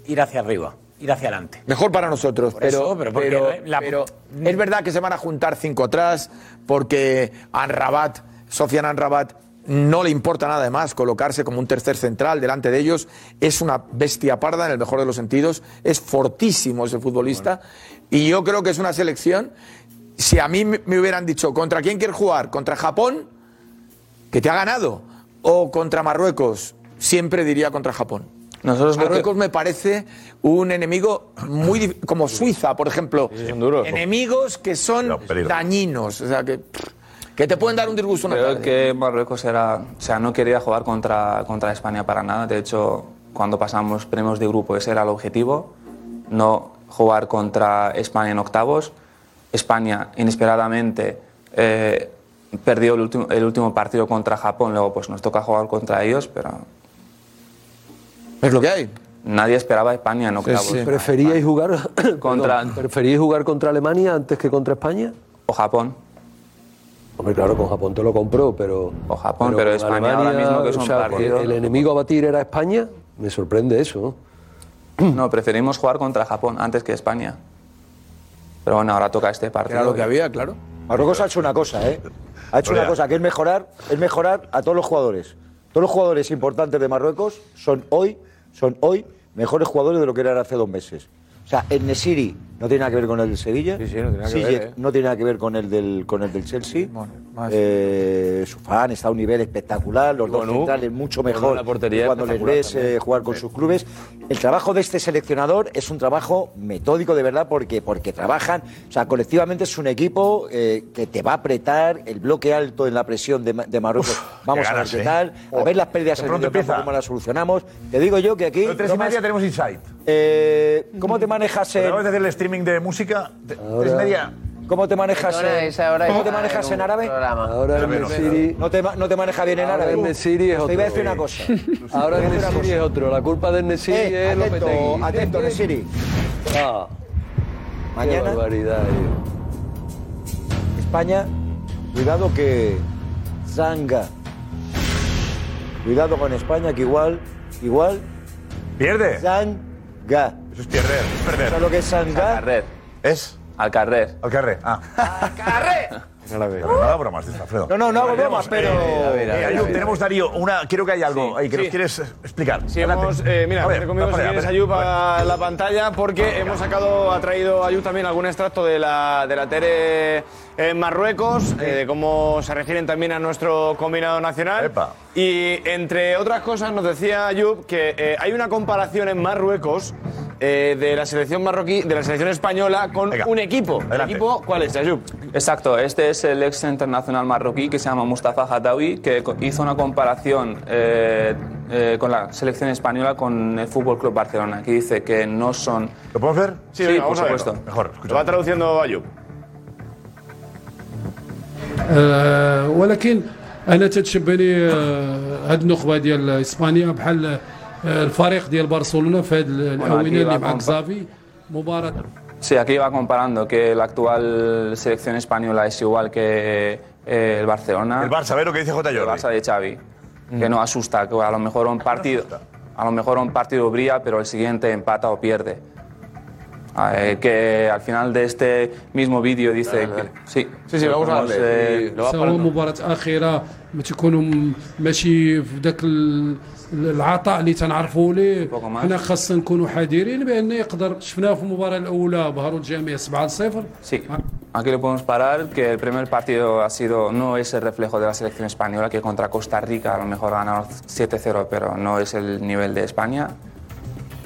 ir hacia arriba, ir hacia adelante.
Mejor para nosotros,
Por
pero,
eso, pero porque la-
pero es verdad que se van a juntar cinco atrás porque Anrabat, Sofian Anrabat, no le importa nada de más colocarse como un tercer central delante de ellos. Es una bestia parda en el mejor de los sentidos. Es fortísimo ese futbolista. Y yo creo que es una selección. Si a mí me me hubieran dicho, ¿contra quién quieres jugar? ¿Contra Japón? Que te ha ganado. ¿O contra Marruecos? Siempre diría contra Japón.
Nosotros lo que-
Marruecos me parece un enemigo muy dif- como Suiza, por ejemplo. Enemigos que son dañinos, o sea que que te pueden dar un disgusto una
Creo
tarde.
que Marruecos era, o sea, no quería jugar contra, contra España para nada. De hecho, cuando pasamos premios de grupo, ese era el objetivo. No jugar contra España en octavos. España, inesperadamente, eh, perdió el último, el último partido contra Japón. Luego, pues nos toca jugar contra ellos, pero.
Es lo que hay.
Nadie esperaba a España en octavos. Ah,
¿Preferíais jugar
Contra-
perdón, ¿Preferíais jugar contra Alemania antes que contra España?
O Japón.
Hombre, claro, con Japón te lo compró, pero. O
Japón, pero España ahora mismo que es un partido-
El enemigo a batir era España, me sorprende eso.
No, preferimos jugar contra Japón antes que España. Pero bueno, ahora toca este partido.
Era lo que había, claro.
Marruecos ha hecho una cosa, ¿eh? Ha hecho una
Hola.
cosa que es mejorar, es mejorar a todos los jugadores. Todos los jugadores importantes de Marruecos son hoy, son hoy mejores jugadores de lo que eran hace dos meses. O sea, el Nesiri no tiene nada que ver con el del Sevilla. Sí, no tiene
nada que ver, ¿eh?
no tiene nada que ver con el del, con el del Chelsea. Eh, Sufán está a un nivel espectacular, los dos
Bonu,
centrales mucho
Bonu en
mejor
la portería
cuando les
espectacular
ves
también.
eh, jugar con sus clubes. El trabajo de este seleccionador es un trabajo metódico de verdad porque, porque trabajan, o sea, colectivamente es un equipo eh, que te va a apretar el bloque alto en la presión de, Ma- de Marruecos. Vamos
qué
a ver
ganas,
qué
¿eh?
tal, a ver las pérdidas
De
en el
pronto
medio campo,
empieza.
cómo las solucionamos. Te digo yo que aquí... eh,
Pero tres y media tenemos insight.
¿Cómo te manejas
¿Pero
el...?
acabas de hacer el streaming de música? Te- Tres y media.
¿Cómo te manejas
Perdona,
en-
esa hora
¿Cómo
está
te manejas
en
en
un
árabe?
programa.
Ahora
Pero,
en
pero,
Mesiri-
pero, No te, ma- no te maneja bien en
Ahora
árabe.
en Mesiri es
Te iba a
otro.
decir una cosa.
Ahora el Nesiri es otro. La culpa del Nesiri
Eh,
es Lopetegui.
atento, atento, Nesiri.
Ah,
Mañana-
Qué barbaridad, tío.
España, cuidado que zanga. Cuidado con España que igual, igual.
Pierde.
Zanga. Eso
es perder, es perder.
¿Sabes lo que es zanga?
Alcarrer.
¿Es?
Alcarrer.
Alcarrer, ah. No la veo. No hago bromas de esto, Alfredo.
No, no, no hago
Tenemos,
bromas, pero-
eh,
A ver, a
eh,
ver,
Ayub,
a ver.
tenemos, Darío, una, quiero que haya algo ahí que nos
sí.
quieres eh, explicar.
Sí,
Adelante.
hemos, eh, mira,
A ver,
te recomiendo si
para allá,
quieres
para-
Ayub a la pantalla porque hemos sacado, ha traído Ayub también algún extracto de la, de la Tere en Marruecos, eh, de cómo se refieren también a nuestro combinado nacional. Y entre otras cosas nos decía Ayub que eh, hay una comparación en Marruecos eh, de la selección marroquí, de la selección española con un equipo. ¿El equipo cuál es, Ayub?
Exacto, este es el ex internacional marroquí que se llama Mustafa Hatawi, que co- hizo una comparación eh, eh, con la selección española con el Fútbol Club Barcelona, que dice que no son.
¿Lo podemos ver?
Sí,
venga,
por
vamos a verlo.
supuesto.
Mejor.
Lo va traduciendo Ayub.
آه، ولكن انا تتشبهني آه، هاد النخبه ديال اسبانيا بحال آه، الفريق ديال برشلونه في هاد الاونه اللي مع كزافي مباراه
Sí, aquí va comparando que la actual selección española es igual que eh, el Barcelona.
El Barça, ¿ves lo que dice J. Jordi? Mm.
El Barça de Xavi, que no asusta, que a lo mejor un partido, a lo mejor un partido brilla, pero el siguiente empata o pierde. Ah, eh, que al final de este mismo vídeo dice que sí.
Sí, sí, vamos a
Pues,
darle.
eh,
سواء مباراة أخيرة ما تكونوا م- ماشي في ذاك ال- العطاء اللي تنعرفوا ليه حنا خاصنا نكونوا حذرين بأنه يقدر شفناه في المباراة الأولى بهروا الجميع 7 0
Sí,
aquí
lo podemos parar, que el primer partido ha sido, no es el reflejo de la selección española, que contra Costa Rica a lo mejor ganaron 7-0, pero no es el nivel de España.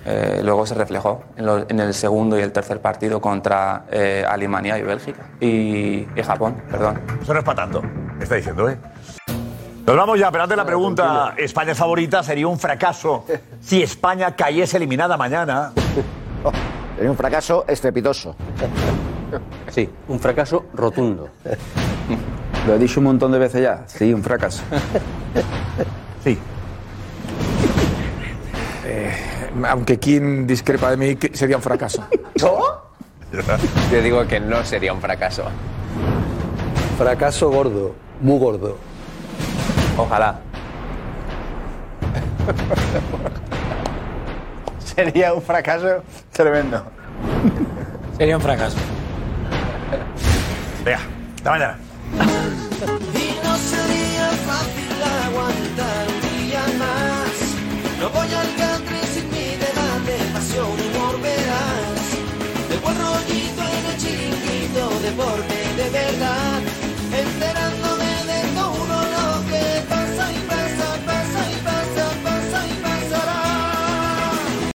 Eh, luego se reflejó en, lo- en el segundo y el tercer partido contra eh, Alemania y Bélgica. Y, y Japón, perdón.
Eso no es para tanto, me está diciendo, ¿eh? Nos vamos ya, pero antes la pregunta, España es favorita, sería un fracaso si España cayese eliminada mañana.
Es un fracaso estrepitoso.
Sí, un fracaso rotundo. Lo he dicho un montón de veces ya. Sí, un fracaso.
Sí.
eh, aunque quien discrepa de mí que sería un fracaso.
Yo digo que no sería un fracaso.
Fracaso gordo, muy gordo.
Ojalá.
Sería un fracaso tremendo.
Sería un fracaso.
Vea, hasta mañana.
Y no sería fácil aguantar un día más. No voy al country sin mi debate, pasión y morverás. De buen rollito en el chiringuito, deporte de verdad.